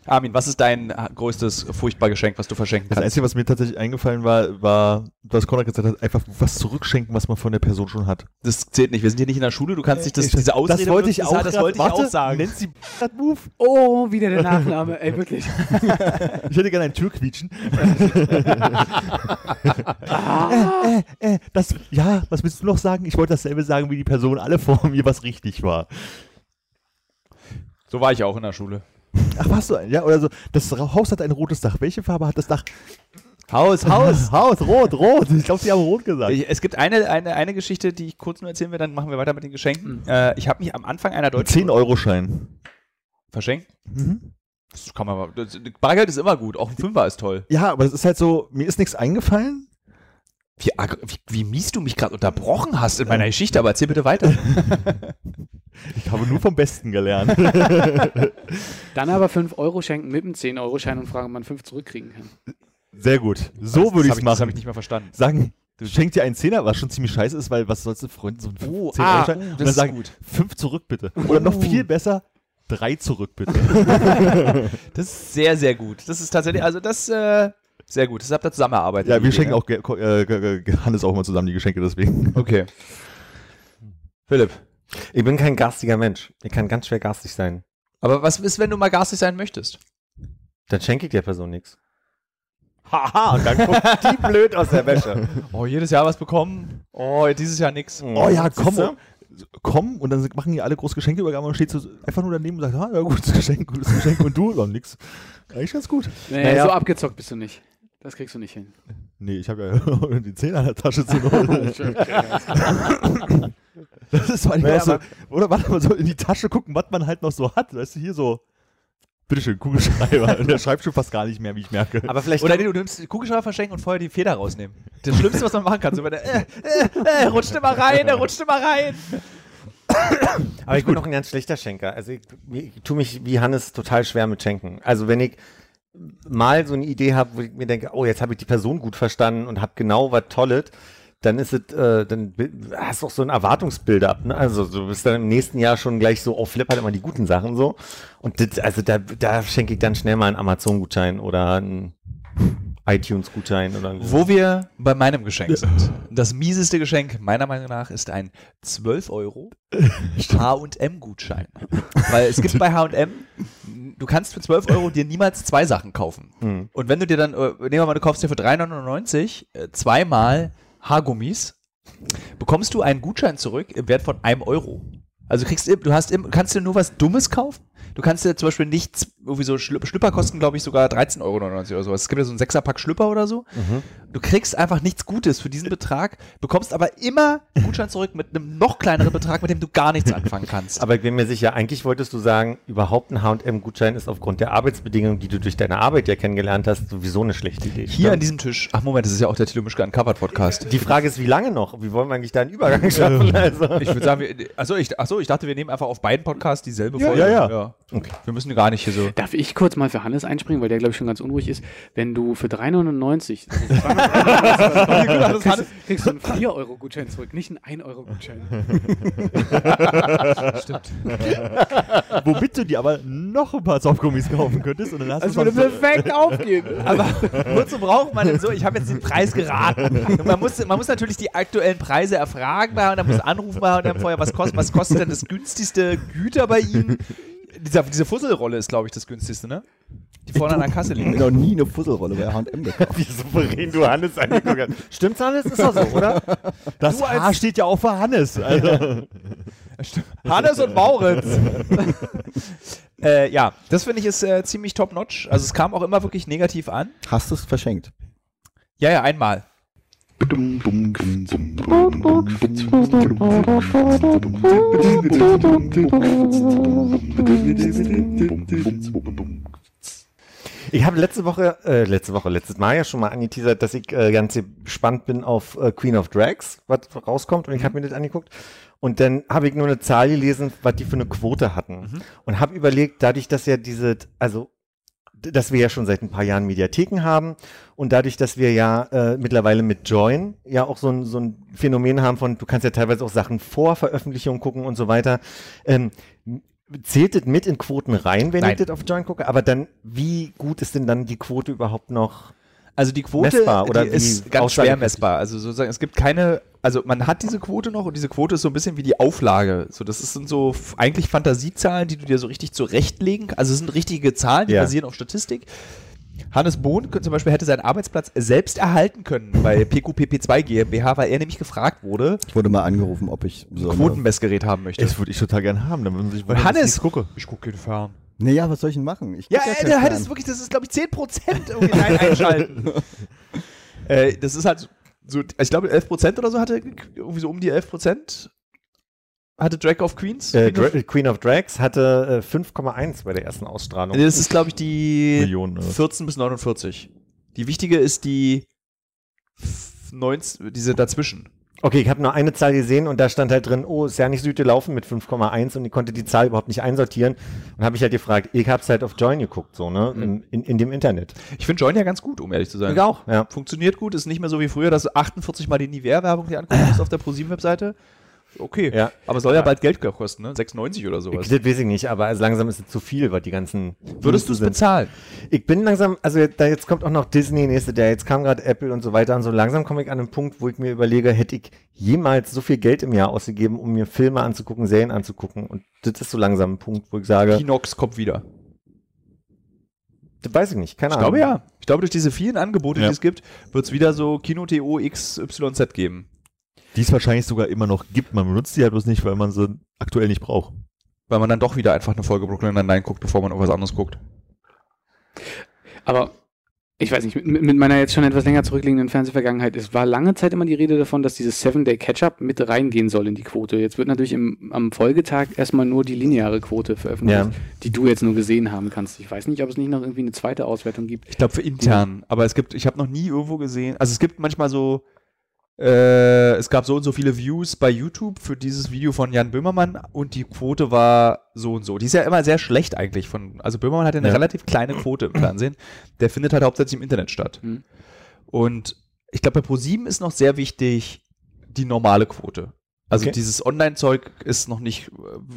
Armin, was ist dein äh, größtes furchtbar Geschenk, was du verschenken Das kannst? Einzige, was mir tatsächlich eingefallen war, war, was Konrad gesagt hat, einfach was zurückschenken, was man von der Person schon hat. Das zählt nicht. Wir sind hier nicht in der Schule. Du kannst nicht das, diese Ausrede das wollte Äh, ich benutzen, auch, das wollte ich auch sagen. Nancy [LAUGHS] Brat Move. Oh, wieder der Nachname. Ey, wirklich. Ich hätte gerne ein Türquietschen. äh, äh, äh, das, ja, was willst du noch sagen? Ich wollte dasselbe sagen wie die Person alle vor mir, was richtig war. So war ich auch in der Schule. Ach, warst du ein, ja, oder so, das Ra- Haus hat ein rotes Dach. Welche Farbe hat das Dach? Haus, Haus. [LAUGHS] Haus, rot, rot. Ich glaube, sie haben rot gesagt. Ich, es gibt eine, eine, eine Geschichte, die ich kurz nur erzählen will, dann machen wir weiter mit den Geschenken. Äh, ich habe mich am Anfang einer deutschen 10-Euro-Schein. verschenken. Mhm. Das kann man aber. Das, Bargeld ist immer gut, auch ein Fünfer ist toll. Ja, aber es ist halt so, mir ist nichts eingefallen. Wie, agg- wie, wie mies du mich gerade unterbrochen hast in meiner Geschichte, aber erzähl bitte weiter. Ich habe nur vom Besten gelernt. [LAUGHS] Dann aber 5 Euro schenken mit einem 10-Euro-Schein und fragen, ob man 5 zurückkriegen kann. Sehr gut. So Das würde ich hab es Das habe machen. ich nicht mehr verstanden. sagen, du schenkst dir einen Zehner, was schon ziemlich scheiße ist, weil was sollst du Freunden so einen Oh, 10 ah, Euro Schein? oh, Und das dann ist sagen, gut. fünf zurück bitte. Oder noch viel besser, drei zurück bitte. Das ist sehr, sehr gut. Das ist tatsächlich, also das, äh, sehr gut. Das habt ihr zusammengearbeitet. ja, die [LAUGHS] wir Idee, schenken ne? auch Ge- Ko- äh, Ge- Ge- Hannes auch immer zusammen die Geschenke, deswegen. Okay. Philipp, Ich bin kein garstiger Mensch. Ich kann ganz schwer garstig sein. aber was ist, wenn du mal garstig sein möchtest? Dann schenke ich der Person nichts. Haha, dann kommt. [LAUGHS] Die blöd aus der Wäsche. Oh, jedes Jahr was bekommen. Oh, dieses Jahr nix. Oh ja, komm. Siehste? Komm, und dann machen die alle groß Geschenkeübergabe und steht so einfach nur daneben und sagt, ah, ja, gutes Geschenk, gutes Geschenk und du, dann nix. Eigentlich ganz gut. Naja, Naja. so abgezockt bist du nicht. Das kriegst du nicht hin. Nee, ich habe ja [LAUGHS] die Zehner in der Tasche zu holen. [LAUGHS] Das ist vor allem Naja, auch so, aber- oder warte mal, so in die Tasche gucken, was man halt noch so hat. Weißt du, hier so, bitteschön, Kugelschreiber. [LAUGHS] Und der schreibt schon fast gar nicht mehr, wie ich merke. Aber vielleicht. Oder nee, du nimmst den Kugelschreiber verschenken und vorher die Feder rausnehmen. Das Schlimmste, was man machen kann. So, wenn der, äh, äh, äh, rutscht immer rein, er rutscht immer rein. Aber ich bin auch ein ganz schlechter Schenker. Also ich, ich tue mich wie Hannes total schwer mit Schenken. Also wenn ich mal so eine Idee habe, wo ich mir denke, oh, jetzt habe ich die Person gut verstanden und habe genau was Tolles, dann ist es, äh, dann bi- hast du auch so ein Erwartungsbuild-up. Ne? Also du bist dann im nächsten Jahr schon gleich so, oh, Flip hat immer die guten Sachen so. Und das, also da, da schenke ich dann schnell mal einen Amazon-Gutschein oder einen iTunes-Gutschein oder einen- Wo wir bei meinem Geschenk sind. Das mieseste Geschenk meiner Meinung nach ist ein 12 Euro H&M-Gutschein. Weil es gibt bei H&M, du kannst für 12 Euro dir niemals zwei Sachen kaufen. Und wenn du dir dann, äh, nehmen wir mal, du kaufst dir für 3,99 äh, zweimal Haargummis, bekommst du einen Gutschein zurück im Wert von einem Euro. Also du kriegst, im- du hast, im- kannst dir nur was Dummes kaufen. Du kannst dir zum Beispiel nichts, irgendwie so Schlü- Schlüpper kosten, glaube ich, sogar 13,99 Euro oder sowas. Es gibt ja so einen Sechserpack Schlüpper oder so. Du kriegst einfach nichts Gutes für diesen Betrag, bekommst aber immer einen Gutschein zurück mit einem noch kleineren Betrag, mit dem du gar nichts anfangen [LAUGHS] kannst. Aber ich bin mir sicher, eigentlich wolltest du sagen, überhaupt ein HM-Gutschein ist aufgrund der Arbeitsbedingungen, die du durch deine Arbeit ja kennengelernt hast, sowieso eine schlechte Idee. Hier an Stimmt. diesem Tisch, ach Moment, das ist ja auch der Thilo Mischke Uncovered Podcast. die Frage ist, wie lange noch? Wie wollen wir eigentlich da einen Übergang schaffen? [LAUGHS] Also, Ich würde sagen, wir, also ich, ach so, ich dachte, wir nehmen einfach auf beiden Podcasts dieselbe Folge. ja, ja. Okay. Wir müssen gar nicht hier so. [LAUGHS] Darf ich kurz mal für Hannes einspringen, weil der, glaube ich, schon ganz unruhig ist. Wenn du für 3,99 kriegst, du- kriegst du einen 4-Euro-Gutschein zurück, nicht einen 1-Euro-Gutschein. Ah, [LAUGHS] Womit du dir aber noch ein paar Softgummis kaufen könntest. Und dann hast Das Also, du würde schon- perfekt aufgehen. Aber wozu braucht man denn so? Ich habe jetzt den Preis geraten. Und man, muss, man muss natürlich die aktuellen Preise erfragen bei und dann muss anrufen bei und dann vorher, was kostet, was kostet denn das günstigste Güter bei Ihnen? Dieser, diese Fusselrolle ist, glaube ich, das günstigste, ne? Die vorne an der Kasse Ich liegt. habe noch nie eine Fusselrolle bei H&M gekauft. wie souverän du Hannes angeguckt hast. Stimmt's, Hannes? Ist [LAUGHS] doch so, oder? das Haar steht ja auch für Hannes. Also, Hannes und Mauritz. äh, ja, das finde ich ist äh, ziemlich top-notch. Also es kam auch immer wirklich negativ an. Hast du es verschenkt? Ja, ja, einmal. Ich habe letzte Woche, äh, letzte Woche, letztes Mal ja schon mal angeteasert, dass ich äh, ganz gespannt bin auf äh, Queen of Drags, was rauskommt. Mhm. Und ich habe mir das angeguckt. Und dann habe ich nur eine Zahl gelesen, was die für eine Quote hatten. Und habe überlegt, dadurch, dass ja diese, also, d- dass wir ja schon seit ein paar Jahren Mediatheken haben und dadurch, dass wir ja äh, mittlerweile mit Join ja auch so ein, so ein Phänomen haben von, du kannst ja teilweise auch Sachen vor Veröffentlichung gucken und so weiter. Ähm, Zählt das mit in Quoten rein, wenn Nein. ich das auf Join gucke? Aber dann, wie gut ist denn dann die Quote überhaupt noch? Also die Quote Messbar oder die wie ist ganz schwer aussagekräftig? messbar. Also sozusagen, es gibt keine, also man hat diese Quote noch und diese Quote ist so ein bisschen wie die Auflage. So, das sind so f- eigentlich Fantasiezahlen, die du dir so richtig zurechtlegen. kannst. Also es sind richtige Zahlen, die Ja. basieren auf Statistik. Hannes Bohn kö- zum Beispiel hätte seinen Arbeitsplatz selbst erhalten können bei PQPP2 GmbH, weil er nämlich gefragt wurde, Ich wurde mal angerufen, ob ich Genau. so. eine- Quotenmessgerät haben möchte. Das würde ich total gerne haben, dann würden sich weil ich Hannes, nicht gucke. ich gucke den fern. Naja, was soll ich denn machen? Ich Ja, guck äh, keinen der Fern. hat es wirklich, das ist glaube ich 10% irgendwie [LAUGHS] rein einschalten. äh, das ist halt so, ich glaube 11% oder so hatte, irgendwie so um die 11% hatte Drag of Queens. Äh, Dra Queen of Drags hatte äh, 5,1 bei der ersten Ausstrahlung. das ist glaube ich die Millionen. äh, oder was. 14 bis 49. Die wichtige ist die 19, diese dazwischen. Okay, ich habe nur eine Zahl gesehen und da stand halt drin, oh, ist ja nicht Süd laufen mit 5,1 und ich konnte die Zahl überhaupt nicht einsortieren und habe ich halt gefragt, ich habe es halt auf Join geguckt, so, ne, Mhm. in, in, in dem Internet. Ich finde Join ja ganz gut, um ehrlich zu sein. auch, ja. Funktioniert gut, ist nicht mehr so wie früher, dass du 48 mal die Nivea-Werbung dir angucken musst auf der ProSieben-Webseite. Okay, Ja. aber soll ja bald Geld kosten, ne? 96 oder sowas. Das weiß ich nicht, aber also langsam ist es zu viel, weil die ganzen. Würdest du es sind. bezahlen? Ich bin langsam, also da jetzt kommt auch noch Disney nächste, der jetzt kam gerade Apple und so weiter und so langsam komme ich an einen Punkt, wo ich mir überlege, hätte ich jemals so viel Geld im Jahr ausgegeben, um mir Filme anzugucken, Serien anzugucken und das ist so langsam ein Punkt, wo ich sage, Kinox kommt wieder. das weiß ich nicht, keine Ich Ahnung. glaube ja. Ich glaube, durch diese vielen Angebote, Ja. die es gibt, wird es wieder so Kino.to XYZ geben. Die es wahrscheinlich sogar immer noch gibt. Man benutzt die halt bloß nicht, weil man sie aktuell nicht braucht. Weil man dann doch wieder einfach eine Folge Brooklyn Nine-Nine guckt, bevor man auf was anderes guckt. Aber ich weiß nicht, mit, mit meiner jetzt schon etwas länger zurückliegenden Fernsehvergangenheit, es war lange Zeit immer die Rede davon, dass dieses Seven-Day-Catch-Up mit reingehen soll in die Quote. Jetzt wird natürlich im, am Folgetag erstmal nur die lineare Quote veröffentlicht, Ja. die du jetzt nur gesehen haben kannst. Ich weiß nicht, ob es nicht noch irgendwie eine zweite Auswertung gibt. Ich glaube für intern. Aber es gibt, ich habe noch nie irgendwo gesehen. Also es gibt manchmal so, äh, es gab so und so viele Views bei YouTube für dieses Video von Jan Böhmermann und die Quote war so und so. Die ist ja immer sehr schlecht eigentlich von. Also Böhmermann hat ja eine Ja. relativ kleine Quote im Fernsehen. Der findet halt hauptsächlich im Internet statt. Mhm. Und ich glaube, bei ProSieben ist noch sehr wichtig die normale Quote. Also Okay. dieses Online-Zeug ist noch nicht,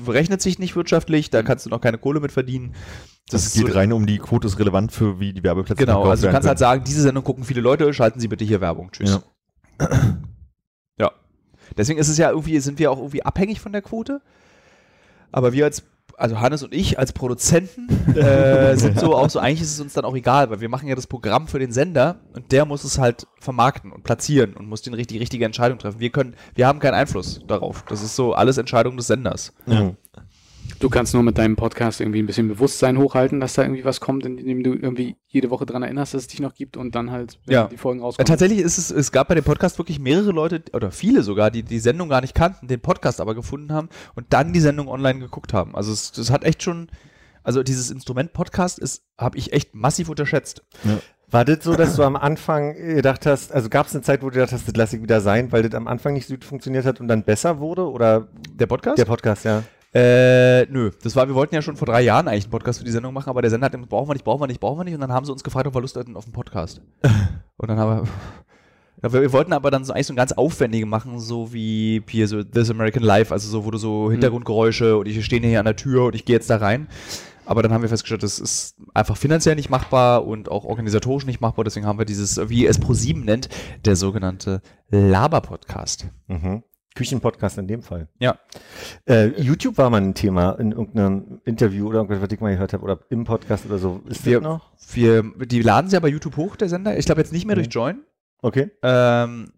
äh, rechnet sich nicht wirtschaftlich, da kannst du noch keine Kohle mit verdienen. Das, ist geht so- rein um die Quote ist relevant für wie die Werbeplätze Genau, verkauft also du werden kannst halt können. sagen, diese Sendung gucken viele Leute, schalten Sie bitte hier Werbung. Tschüss. Ja. Ja. [CLEARS THROAT] Deswegen ist es ja irgendwie, sind wir auch irgendwie abhängig von der Quote. Aber wir als, also Hannes und ich als Produzenten [LAUGHS] äh, sind so auch so, eigentlich ist es uns dann auch egal, weil wir machen ja das Programm für den Sender und der muss es halt vermarkten und platzieren und muss den richtig, richtige Entscheidung treffen. Wir können, wir haben keinen Einfluss darauf. Das ist so alles Entscheidung des Senders. Mhm. Du kannst nur mit deinem Podcast irgendwie ein bisschen Bewusstsein hochhalten, dass da irgendwie was kommt, indem du irgendwie jede Woche dran erinnerst, dass es dich noch gibt und dann halt wenn Ja. die Folgen Ja, rauskommen. Äh, tatsächlich ist es, es gab bei dem Podcast wirklich mehrere Leute, oder viele sogar, die die Sendung gar nicht kannten, den Podcast aber gefunden haben und dann die Sendung online geguckt haben. Also es das hat echt schon, also dieses Instrument Podcast ist, habe ich echt massiv unterschätzt. War das so, dass du am Anfang gedacht hast, also gab es eine Zeit, wo du gedacht hast, das lasse ich wieder sein, weil das am Anfang nicht so gut funktioniert hat und dann besser wurde? Oder Der Podcast? der Podcast, ja. äh, nö, das war, wir wollten ja schon vor drei Jahren eigentlich einen Podcast für die Sendung machen, aber der Sender hat gesagt, brauchen wir nicht, brauchen wir nicht, brauchen wir nicht und dann haben sie uns gefragt, ob wir Lust hatten auf einen Podcast. und dann haben wir... Ja, wir- Wir wollten aber dann so eigentlich so ein ganz aufwendige machen, so wie hier so This American Life, also so, wo du so Hintergrundgeräusche und ich stehe hier an der Tür und ich gehe jetzt da rein. Aber dann haben wir festgestellt, das ist einfach finanziell nicht machbar und auch organisatorisch nicht machbar. Deswegen haben wir dieses, wie es Pro7 nennt, der sogenannte Laber-Podcast. Mhm. Küchenpodcast in dem Fall. Ja. Äh, YouTube war mal ein Thema in irgendeinem Interview oder irgendwas, was ich mal gehört habe, oder im Podcast oder so. Ist Wir- das noch? Wir, die laden sie ja bei YouTube hoch, der Sender. Ich glaube jetzt nicht mehr Mhm. durch Join. Okay. Ähm,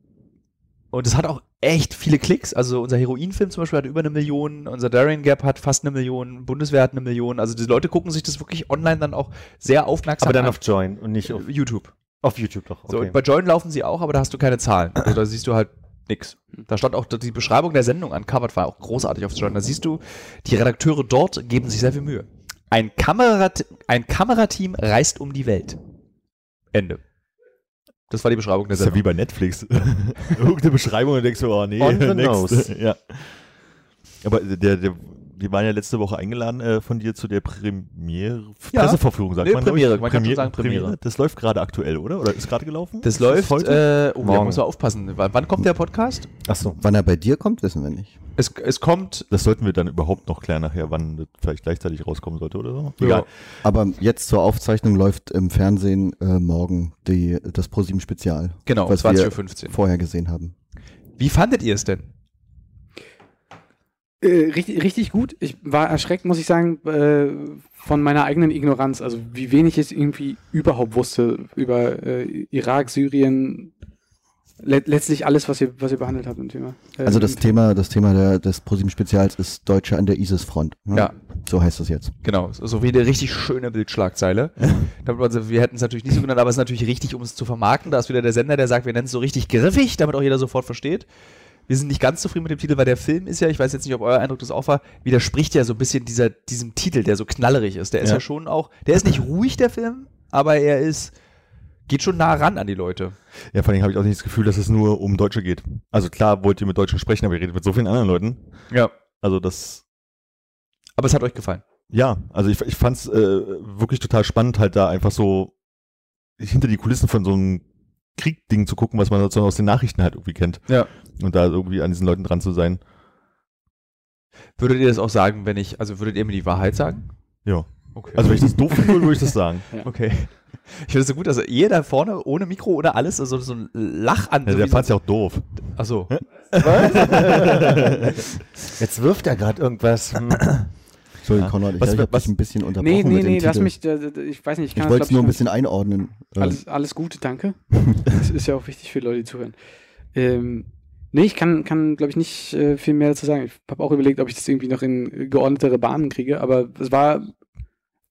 und es hat auch echt viele Klicks. Also unser Heroinfilm zum Beispiel hat über eine Million, unser Darien Gap hat fast eine Million, Bundeswehr hat eine Million. Also die Leute gucken sich das wirklich online dann auch sehr aufmerksam Aber dann an. auf Join und nicht auf, YouTube. auf YouTube doch. So, Okay. und bei Join laufen sie auch, aber da hast du keine Zahlen. Also, da siehst du halt nix. Da stand auch die Beschreibung der Sendung uncovered, war auch großartig auf Join. Da siehst du, die Redakteure dort geben sich sehr viel Mühe. Ein, Kamerat ein Kamerateam reist um die Welt. Ende. Das war die Beschreibung der Das ist ja Sendung. wie bei Netflix. [LAUGHS] Irgendeine Beschreibung und denkst du, oh nee, On the next. nose. Ja. Aber der, der wir waren ja letzte Woche eingeladen äh, von dir zu der Premiere, Ja. Presseverführung, sagt Nee, man. glaub ich. Premiere, man kann schon Premiere, sagen Premiere. Premiere. Das läuft gerade aktuell, oder? Oder ist gerade gelaufen? Das Ist läuft. heute? Äh, oh, da Morgen. muss man aufpassen. W wann kommt der Podcast? Ach so. Wann er bei dir kommt, wissen wir nicht. Es, es kommt. Das sollten wir dann überhaupt noch klären nachher, wann das vielleicht gleichzeitig rauskommen sollte oder so. Ja. Aber jetzt zur Aufzeichnung läuft im Fernsehen äh, morgen die, das ProSieben-Spezial. Genau, was 20.15 wir vorher gesehen haben. Wie fandet ihr es denn? Äh, richtig, richtig gut. Ich war erschreckt, muss ich sagen, äh, von meiner eigenen Ignoranz. Also wie wenig ich irgendwie überhaupt wusste über äh, Irak, Syrien, le letztlich alles, was ihr, was ihr behandelt habt im Thema. Äh, Also das im- Thema, das Thema der, des ProSieben-Spezials ist Deutsche an der ISIS-Front. ne? Ja. So heißt das jetzt. Genau, so- so wie eine richtig schöne Bildschlagzeile. damit man, so- wir hätten es natürlich nicht so genannt, aber es ist natürlich richtig, um es zu vermarkten. Da ist wieder der Sender, der sagt, wir nennen es so richtig griffig, damit auch jeder sofort versteht. Wir sind nicht ganz zufrieden mit dem Titel, weil der Film ist ja, ich weiß jetzt nicht, ob euer Eindruck das auch war, widerspricht ja so ein bisschen dieser, diesem Titel, der so knallerig ist. Der ist ja. Ja. schon auch, der ist nicht ruhig, der Film, aber er ist, geht schon nah ran an die Leute. Ja, vor allem habe ich auch nicht das Gefühl, dass es nur um Deutsche geht. Also klar wollt ihr mit Deutschen sprechen, aber ihr redet mit so vielen anderen Leuten. Ja. Also das Aber es hat euch gefallen. Ja, also ich, ich fand's äh, wirklich total spannend, halt da einfach so hinter die Kulissen von so einem Kriegding zu gucken, was man so aus den Nachrichten halt irgendwie kennt. Ja. Und da irgendwie an diesen Leuten dran zu sein. Würdet ihr das auch sagen, wenn ich, also würdet ihr mir die Wahrheit sagen? Ja. Okay. Also wenn ich das doof finde, würde ich [LAUGHS] das sagen. Okay. Ich finde es so gut, dass ihr da vorne ohne Mikro, ohne alles, also so ein Lach an. Ja, so der wie so- fand's ja auch doof. Ach so. [LAUGHS] Jetzt wirft er gerade irgendwas. Hm. Entschuldigung, Konrad, ich, Was- ich habe was- dich ein bisschen unterbrochen Nee, nee, mit dem nee, Titel. lass mich, da, da, da- ich weiß nicht, ich kann ich das, wollte glaub es nur ein gar nicht- bisschen einordnen. Äh, Alles, alles Gute, danke. [LAUGHS] das ist ja auch wichtig für Leute, die zuhören. Ähm, nee, ich kann, kann glaube ich, nicht äh, viel mehr dazu sagen. Ich habe auch überlegt, ob ich das irgendwie noch in äh, geordnetere Bahnen kriege, aber es war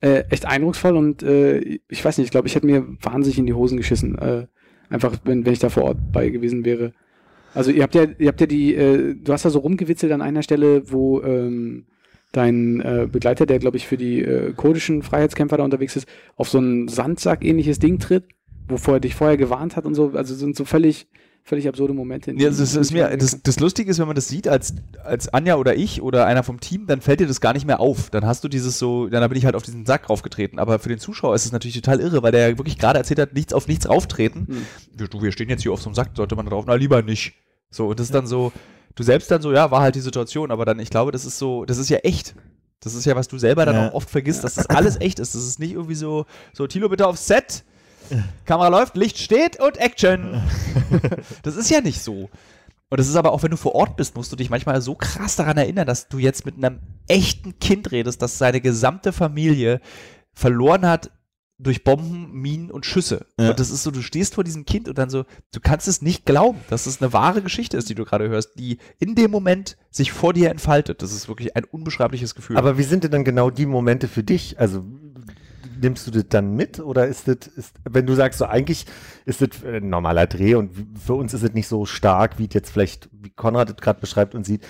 äh, echt eindrucksvoll und äh, ich weiß nicht, ich glaube, ich hätte mir wahnsinnig in die Hosen geschissen, äh, einfach wenn, wenn ich da vor Ort bei gewesen wäre. Also ihr habt ja, ihr habt ja die, äh, du hast ja so rumgewitzelt an einer Stelle, wo ähm, dein äh, Begleiter, der glaube ich für die äh, kurdischen Freiheitskämpfer da unterwegs ist, auf so ein Sandsack-ähnliches Ding tritt, wovor er dich vorher gewarnt hat und so. Also sind so völlig, völlig absurde Momente. in Ja, die- also es ist in die- mir, das, das Lustige ist, wenn man das sieht als, als Anja oder ich oder einer vom Team, dann fällt dir das gar nicht mehr auf. Dann hast du dieses so, dann bin ich halt auf diesen Sack raufgetreten. Aber für den Zuschauer ist es natürlich total irre, weil der ja wirklich gerade erzählt hat, nichts auf nichts rauftreten. Hm. Wir- Du, wir stehen jetzt hier auf so einem Sack, sollte man drauf, na lieber nicht. So, und das ist dann so, du selbst dann so, ja, war halt die Situation, aber dann, ich glaube, das ist so, das ist ja echt. Das ist ja, was du selber dann Ja. auch oft vergisst, dass das alles echt ist. Das ist nicht irgendwie so, so, Tilo, bitte aufs Set. Kamera läuft, Licht steht und [LAUGHS] Action. das ist ja nicht so. Und das ist aber auch, wenn du vor Ort bist, musst du dich manchmal so krass daran erinnern, dass du jetzt mit einem echten Kind redest, das seine gesamte Familie verloren hat durch Bomben, Minen und Schüsse. Ja. Und das ist so, du stehst vor diesem Kind und dann so, du kannst es nicht glauben, dass es eine wahre Geschichte ist, die du gerade hörst, die in dem Moment sich vor dir entfaltet. Das ist wirklich ein unbeschreibliches Gefühl. Aber wie sind denn dann genau die Momente für dich? Also nimmst du das dann mit oder ist das, ist, wenn du sagst, so eigentlich ist das äh, ein normaler Dreh und für uns ist es nicht so stark, wie es jetzt vielleicht, wie Konrad das gerade beschreibt und sieht.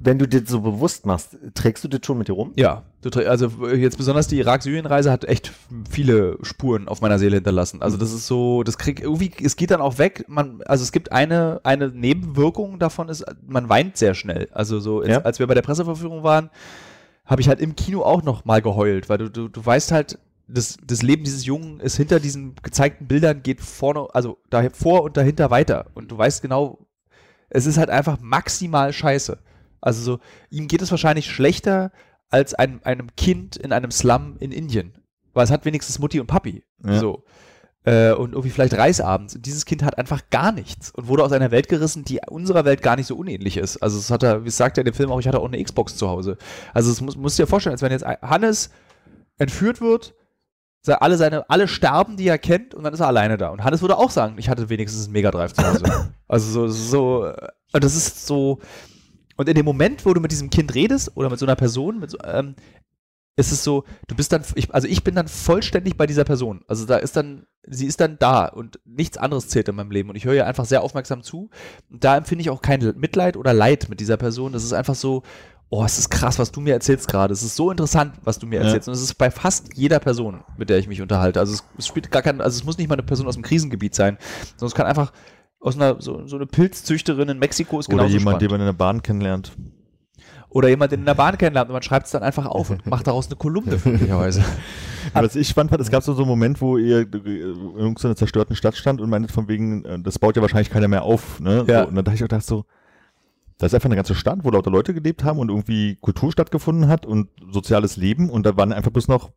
Wenn du das so bewusst machst, trägst du das schon mit dir rum? Ja, du trä- also äh, jetzt besonders die Irak-Syrien-Reise hat echt viele Spuren auf meiner Seele hinterlassen. Also das ist so, das krieg irgendwie, es geht dann auch weg. Man, also es gibt eine, eine Nebenwirkung davon ist, man weint sehr schnell. Also so, jetzt, Ja. als wir bei der Presseverführung waren, habe ich halt im Kino auch noch mal geheult, weil du, du, du weißt halt, das, das Leben dieses Jungen ist hinter diesen gezeigten Bildern geht vorne, also da vor und dahinter weiter. Und du weißt genau, es ist halt einfach maximal scheiße. Also so, ihm geht es wahrscheinlich schlechter als einem, einem Kind in einem Slum in Indien. Weil es hat wenigstens Mutti und Papi. Ja. So. Äh, und irgendwie vielleicht Reis abends. Und dieses Kind hat einfach gar nichts und wurde aus einer Welt gerissen, die unserer Welt gar nicht so unähnlich ist. Also es hat er, wie es sagt er in dem Film auch, ich hatte auch eine Xbox zu Hause. Also es muss, musst du dir vorstellen, als wenn jetzt ein- Hannes entführt wird, se- alle seine, alle sterben, die er kennt, und dann ist er alleine da. Und Hannes würde auch sagen, ich hatte wenigstens einen Megadrive zu Hause. also so, so, äh, und das ist so. Und in dem Moment, wo du mit diesem Kind redest oder mit so einer Person, mit so, ähm, ist es so, du bist dann, ich, also ich bin dann vollständig bei dieser Person. Also da ist dann, sie ist dann da und nichts anderes zählt in meinem Leben. Und ich höre ihr einfach sehr aufmerksam zu. Und da empfinde ich auch kein Mitleid oder Leid mit dieser Person. Das ist einfach so, oh, es ist krass, was du mir erzählst gerade. Es ist so interessant, was du mir Ja. erzählst. Und es ist bei fast jeder Person, mit der ich mich unterhalte. Also es, es spielt gar kein, also es muss nicht mal eine Person aus dem Krisengebiet sein, sondern es kann einfach aus einer, so, so eine Pilzzüchterin in Mexiko ist Oder genauso jemand, spannend. den man in der Bahn kennenlernt. oder jemand in der Bahn kennenlernt und man schreibt es dann einfach auf und macht daraus eine Kolumne [LAUGHS] möglicherweise. Was ich spannend fand, es gab so so einen Moment, wo ihr äh, in irgendeiner zerstörten Stadt stand und meintet von wegen, äh, das baut ja wahrscheinlich keiner mehr auf. Ne? Ja. So, und dann dachte ich auch, dachte so, da ist einfach eine ganze Stadt, wo lauter Leute gelebt haben und irgendwie Kultur stattgefunden hat und soziales Leben und da waren einfach bloß noch,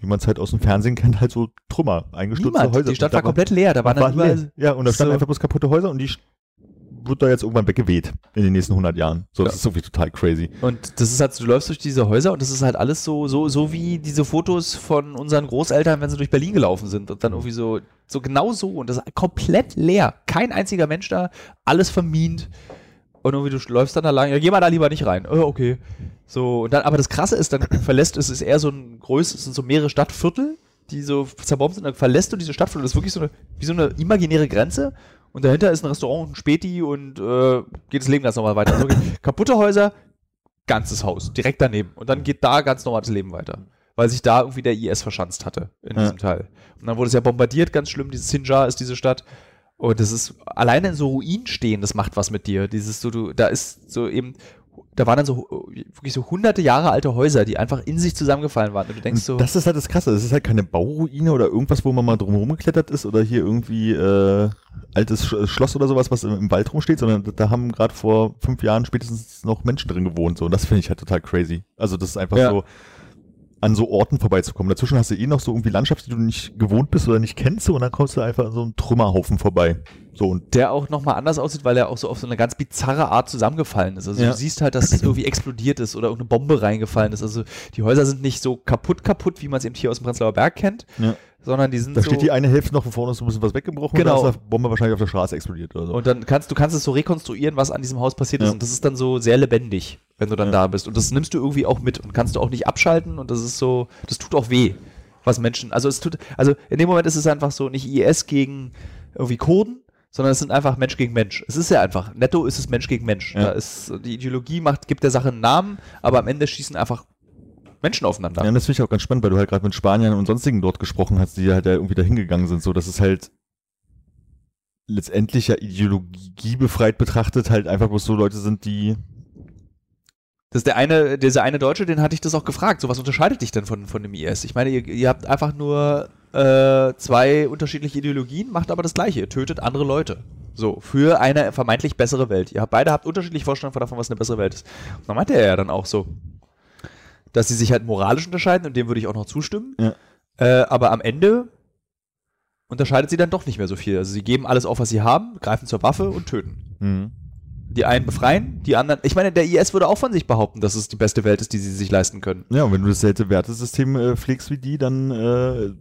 wie man es halt aus dem Fernsehen kennt, halt so Trümmer, eingestürzte Niemand, Häuser. die Stadt Und da war komplett leer, da waren dann waren überall leer. Ja, und da standen so- einfach bloß kaputte Häuser und die sch- wird da jetzt irgendwann weggeweht in den nächsten 100 Jahren. So, das ist irgendwie total crazy. Und das ist halt, so, du läufst durch diese Häuser und das ist halt alles so, so, so wie diese Fotos von unseren Großeltern, wenn sie durch Berlin gelaufen sind und dann irgendwie so, so genau so und das ist komplett leer. Kein einziger Mensch da, alles vermint. Und irgendwie du läufst dann da lang, ja, geh mal da lieber nicht rein. Oh, okay. So, und dann, aber das Krasse ist, dann [CLEARS THROAT] verlässt es, ist eher so ein größeres, sind so mehrere Stadtviertel, die so zerbombt sind, dann verlässt du diese Stadtviertel, das ist wirklich so eine, wie so eine imaginäre Grenze. Und dahinter ist ein Restaurant, ein Späti und äh, geht das Leben ganz normal weiter. Also, wirklich [LAUGHS] kaputte Häuser, ganzes Haus, direkt daneben. Und dann geht da ganz normales Leben weiter. Weil sich da irgendwie der IS verschanzt hatte in Ja. diesem Teil. Und dann wurde es ja bombardiert, ganz schlimm. Dieses Sinjar ist diese Stadt. Und das ist alleine in so Ruinen stehen, das macht was mit dir. Dieses so, du, da ist so eben, da waren dann so wirklich so hunderte Jahre alte Häuser, die einfach in sich zusammengefallen waren. Und du denkst so, Das ist halt das Krasse. Das ist halt keine Bauruine oder irgendwas, wo man mal drumherum geklettert ist oder hier irgendwie äh, altes Sch Schloss oder sowas, was im, im Wald rumsteht, sondern da haben gerade vor fünf Jahren spätestens noch Menschen drin gewohnt. So. Und das finde ich halt total crazy. Also das ist einfach Ja. so, an so Orten vorbeizukommen. Dazwischen hast du eh noch so irgendwie Landschaft, die du nicht gewohnt bist oder nicht kennst. So, und dann kommst du einfach an so einem Trümmerhaufen vorbei. So, und der auch nochmal anders aussieht, weil er auch so auf so eine ganz bizarre Art zusammengefallen ist. Also Ja. du siehst halt, dass es irgendwie explodiert ist oder irgendeine Bombe reingefallen ist. Also die Häuser sind nicht so kaputt kaputt, wie man es eben hier aus dem Prenzlauer Berg kennt, Ja. sondern die sind da so steht die eine Hälfte noch von vorne, ist so ein bisschen was weggebrochen Genau. und da ist die Bombe wahrscheinlich auf der Straße explodiert oder so. Und dann kannst du kannst es so rekonstruieren, was an diesem Haus passiert ist. Ja. Und das ist dann so sehr lebendig, wenn du dann da bist. Und das nimmst du irgendwie auch mit und kannst du auch nicht abschalten. Und das ist so, das tut auch weh, was Menschen. Also es tut, also in dem Moment ist es einfach so nicht IS gegen irgendwie Kurden, sondern es sind einfach Mensch gegen Mensch. Es ist ja einfach. Netto ist es Mensch gegen Mensch. Ja. Da ist die Ideologie macht, gibt der Sache einen Namen, aber am Ende schießen einfach Menschen aufeinander. Ja, und das finde ich auch ganz spannend, weil du halt gerade mit Spaniern und sonstigen dort gesprochen hast, die halt da irgendwie da hingegangen sind. So, dass es halt letztendlich ja Ideologie befreit betrachtet, halt einfach bloß so Leute sind, die. Das ist der eine, dieser eine Deutsche, den hatte ich das auch gefragt. So, was unterscheidet dich denn von, von dem IS? Ich meine, ihr, ihr habt einfach nur äh, zwei unterschiedliche Ideologien, macht aber das Gleiche. Ihr tötet andere Leute. So, für eine vermeintlich bessere Welt. Ihr habt, beide habt unterschiedliche Vorstellungen davon, was eine bessere Welt ist. Und dann meinte er ja dann auch so, dass sie sich halt moralisch unterscheiden, und dem würde ich auch noch zustimmen. Ja. Äh, aber am Ende unterscheidet sie dann doch nicht mehr so viel. Also sie geben alles auf, was sie haben, greifen zur Waffe und töten. Die einen befreien, die anderen. Ich meine, der IS würde auch von sich behaupten, dass es die beste Welt ist, die sie sich leisten können. Ja, und wenn du dasselbe Wertesystem äh, pflegst wie die, dann äh, Ist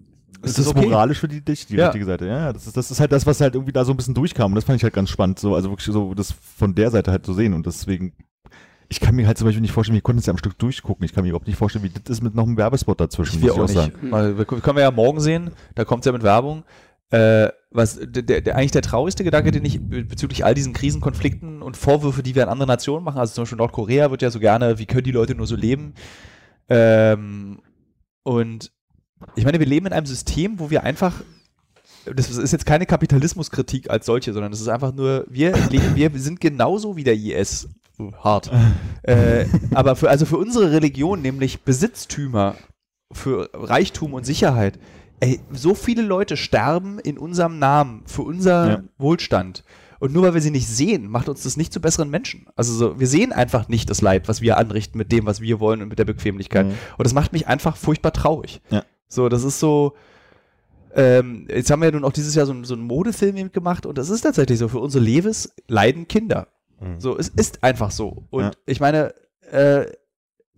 ist das das okay? moralisch für die dich, die Ja. richtige Seite. Ja, ja, das ist, das ist halt das, was halt irgendwie da so ein bisschen durchkam. Und das fand ich halt ganz spannend, so, also wirklich so, das von der Seite halt zu sehen. Und deswegen, ich kann mir halt zum Beispiel nicht vorstellen, wir konnten es ja am Stück durchgucken. Ich kann mir überhaupt nicht vorstellen, wie das ist mit noch einem Werbespot dazwischen, wir auch nicht. Mal, wir, können wir ja morgen sehen, da kommt es ja mit Werbung. Äh, was der, der, der- eigentlich der traurigste Gedanke, den ich be- bezüglich all diesen Krisen, Konflikten und Vorwürfe, die wir an andere Nationen machen, also zum Beispiel Nordkorea wird ja so gerne, wie können die Leute nur so leben? Ähm, und ich meine, wir leben in einem System, wo wir einfach das ist jetzt keine Kapitalismuskritik als solche, sondern es ist einfach nur, wir, leben, wir sind genauso wie der IS. Uh, Hart. äh, aber für, also für unsere Religion, nämlich Besitztümer, für Reichtum und Sicherheit, ey, so viele Leute sterben in unserem Namen, für unser Ja. Wohlstand. Und nur weil wir sie nicht sehen, macht uns das nicht zu besseren Menschen. Also so, wir sehen einfach nicht das Leid, was wir anrichten mit dem, was wir wollen und mit der Bequemlichkeit. Und das macht mich einfach furchtbar traurig. Ja. So, das ist so, ähm, jetzt haben wir ja nun auch dieses Jahr so, einen- so einen Modefilm eben gemacht und das ist tatsächlich so, für unsere Leves leiden Kinder. Mhm. So, es ist einfach so. Und Ja. ich meine, äh,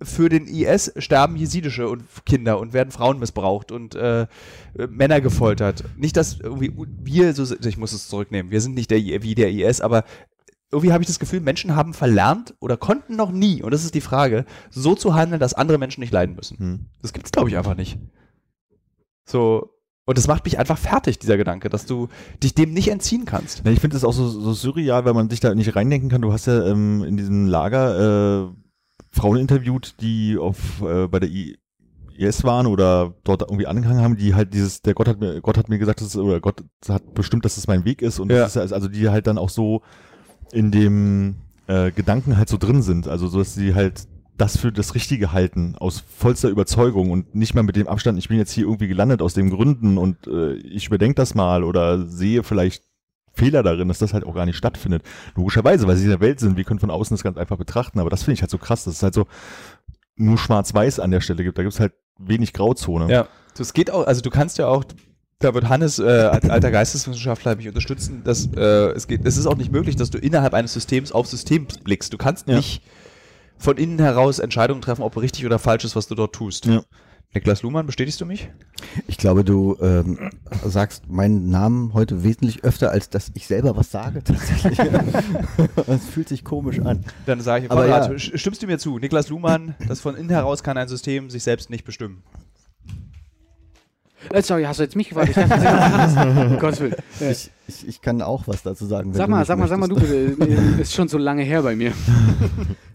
für den IS sterben jesidische und Kinder und werden Frauen missbraucht und äh, äh, Männer gefoltert. Nicht, dass irgendwie u- wir so sind, ich muss es zurücknehmen, wir sind nicht der, I- wie der IS, aber irgendwie habe ich das Gefühl, Menschen haben verlernt oder konnten noch nie, und das ist die Frage, so zu handeln, dass andere Menschen nicht leiden müssen. Hm. Das gibt's, glaube ich, einfach nicht. So. Und das macht mich einfach fertig, dieser Gedanke, dass du dich dem nicht entziehen kannst. Na, ich finde es auch so, so surreal, weil man sich da nicht reindenken kann. Du hast ja ähm, in diesem Lager äh, Frauen interviewt, die auf, äh, bei der I IS waren oder dort irgendwie angehangen haben, die halt dieses, der Gott hat mir, Gott hat mir gesagt, das ist, oder Gott hat bestimmt, dass das mein Weg ist und Ja. das ist, also die halt dann auch so in dem äh, Gedanken halt so drin sind. Also so, dass sie halt das für das Richtige halten, aus vollster Überzeugung und nicht mal mit dem Abstand, ich bin jetzt hier irgendwie gelandet aus den Gründen und äh, ich überdenke das mal oder sehe vielleicht Fehler darin, dass das halt auch gar nicht stattfindet. Logischerweise, weil sie in der Welt sind, wir können von außen das ganz einfach betrachten, aber das finde ich halt so krass, dass es halt so nur schwarz-weiß an der Stelle gibt. Da gibt es halt wenig Grauzone. Ja, das geht auch, also du kannst ja auch, da wird Hannes, äh, als alter Geisteswissenschaftler, mich unterstützen, dass äh, es geht, es ist auch nicht möglich, dass du innerhalb eines Systems auf System blickst. Du kannst Ja. nicht von innen heraus Entscheidungen treffen, ob richtig oder falsch ist, was du dort tust. Ja. Niklas Luhmann, bestätigst du mich? Ich glaube, du ähm, sagst meinen Namen heute wesentlich öfter, als dass ich selber was sage [LAUGHS] tatsächlich. [LAUGHS] Es fühlt sich komisch an. Dann sage ich, Aber Konrad, ja. sch- stimmst du mir zu? Niklas Luhmann, das von innen heraus kann ein System sich selbst nicht bestimmen. Äh, sorry, hast du jetzt mich [LAUGHS] gefragt? Ich dachte, um Gottes Willen. Äh, Ich, ich, ich kann auch was dazu sagen. wenn Sag du mal, nicht sag mal, sag mal, du möchtest. bitte. Äh, Ist schon so lange her bei mir.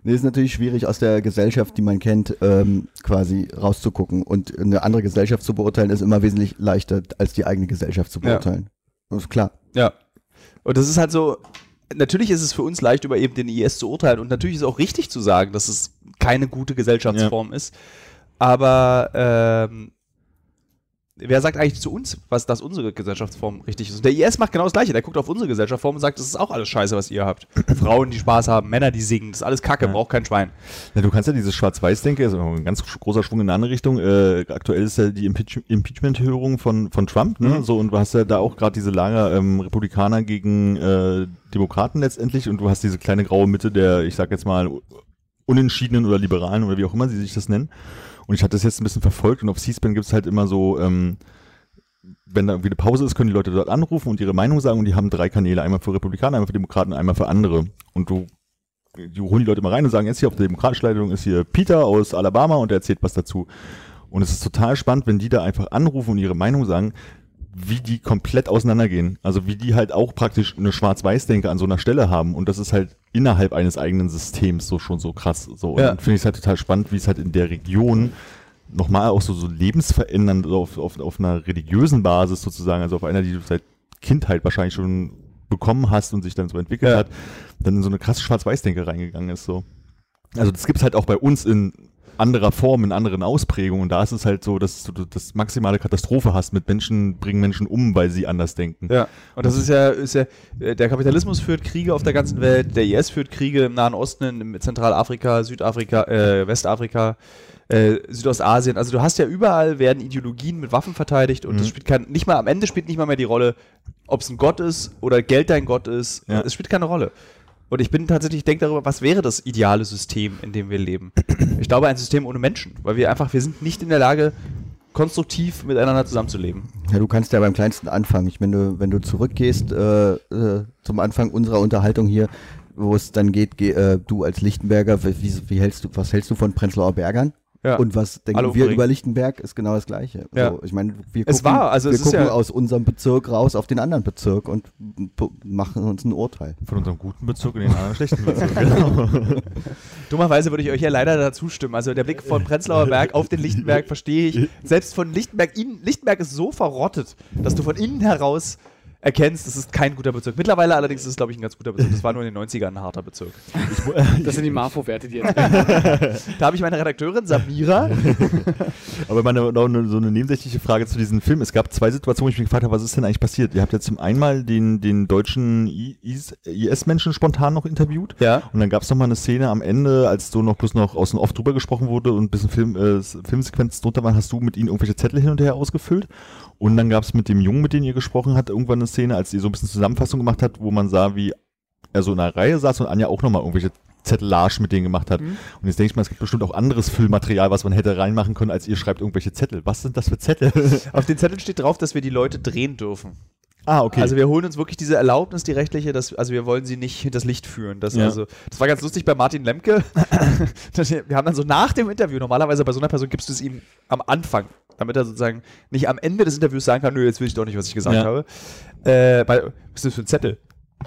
Nee, ist natürlich schwierig, aus der Gesellschaft, die man kennt, ähm, quasi rauszugucken. Und eine andere Gesellschaft zu beurteilen, ist immer wesentlich leichter, als die eigene Gesellschaft zu Ja. beurteilen. Das ist klar. Ja. Und das ist halt so, natürlich ist es für uns leicht, über eben den IS zu urteilen und natürlich ist es auch richtig zu sagen, dass es keine gute Gesellschaftsform ist. Aber ähm, wer sagt eigentlich zu uns, was das unsere Gesellschaftsform richtig ist? Und der IS macht genau das Gleiche. Der guckt auf unsere Gesellschaftsform und sagt, das ist auch alles Scheiße, was ihr habt. Frauen, die Spaß haben, Männer, die singen, das ist alles Kacke, Ja. braucht kein Schwein. Ja, du kannst ja dieses Schwarz-Weiß-Denke, ist auch ein ganz großer Schwung in eine andere Richtung. Äh, aktuell ist ja die Impeach Impeachment-Hörung von, von Trump, ne? So, und du hast ja da auch gerade diese Lager ähm, Republikaner gegen äh, Demokraten letztendlich und du hast diese kleine graue Mitte der, ich sag jetzt mal, Unentschiedenen oder Liberalen oder wie auch immer sie sich das nennen. Und ich hatte das jetzt ein bisschen verfolgt und auf C-SPAN gibt es halt immer so, ähm, wenn da irgendwie eine Pause ist, können die Leute dort anrufen und ihre Meinung sagen und die haben drei Kanäle, einmal für Republikaner, einmal für Demokraten, einmal für andere. Und du die holen die Leute mal rein und sagen, jetzt hier auf der demokratischen Leitung ist hier Peter aus Alabama und er erzählt was dazu. Und es ist total spannend, wenn die da einfach anrufen und ihre Meinung sagen, wie die komplett auseinandergehen. Also wie die halt auch praktisch eine Schwarz-Weiß-Denke an so einer Stelle haben. Und das ist halt innerhalb eines eigenen Systems so schon so krass. So. Und Ja. dann finde ich es halt total spannend, wie es halt in der Region nochmal auch so, so lebensverändernd so auf, auf, auf einer religiösen Basis sozusagen, also auf einer, die du seit Kindheit wahrscheinlich schon bekommen hast und sich dann so entwickelt Ja. hat, dann in so eine krasse Schwarz-Weiß-Denke reingegangen ist. So. Also das gibt es halt auch bei uns in anderer Form, in anderen Ausprägungen. Und da ist es halt so, dass du das maximale Katastrophe hast mit Menschen, bringen Menschen um, weil sie anders denken. Ja, und das ist ja, ist ja, äh, der Kapitalismus führt Kriege auf der ganzen Welt, der IS führt Kriege im Nahen Osten, in in Zentralafrika, Südafrika, äh, Westafrika, äh, Südostasien. Also du hast ja überall werden Ideologien mit Waffen verteidigt und das spielt kein, nicht mal am Ende spielt nicht mal mehr die Rolle, ob es ein Gott ist oder Geld dein Gott ist. Ja. Es spielt keine Rolle. Und ich bin tatsächlich, ich denke darüber, was wäre das ideale System, in dem wir leben? Ich glaube, ein System ohne Menschen, weil wir einfach, wir sind nicht in der Lage, konstruktiv miteinander zusammenzuleben. Ja, du kannst ja beim kleinsten anfangen. Ich meine, wenn du zurückgehst äh, äh, zum Anfang unserer Unterhaltung hier, wo es dann geht, geh, äh, du als Lichtenberger, wie, wie- wie hältst du, was hältst du von Prenzlauer Bergern? Ja. Und was denken Alle wir umbringen. über Lichtenberg? Ist genau das Gleiche. Ja. So, ich meine, wir gucken, Es war, also wir es ist gucken ja- aus unserem Bezirk raus auf den anderen Bezirk und p- machen uns ein Urteil. Von unserem guten Bezirk in den anderen [LAUGHS] schlechten Bezirk. genau. Dummerweise würde ich euch ja leider dazu stimmen. Also der Blick von Prenzlauer Berg auf den Lichtenberg verstehe ich. Selbst von Lichtenberg, innen, Lichtenberg ist so verrottet, dass du von innen heraus erkennst, es ist kein guter Bezirk. Mittlerweile allerdings ist es, glaube ich, ein ganz guter Bezirk. Das war nur in den 90ern ein harter Bezirk. Das [LAUGHS] sind die Marfo-Werte, die jetzt. Da habe ich meine Redakteurin Samira. Aber meine, noch eine, so eine nebensächliche Frage zu diesem Film. Es gab zwei Situationen, wo ich mich gefragt habe, was ist denn eigentlich passiert? Ihr habt ja zum einen mal den, den deutschen I- Is- IS-Menschen spontan noch interviewt. Ja. Und dann gab es nochmal eine Szene am Ende, als so noch bloß noch aus dem Off drüber gesprochen wurde und ein bisschen Film, äh, Filmsequenz drunter waren, hast du mit ihnen irgendwelche Zettel hin und her ausgefüllt. Und dann gab es mit dem Jungen, mit dem ihr gesprochen habt, irgendwann eine Szene, als ihr so ein bisschen Zusammenfassung gemacht habt, wo man sah, wie er so in einer Reihe saß und Anja auch nochmal irgendwelche Zettelage mit denen gemacht hat. Und jetzt denke ich mal, es gibt bestimmt auch anderes Füllmaterial, was man hätte reinmachen können, als ihr schreibt irgendwelche Zettel. Was sind das für Zettel? [LAUGHS] Auf den Zetteln steht drauf, dass wir die Leute drehen dürfen. ah, okay. Also wir holen uns wirklich diese Erlaubnis, die rechtliche, dass, also wir wollen sie nicht hinters Licht führen. Das, Ja. also, das war ganz lustig bei Martin [LAUGHS] Lemke. Das- wir haben dann so nach dem Interview, normalerweise bei so einer Person gibst du es ihm am Anfang, damit er sozusagen nicht am Ende des Interviews sagen kann, nö, jetzt will ich doch nicht, was ich gesagt Ja. habe. Äh, bei, was ist das für ein Zettel?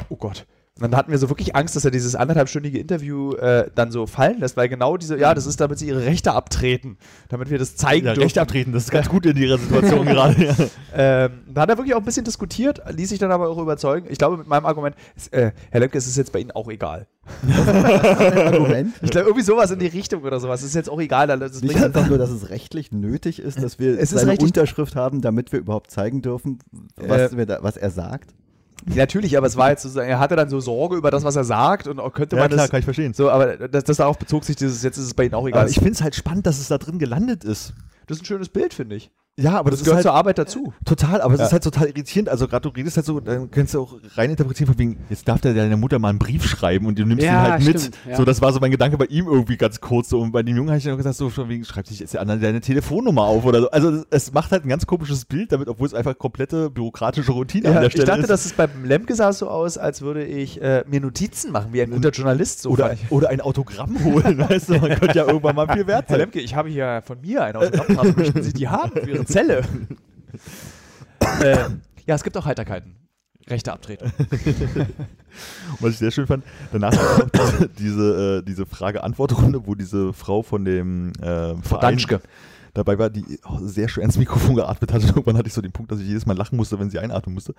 Oh Gott. Und dann hatten wir so wirklich Angst, dass er dieses anderthalbstündige Interview äh, dann so fallen lässt, weil genau diese, ja, das ist, damit sie ihre Rechte abtreten, damit wir das zeigen Ja, dürfen. Recht abtreten, das ist ganz gut in ihrer [LAUGHS] Situation gerade. Ja. Ähm, da hat er wirklich auch ein bisschen diskutiert, ließ sich dann aber auch überzeugen. Ich glaube, mit meinem Argument, es- äh, Herr Löbke, es ist jetzt bei Ihnen auch egal. Argument. Ich glaube, irgendwie sowas in die Richtung oder sowas. Es ist jetzt auch egal. da- Das [LAUGHS] Nicht bringt- einfach nur, dass es rechtlich nötig ist, dass wir Es ist seine rechtlich- Unterschrift haben, damit wir überhaupt zeigen dürfen, was, Äh, wir da, was er sagt. Natürlich, aber es war jetzt sozusagen, er hatte dann so Sorge über das, was er sagt und auch könnte Ja, man klar, das. kann ich verstehen. So, aber das, das darauf bezog sich dieses, jetzt ist es bei Ihnen auch egal. Aber ich finde es halt spannend, dass es da drin gelandet ist. das ist ein schönes Bild, finde ich. Ja, aber halt Das, gehört zur Arbeit dazu. Total, aber es ist halt total irritierend. Also gerade du redest halt so, dann kannst du auch reininterpretieren von wegen, jetzt darf der deiner Mutter mal einen Brief schreiben und du nimmst ihn Ja, halt mit. stimmt, ja. So, das war so mein Gedanke bei ihm irgendwie ganz kurz. So. Und bei dem Jungen habe ich dann auch gesagt, so von wegen, schreib dich jetzt der andere deine Telefonnummer auf oder so. Also es- es macht halt ein ganz komisches Bild damit, obwohl es einfach komplette bürokratische Routine an der ich Stelle dachte, ist. dass es beim Lemke sah es so aus, als würde ich äh, mir Notizen machen, wie ein guter Journalist. So oder, fand ich. oder ein Autogramm holen, [LAUGHS] weißt du, man könnte ja irgendwann mal [LAUGHS] viel wert Herr sein. Lemke, ich habe hier von mir eine Autogrammkarte. Möchten Sie die haben für Ihre Zelle? [LAUGHS] äh, ja, es gibt auch Heiterkeiten. Rechte Abtretung. Was ich sehr schön fand, danach war auch diese, diese, äh, diese Frage-Antwort-Runde, wo diese Frau von dem äh, Verein Danschke. dabei war, die auch sehr schön ins Mikrofon geatmet hat. [LAUGHS] Und irgendwann hatte ich so den Punkt, dass ich jedes Mal lachen musste, wenn sie einatmen musste.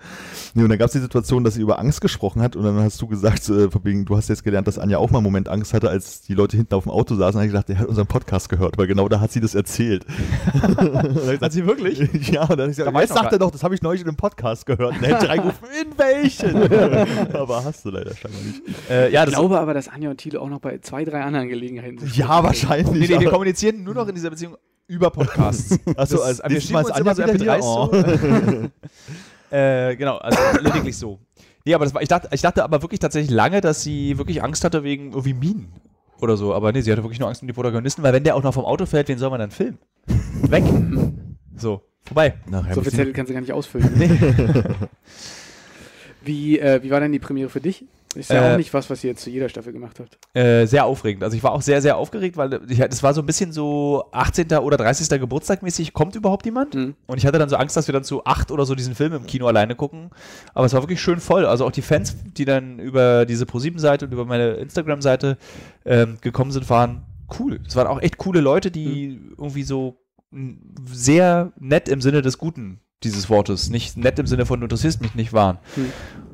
Nee, und dann gab es die Situation, dass sie über Angst gesprochen hat und dann hast du gesagt, äh, von wegen, du hast jetzt gelernt, dass Anja auch mal einen Moment Angst hatte, als die Leute hinten auf dem Auto saßen. Und ich gedacht, der hat unseren Podcast gehört, weil genau da hat sie das erzählt. [LAUGHS] hat sie wirklich? [LAUGHS] Ja, und dann hab ich gesagt, weiß jetzt noch sagt er doch, das habe ich neulich in einem Podcast gehört. Und dann [LAUGHS] hätte ich reingerufen, in welchen? [LAUGHS] Aber hast du leider scheinbar nicht. Äh, ja, Ich glaube aber, dass Anja und Thilo auch noch bei zwei, drei anderen Gelegenheiten sind. Ja, wahrscheinlich. [LAUGHS] Nee, nee, wir aber- kommunizieren nur noch in dieser Beziehung über [LAUGHS] Podcasts. Achso, Das- als wir also nächstes schieben Mal ist uns Anja immer so wieder Oh. hier. MP3s Oh. [LAUGHS] so. [LAUGHS] äh, genau, also lediglich so. Nee, aber das war, ich, dachte, ich dachte aber wirklich tatsächlich lange, dass sie wirklich Angst hatte wegen irgendwie Minen oder so. Aber nee, sie hatte wirklich nur Angst um die Protagonisten, weil wenn der auch noch vom Auto fällt, wen soll man dann filmen? Weg. [LAUGHS] So, vorbei. So viel Zettel kannst du gar nicht ausfüllen. [LAUGHS] wie, äh, wie war denn die Premiere für dich? Ist ja Äh, auch nicht was, was ihr jetzt zu jeder Staffel gemacht habt. Äh, sehr aufregend. Also ich war auch sehr, sehr aufgeregt, weil ich, das war so ein bisschen so 18. oder 30. Geburtstag mäßig, kommt überhaupt jemand? Mhm. Und ich hatte dann so Angst, dass wir dann zu acht oder so diesen Film im Kino alleine gucken. Aber es war wirklich schön voll. Also auch die Fans, die dann über diese ProSieben-Seite und über meine Instagram-Seite ähm, gekommen sind, waren cool. Es waren auch echt coole Leute, die irgendwie so m, sehr nett im Sinne des Guten dieses Wortes, nicht nett im Sinne von du interessierst mich nicht waren.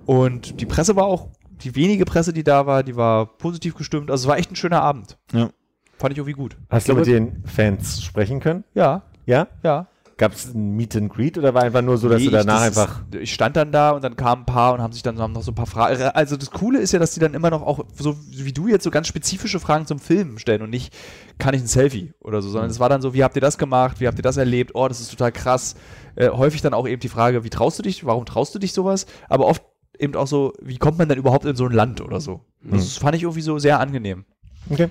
Und die Presse war auch, die wenige Presse, die da war, die war positiv gestimmt. Also es war echt ein schöner Abend. Ja. Fand ich irgendwie gut. Hast du mit den Fans sprechen können? Ja, Ja? ja. Gab es ein Meet and Greet oder war einfach nur so, dass Nee, du danach ich, das einfach. Ist, ich stand dann da und dann kamen ein paar und haben sich dann haben noch so ein paar Fragen. Also das Coole ist ja, dass die dann immer noch auch, so wie du jetzt, so ganz spezifische Fragen zum Film stellen und nicht, kann ich ein Selfie oder so, sondern Mhm. es war dann so, wie habt ihr das gemacht, wie habt ihr das erlebt, oh, das ist total krass. Äh, häufig dann auch eben die Frage, wie traust du dich, warum traust du dich sowas? Aber oft eben auch so, wie kommt man denn überhaupt in so ein Land oder so? Mhm. Das fand ich irgendwie so sehr angenehm. Okay.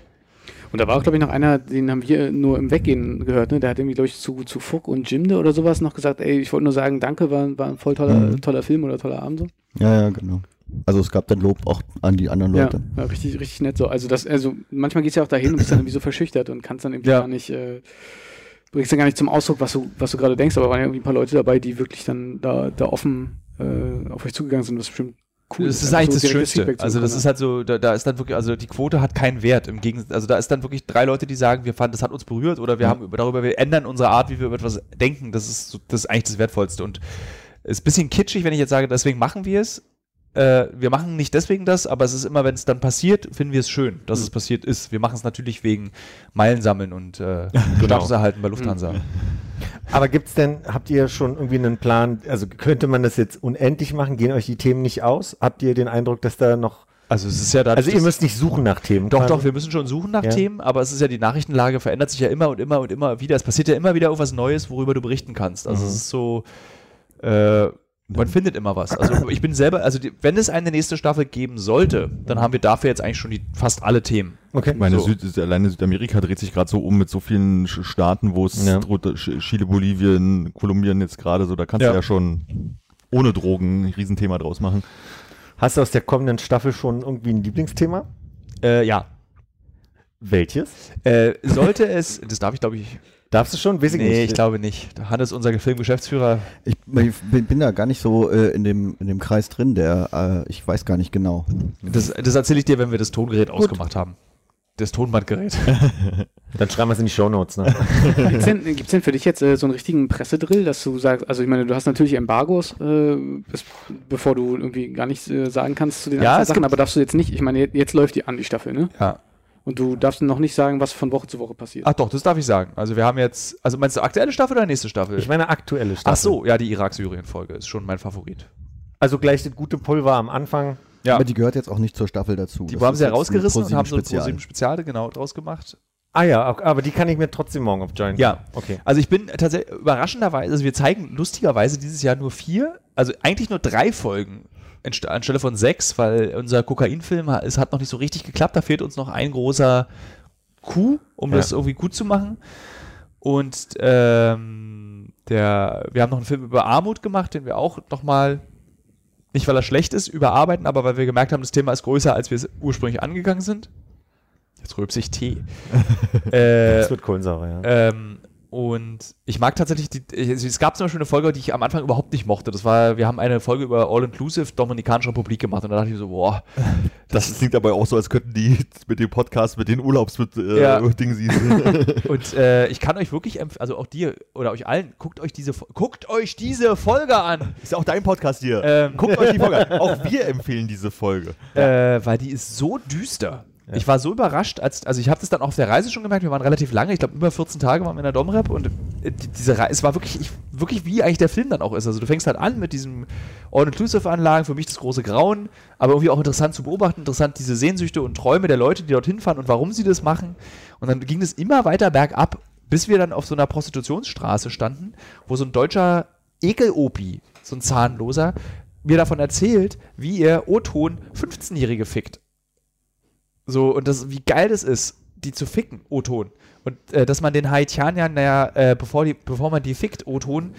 Und da war auch, glaube ich, noch einer, den haben wir nur im Weggehen gehört, ne? Der hat irgendwie, glaube ich, zu, zu Fuck und Jimde oder sowas noch gesagt, ey, ich wollte nur sagen, danke, war, war ein voll toller, Mhm. toller Film oder toller Abend so. Ja, ja, genau. Also es gab dann Lob auch an die anderen Ja, Leute. ja, richtig, richtig nett so. Also das, also manchmal gehst du ja auch dahin und bist dann irgendwie so verschüchtert und kannst dann irgendwie Ja. gar nicht, äh, bringst dann gar nicht zum Ausdruck, was du, was du gerade denkst, aber waren ja irgendwie ein paar Leute dabei, die wirklich dann da, da offen äh, auf euch zugegangen sind, was bestimmt cool Das ist halt eigentlich einfach halt so das direktes Schönste. Feedback zu Also das bekommen, ne? ist halt so, da, da ist dann wirklich, also die Quote hat keinen Wert. Im Gegensatz, also da ist dann wirklich drei Leute, die sagen, wir fanden, das hat uns berührt oder wir haben über- darüber, wir ändern unsere Art, wie wir über etwas denken. Das ist, so- das ist eigentlich das Wertvollste. Und ist ein bisschen kitschig, wenn ich jetzt sage, deswegen machen wir es. Äh, wir machen nicht deswegen das, aber es ist immer, wenn es dann passiert, finden wir es schön, dass es passiert ist. Wir machen es natürlich wegen Meilen sammeln und äh, Status erhalten bei Lufthansa. Aber gibt's denn, habt ihr schon irgendwie einen Plan? Also könnte man das jetzt unendlich machen? Gehen euch die Themen nicht aus? Habt ihr den Eindruck, dass da noch. Also es ist ja da. Also ihr müsst nicht suchen nach Themen. Doch, quasi? doch, wir müssen schon suchen nach Ja. Themen, aber es ist ja die Nachrichtenlage verändert sich ja immer und immer und immer wieder. Es passiert ja immer wieder irgendwas Neues, worüber du berichten kannst. Also es ist so, äh, man findet immer was. Also ich bin selber, also die, wenn es eine nächste Staffel geben sollte, dann haben wir dafür jetzt eigentlich schon die, fast alle Themen. Okay. Meine So. Süd, ist- alleine Südamerika dreht sich gerade so um mit so vielen Sch- Staaten, wo es Ja. droht, äh, Sch- Chile, Bolivien, Kolumbien jetzt gerade so, da kannst Ja. du ja schon ohne Drogen ein Riesenthema draus machen. Hast du aus der kommenden Staffel schon irgendwie ein Lieblingsthema? Äh, ja. Welches? Äh, sollte es, das darf ich glaube ich Darfst du schon? Weiß ich Nee, nicht. ich glaube nicht. Hannes, unser Filmgeschäftsführer, Ich bin, bin da gar nicht so äh, in, dem, in dem Kreis drin, der äh, ich weiß gar nicht genau. das, das erzähle ich dir, wenn wir das Tongerät ausgemacht haben. Das Tonbandgerät. Dann schreiben wir es in die Shownotes. Ne? Gibt's denn, halt gibt's denn für dich jetzt äh, so einen richtigen Pressedrill, dass du sagst, also ich meine, du hast natürlich Embargos, äh, bis, bevor du irgendwie gar nichts äh, sagen kannst zu den Ja, einzelnen es Sachen, gibt- aber darfst du jetzt nicht, ich meine, jetzt, jetzt läuft die an, die Staffel, ne? [LAUGHS] Ja. Und du darfst noch nicht sagen, was von Woche zu Woche passiert. Ach doch, das darf ich sagen. Also wir haben jetzt, also meinst du aktuelle Staffel oder nächste Staffel? [LAUGHS] Ich meine aktuelle Staffel. Ach so, ja, die Irak-Syrien-Folge ist schon mein Favorit. Also gleich das gute Pulver am Anfang. Ja. Aber die gehört jetzt auch nicht zur Staffel dazu. Die Das haben ist sie ja jetzt ein rausgerissen und haben so ein ProSieben-Spezial. ProSieben Speziale genau draus gemacht. Ah ja, ok- aber die kann ich mir trotzdem morgen aufjoinen. Ja. Okay. Also ich bin tatsächlich überraschenderweise, also wir zeigen lustigerweise dieses Jahr nur vier, also eigentlich nur drei Folgen anst- anstelle von sechs, weil unser Kokainfilm ha- es hat noch nicht so richtig geklappt. Da fehlt uns noch ein großer Coup, um Ja. das irgendwie gut zu machen. Und ähm, der, wir haben noch einen Film über Armut gemacht, den wir auch nochmal, nicht weil er schlecht ist, überarbeiten, aber weil wir gemerkt haben, das Thema ist größer, als wir es ursprünglich angegangen sind. Jetzt rülpse ich [LAUGHS] Tee. äh, Das wird Kohlensäure, ja. ähm, und ich mag tatsächlich, die, also es gab zum Beispiel eine Folge, die ich am Anfang überhaupt nicht mochte. Das war, wir haben eine Folge über All-Inclusive Dominikanische Republik gemacht und da dachte ich so, boah, Das klingt aber auch so, als könnten die [LAUGHS] mit dem Podcast, mit den Urlaubs, mit äh, [LAUGHS] Ja. [LAUGHS] Dingen sie. Wie Und äh, ich kann euch wirklich empfehlen, also auch dir oder euch allen, guckt euch diese, Fo- guckt euch diese Folge an, Ist ja auch dein Podcast hier. Ähm. Guckt euch die Folge an. Auch wir empfehlen diese Folge. äh, weil die ist so düster. Ich war so überrascht, als, also ich habe das dann auch auf der Reise schon gemerkt, wir waren relativ lange, ich glaube über 14 Tage waren wir in der Domrep und äh, die- diese Reise, es war wirklich, ich, wirklich wie eigentlich der Film dann auch ist. Also du fängst halt an mit diesem All-Inclusive-Anlagen, für mich das große Grauen, aber irgendwie auch interessant zu beobachten, interessant diese Sehnsüchte und Träume der Leute, die dorthin fahren und warum sie das machen. Und dann ging es immer weiter bergab, bis wir dann auf so einer Prostitutionsstraße standen, wo so ein deutscher Ekel-Opi, so ein Zahnloser, mir davon erzählt, wie er O-Ton 15-Jährige fickt. So, und das, wie geil das ist, die zu ficken, O-Ton. Und äh, dass man den Haitianern, naja, äh, bevor, die, bevor man die fickt, O-Ton,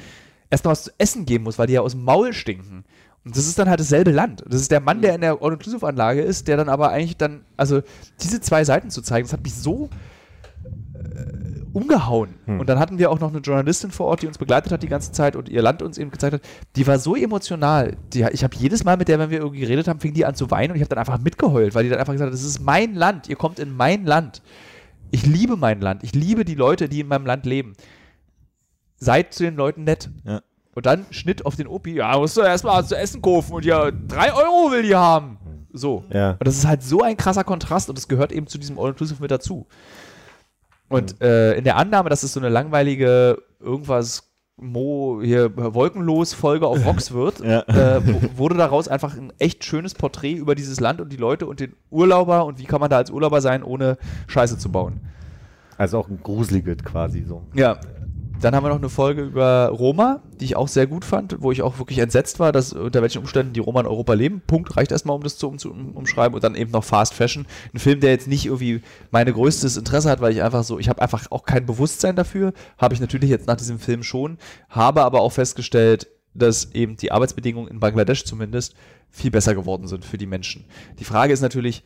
erst noch was zu essen geben muss, weil die ja aus dem Maul stinken. Und das ist dann halt dasselbe Land. Das ist der Mann, der in der All-Inclusive-Anlage ist, der dann aber eigentlich dann, also diese zwei Seiten zu zeigen, das hat mich so umgehauen. Und dann hatten wir auch noch eine Journalistin vor Ort, die uns begleitet hat die ganze Zeit und ihr Land uns eben gezeigt hat. Die war so emotional. Die, ich habe jedes Mal mit der, wenn wir irgendwie geredet haben, fing die an zu weinen und ich habe dann einfach mitgeheult, weil die dann einfach gesagt hat, das ist mein Land, ihr kommt in mein Land. Ich liebe mein Land. Ich liebe die Leute, die in meinem Land leben. Seid zu den Leuten nett. Ja. Und dann Schnitt auf den Opi. Ja, musst du erstmal zu essen kaufen und ja, drei Euro will die haben. So. Ja. Und das ist halt so ein krasser Kontrast und das gehört eben zu diesem All-Inclusive mit dazu. Und äh, in der Annahme, dass es so eine langweilige irgendwas Mo hier wolkenlos Folge auf Rocks wird, Ja. äh, wo- wurde daraus einfach ein echt schönes Porträt über dieses Land und die Leute und den Urlauber und wie kann man da als Urlauber sein, ohne Scheiße zu bauen. Also auch ein gruseliges quasi so. Ja. Dann haben wir noch eine Folge über Roma, die ich auch sehr gut fand, wo ich auch wirklich entsetzt war, dass unter welchen Umständen die Roma in Europa leben. Punkt, reicht erstmal, um das zu, um, zu um, umschreiben. Und dann eben noch Fast Fashion. Ein Film, der jetzt nicht irgendwie meine größtes Interesse hat, weil ich einfach so, ich habe einfach auch kein Bewusstsein dafür. Habe ich natürlich jetzt nach diesem Film schon, habe aber auch festgestellt, dass eben die Arbeitsbedingungen in Bangladesch zumindest viel besser geworden sind für die Menschen. Die Frage ist natürlich,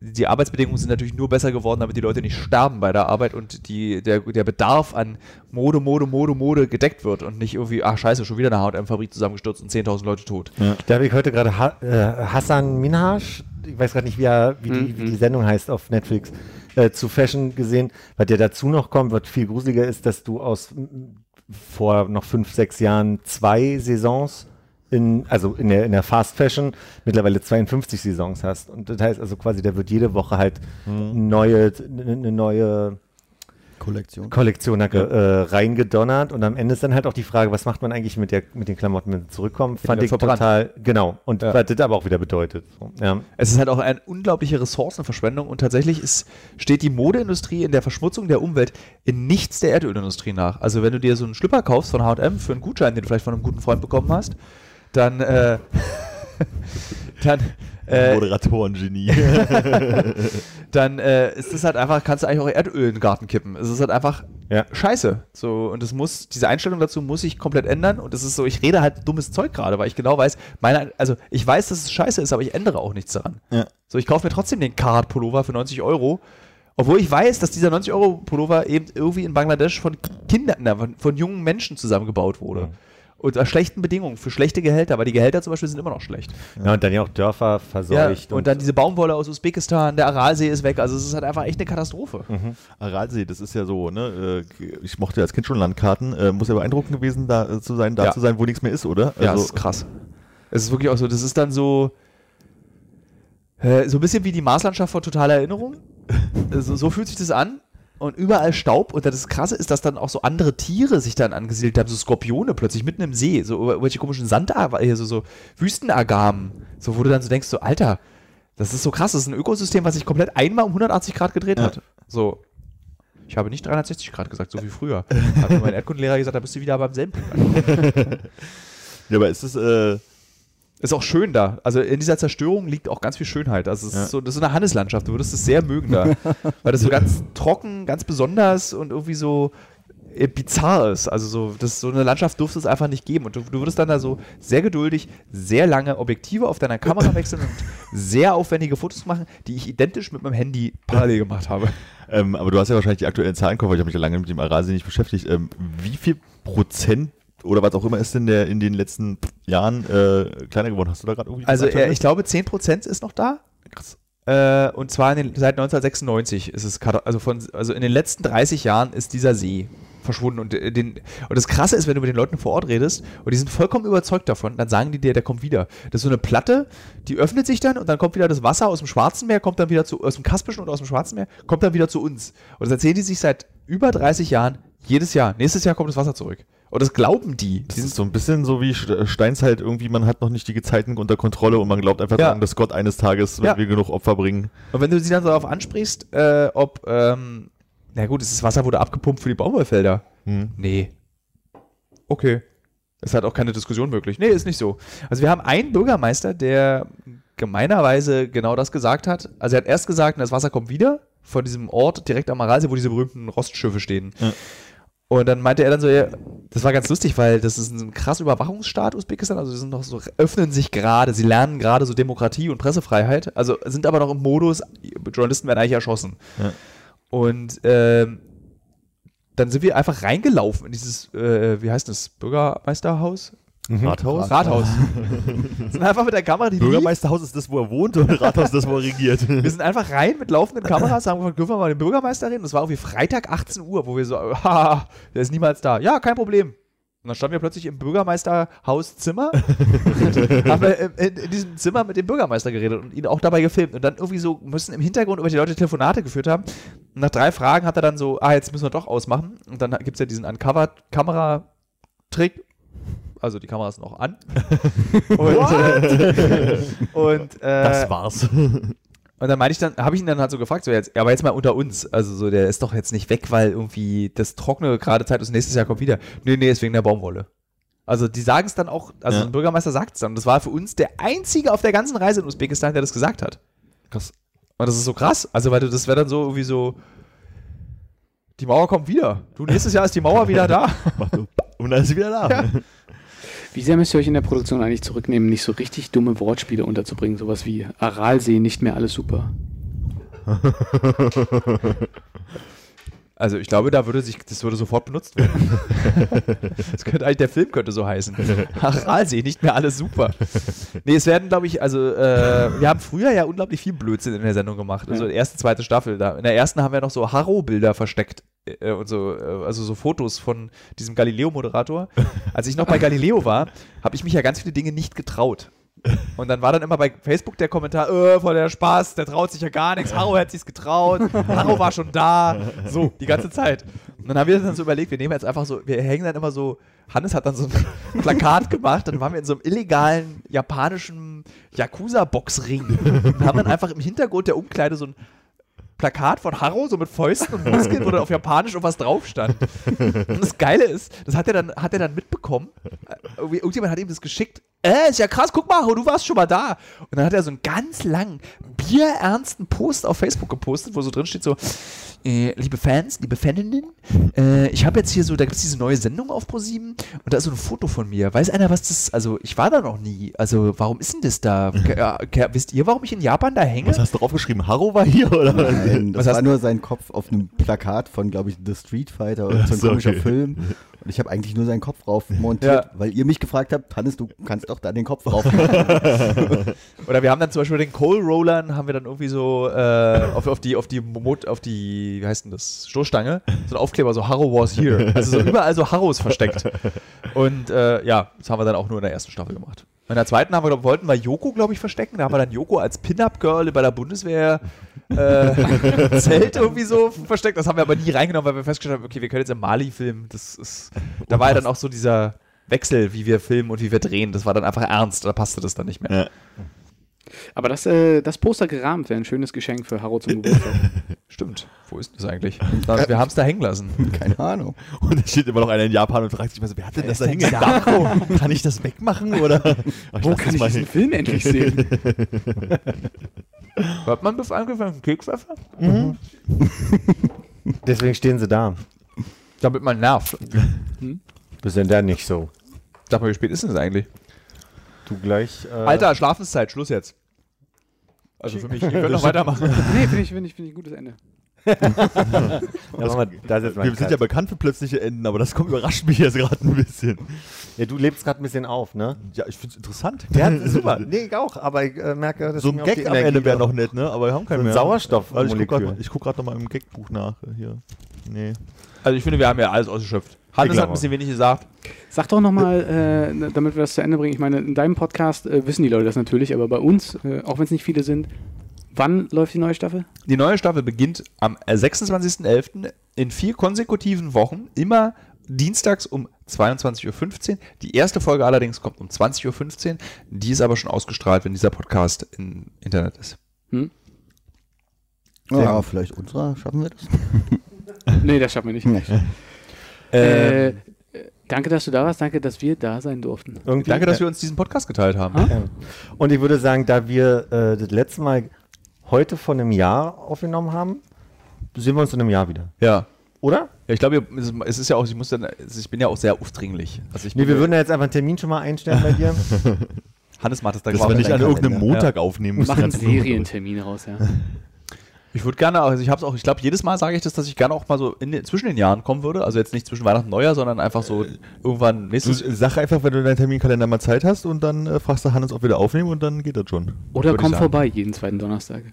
die Arbeitsbedingungen sind natürlich nur besser geworden, damit die Leute nicht sterben bei der Arbeit und die, der, der Bedarf an Mode, Mode, Mode, Mode gedeckt wird und nicht irgendwie, ach scheiße, schon wieder eine H&M-Fabrik zusammengestürzt und 10.000 Leute tot. Da habe ich heute gerade ha äh, Hassan Minhaj, ich weiß gerade nicht, wie, er, wie, die, wie die Sendung heißt auf Netflix, äh, zu Fashion gesehen. Was dir dazu noch kommt, was viel gruseliger ist, dass du aus m, vor noch fünf, sechs Jahren zwei Saisons in, also in der, in der Fast Fashion mittlerweile 52 Saisons hast. Und das heißt also quasi, da wird jede Woche halt neue, eine neue Kollektion. Kollektion da, ge- äh, reingedonnert und am Ende ist dann halt auch die Frage, was macht man eigentlich mit, der, mit den Klamotten, wenn sie zurückkommen? Fand werden ich verbrannt. total, genau. Und was das aber auch wieder bedeutet. So, ja. Es ist halt auch eine unglaubliche Ressourcenverschwendung und tatsächlich ist, steht die Modeindustrie in der Verschmutzung der Umwelt in nichts der Erdölindustrie nach. Also wenn du dir so einen Schlüpper kaufst von H&M für einen Gutschein, den du vielleicht von einem guten Freund bekommen hast, dann, äh, [LAUGHS] dann, äh, Moderatorengenie. [LAUGHS] dann äh, ist es halt einfach, kannst du eigentlich auch Erdöl in den Garten kippen. Es ist halt einfach Ja. scheiße. So, und es muss, diese Einstellung dazu muss sich komplett ändern. Und es ist so, ich rede halt dummes Zeug gerade, weil ich genau weiß, meine, also ich weiß, dass es scheiße ist, aber ich ändere auch nichts daran. Ja. So, ich kaufe mir trotzdem den Karat-Pullover für 90 Euro Obwohl ich weiß, dass dieser 90-Euro-Pullover eben irgendwie in Bangladesch von Kindern, na, von, von jungen Menschen zusammengebaut wurde. Unter schlechten Bedingungen, für schlechte Gehälter, weil die Gehälter zum Beispiel sind immer noch schlecht. Ja, und dann ja auch Dörfer Ja, verseucht. und, dann diese Baumwolle aus Usbekistan, der Aralsee ist weg. Also es ist halt einfach echt eine Katastrophe. Aralsee, das ist ja so, ne? äh, Ich mochte als Kind schon Landkarten. äh, Muss ja beeindruckend gewesen da äh, zu sein, da Ja. zu sein, wo nichts mehr ist, oder? Also, ja, das ist krass. Also, Es ist wirklich auch so, das ist dann so, äh, so ein bisschen wie die Marslandschaft von totaler Erinnerung. [LAUGHS] so, so fühlt sich das an. Und überall Staub. Und das Krasse ist, dass dann auch so andere Tiere sich dann angesiedelt haben, so Skorpione plötzlich mitten im See, so irgendwelche komischen Sand, hier so, so Wüstenagamen. So, wo du dann so denkst, so, Alter, das ist so krass, das ist ein Ökosystem, was sich komplett einmal um 180 Grad gedreht hat. So. Ich habe nicht 360 Grad gesagt, so wie [LAUGHS] früher. Hat mir mein Erdkundelehrer gesagt, da bist du wieder beim selben Punkt. ja, aber ist es, äh, Ist auch schön da. Also in dieser Zerstörung liegt auch ganz viel Schönheit. Also es Ja. ist so, das ist so eine Handelslandschaft. Du würdest es sehr mögen da. [LAUGHS] weil das so ganz trocken, ganz besonders und irgendwie so äh, bizarr ist. Also so, das, so eine Landschaft dürfte es einfach nicht geben. Und du, du würdest dann da so sehr geduldig, sehr lange Objektive auf deiner Kamera wechseln und sehr aufwendige Fotos machen, die ich identisch mit meinem Handy parallel gemacht habe. ähm, aber du hast ja wahrscheinlich die aktuellen Zahlen im Kopf, weil ich habe mich ja lange mit dem Aralsee nicht beschäftigt. Ähm, wie viel Prozent oder was auch immer ist denn der in den letzten Jahren äh, kleiner geworden? Hast du da gerade irgendwie Also aktuell äh, ich glaube, 10% ist noch da. Krass. Äh, und zwar in den, seit 1996 ist es, kata- also, von, also in den letzten 30 Jahren ist dieser See verschwunden. Und, äh, den, und das Krasse ist, wenn du mit den Leuten vor Ort redest und die sind vollkommen überzeugt davon, dann sagen die dir, der kommt wieder. Das ist so eine Platte, die öffnet sich dann und dann kommt wieder das Wasser aus dem Schwarzen Meer, kommt dann wieder zu, aus dem Kaspischen und aus dem Schwarzen Meer, kommt dann wieder zu uns. Und das erzählen die sich seit über 30 Jahren jedes Jahr. Nächstes Jahr kommt das Wasser zurück. Und das glauben die. Das Die sind ist so ein bisschen so wie Sch- Steinzeit irgendwie, man hat noch nicht die Gezeiten unter Kontrolle und man glaubt einfach Ja. daran, dass Gott eines Tages, wenn Ja. wir genug Opfer bringen. Und wenn du sie dann so darauf ansprichst, äh, ob, ähm, na gut, das Wasser wurde abgepumpt für die Baumwollfelder. Nee. Okay. Es hat auch keine Diskussion möglich. Nee, ist nicht so. Also wir haben einen Bürgermeister, der gemeinerweise genau das gesagt hat. Also er hat erst gesagt, na, das Wasser kommt wieder von diesem Ort direkt am Aralsee, wo diese berühmten Rostschiffe stehen. Und dann meinte er dann so, ja, das war ganz lustig, weil das ist ein krass Überwachungsstaat Usbekistan, also sie sind noch so, öffnen sich gerade, sie lernen gerade so Demokratie und Pressefreiheit, also sind aber noch im Modus, Journalisten werden eigentlich erschossen. Und ähm, dann sind wir einfach reingelaufen in dieses, äh, wie heißt das, Bürgermeisterhaus? mhm. Rathaus? Rathaus. [LAUGHS] sind einfach mit der Kamera, die lief, Bürgermeisterhaus ist das, wo er wohnt und Rathaus das, wo [LAUGHS] er regiert. wir sind einfach rein mit laufenden Kameras, haben gefragt, dürfen wir mal den Bürgermeister reden? Das war irgendwie Freitag 18 Uhr, wo wir so, [LAUGHS] haha, der ist niemals da. Ja, kein Problem. Und dann standen wir plötzlich im Bürgermeisterhauszimmer, haben wir in, in, in diesem Zimmer mit dem Bürgermeister geredet und ihn auch dabei gefilmt. Und dann irgendwie so müssen im Hintergrund über die Leute Telefonate geführt haben. Und nach drei Fragen hat er dann so, ah, jetzt müssen wir doch ausmachen. Und dann gibt es ja diesen Uncovered-Kamera-Trick. Also die Kamera ist noch an. und und äh, Das war's. und dann meinte ich dann, habe ich ihn dann halt so gefragt, so jetzt, ja, aber jetzt mal unter uns. Also so, der ist doch jetzt nicht weg, weil irgendwie das trockene gerade Zeit ist, nächstes Jahr kommt wieder. Nee, nee, ist wegen der Baumwolle. Also die sagen es dann auch, also Ja. ein Bürgermeister sagt es dann. Das war für uns der einzige auf der ganzen Reise in Usbekistan, der das gesagt hat. Krass. Und das ist so krass. Also, weil du, das wäre dann so irgendwie so, die Mauer kommt wieder. Du, nächstes Jahr ist die Mauer wieder da. Und dann ist sie wieder da. Wie sehr müsst ihr euch in der Produktion eigentlich zurücknehmen, nicht so richtig dumme Wortspiele unterzubringen? Sowas wie Aralsee, nicht mehr alles super. Also ich glaube, da würde sich, das würde sofort benutzt werden. das könnte eigentlich, der Film könnte so heißen. Aralsee, nicht mehr alles super. Nee, es werden, glaube ich, also äh, wir haben früher ja unglaublich viel Blödsinn in der Sendung gemacht. Also erste, zweite Staffel. Da. In der ersten haben wir noch so Harrow-Bilder versteckt. Äh, und so, äh, also so Fotos von diesem Galileo-Moderator. Als ich noch bei Galileo war, habe ich mich ja ganz viele Dinge nicht getraut. Und dann war dann immer bei Facebook der Kommentar, äh, voll der Spaß, der traut sich ja gar nichts, Harro hat sich's getraut, Harro war schon da, so, die ganze Zeit. Und dann haben wir dann so überlegt, wir nehmen jetzt einfach so, wir hängen dann immer so, Hannes hat dann so ein [LAUGHS] Plakat gemacht, dann waren wir in so einem illegalen japanischen Yakuza-Boxring und haben dann einfach im Hintergrund der Umkleide so ein Plakat von Harro, so mit Fäusten und Muskeln, wo dann auf Japanisch irgendwas drauf stand. Und das Geile ist, das hat er dann, hat er dann mitbekommen. Äh, irgendwie- Irgendjemand hat ihm das geschickt äh, ist ja krass, guck mal, du warst schon mal da. Und dann hat er so einen ganz langen, bierernsten Post auf Facebook gepostet, wo so drin steht so, äh, liebe Fans, liebe Faninnen, äh, ich habe jetzt hier so, da gibt es diese neue Sendung auf ProSieben und da ist so ein Foto von mir. Weiß einer, was das, also ich war da noch nie. Also warum ist denn das da? Ke- äh, ke- wisst ihr, warum ich in Japan da hänge? Was hast du draufgeschrieben? Harro war hier, oder? [LAUGHS] Nein, das Was war hast- nur sein Kopf auf einem Plakat von, glaube ich, The Street Fighter oder so ein so, komischer okay. Film. Und ich habe eigentlich nur seinen Kopf rauf montiert, weil ihr mich gefragt habt, Hannes, du kannst doch da den Kopf rauf Oder wir haben dann zum Beispiel den Coal Rollern, haben wir dann irgendwie so äh, auf, auf die, auf die, Mot, auf die, wie heißt denn das, Stoßstange, so ein Aufkleber, so Harrow was here. Also so überall so Harrows versteckt. Und äh, ja, das haben wir dann auch nur in der ersten Staffel gemacht. In der zweiten haben wir, glaub, wollten wir Joko, glaube ich, verstecken. Da haben wir dann Joko als Pin-Up-Girl bei der Bundeswehr äh, [LAUGHS] Zelt irgendwie so versteckt. Das haben wir aber nie reingenommen, weil wir festgestellt haben, okay, wir können jetzt im Mali filmen. Das ist, da war ja dann auch so dieser Wechsel, wie wir filmen und wie wir drehen. Das war dann einfach ernst. Da passte das dann nicht mehr. Aber das, äh, das Poster gerahmt wäre ein schönes Geschenk für Harro [LAUGHS] zum Geburtstag. Stimmt. Wo ist das eigentlich? Da, wir haben es da hängen [LAUGHS] lassen. Keine Ahnung. Und da steht immer noch einer in Japan und fragt sich mal so, wer hat denn das da ist denn hingedacht? Kann ich das wegmachen, oder? Ach, Wo lass kann das ich mal diesen hin. Film endlich [LAUGHS] sehen? Hört man bis angefangen Kekswaffe? Deswegen stehen sie da. Damit man nervt. Bist denn da nicht so? Sag mal, wie spät ist denn das eigentlich? Du gleich. Äh, Alter, Schlafenszeit, Schluss jetzt. Also für mich, [LAUGHS] ihr könnt noch weitermachen. nee, finde ich, find ich, find ich ein gutes Ende. ja, mach mal, da setzt man Wir sind ja bekannt für plötzliche Enden, aber das kommt, überrascht mich jetzt gerade ein bisschen. ja, du lebst gerade ein bisschen auf, [LAUGHS] ne? Ja, ich find's interessant. Ja, [LAUGHS] super. Nee, ich auch, aber ich äh, merke, dass So mir ein auch die Gag am Energie Ende wäre drauf- noch nett, ne? Aber wir haben keinen So ein mehr. Sauerstoff- Also ich guck Molekül. grad- ich guck gerade noch mal im Gagbuch nach. äh, Hier. Nee. Also ich finde, wir haben ja alles ausgeschöpft. Hannes Ich hat glaube ein bisschen wenig gesagt. Sag doch nochmal, äh, damit wir das zu Ende bringen. Ich meine, in deinem Podcast äh, wissen die Leute das natürlich, aber bei uns, äh, auch wenn es nicht viele sind, wann läuft die neue Staffel? Die neue Staffel beginnt am äh, 26.11. in vier konsekutiven Wochen, immer dienstags um 22.15 Uhr. Die erste Folge allerdings kommt um 20.15 Uhr. Die ist aber schon ausgestrahlt, wenn dieser Podcast im Internet ist. Ja, vielleicht unserer, schaffen wir das? Nee, das schaffen wir nicht. Nicht. Äh, äh, danke, dass du da warst. Danke, dass wir da sein durften. Irgendwie, Danke, äh, dass wir uns diesen Podcast geteilt haben. Ähm, Und ich würde sagen, da wir äh, das letzte Mal heute von einem Jahr aufgenommen haben, sehen wir uns in einem Jahr wieder. Ja. Oder? Ja, ich glaube, es ist- es ist ja auch, ich muss dann, es- ich bin ja auch sehr aufdringlich. Also ich Nee, bin, wir würden ja jetzt einfach einen Termin schon mal einstellen bei dir. Hannes macht es dann Dass wir quasi nicht an gleich. irgendeinem Montag aufnehmen müssen. Mach einen ganz dumm. Serientermin raus, [LAUGHS] ja. Ich würde gerne, also ich habe es auch, ich glaube, jedes Mal sage ich das, dass ich gerne auch mal so in, den- zwischen den Jahren kommen würde. Also jetzt nicht zwischen Weihnachten und Neujahr, sondern einfach so irgendwann Äh, Du, nächstes sag einfach, wenn du deinen Terminkalender mal Zeit hast und dann äh, fragst du Hannes, ob wir da aufnehmen und dann geht das schon. Würde Oder ich komm sagen. vorbei jeden zweiten Donnerstag.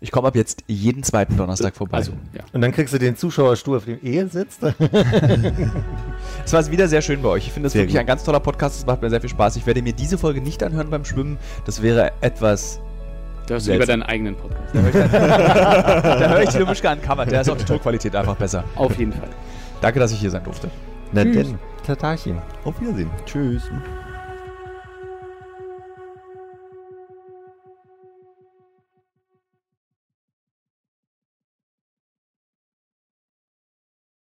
Ich komme ab jetzt jeden zweiten Donnerstag vorbei. Also, ja. Und dann kriegst du den Zuschauerstuhl, auf dem Ehe sitzt. Es war wieder sehr schön bei euch. Ich finde es Sehr wirklich gut. ein ganz toller Podcast. Es macht mir sehr viel Spaß. Ich werde mir diese Folge nicht anhören beim Schwimmen. Das wäre [LAUGHS] etwas. Du hast Sehr über jetzt. deinen eigenen Podcast. Da höre ich die Lumischka an Cover. Der ist auch die Tonqualität einfach besser. Auf jeden Fall. Danke, dass ich hier sein durfte. Na denn, Tatachi. Auf Wiedersehen. Tschüss.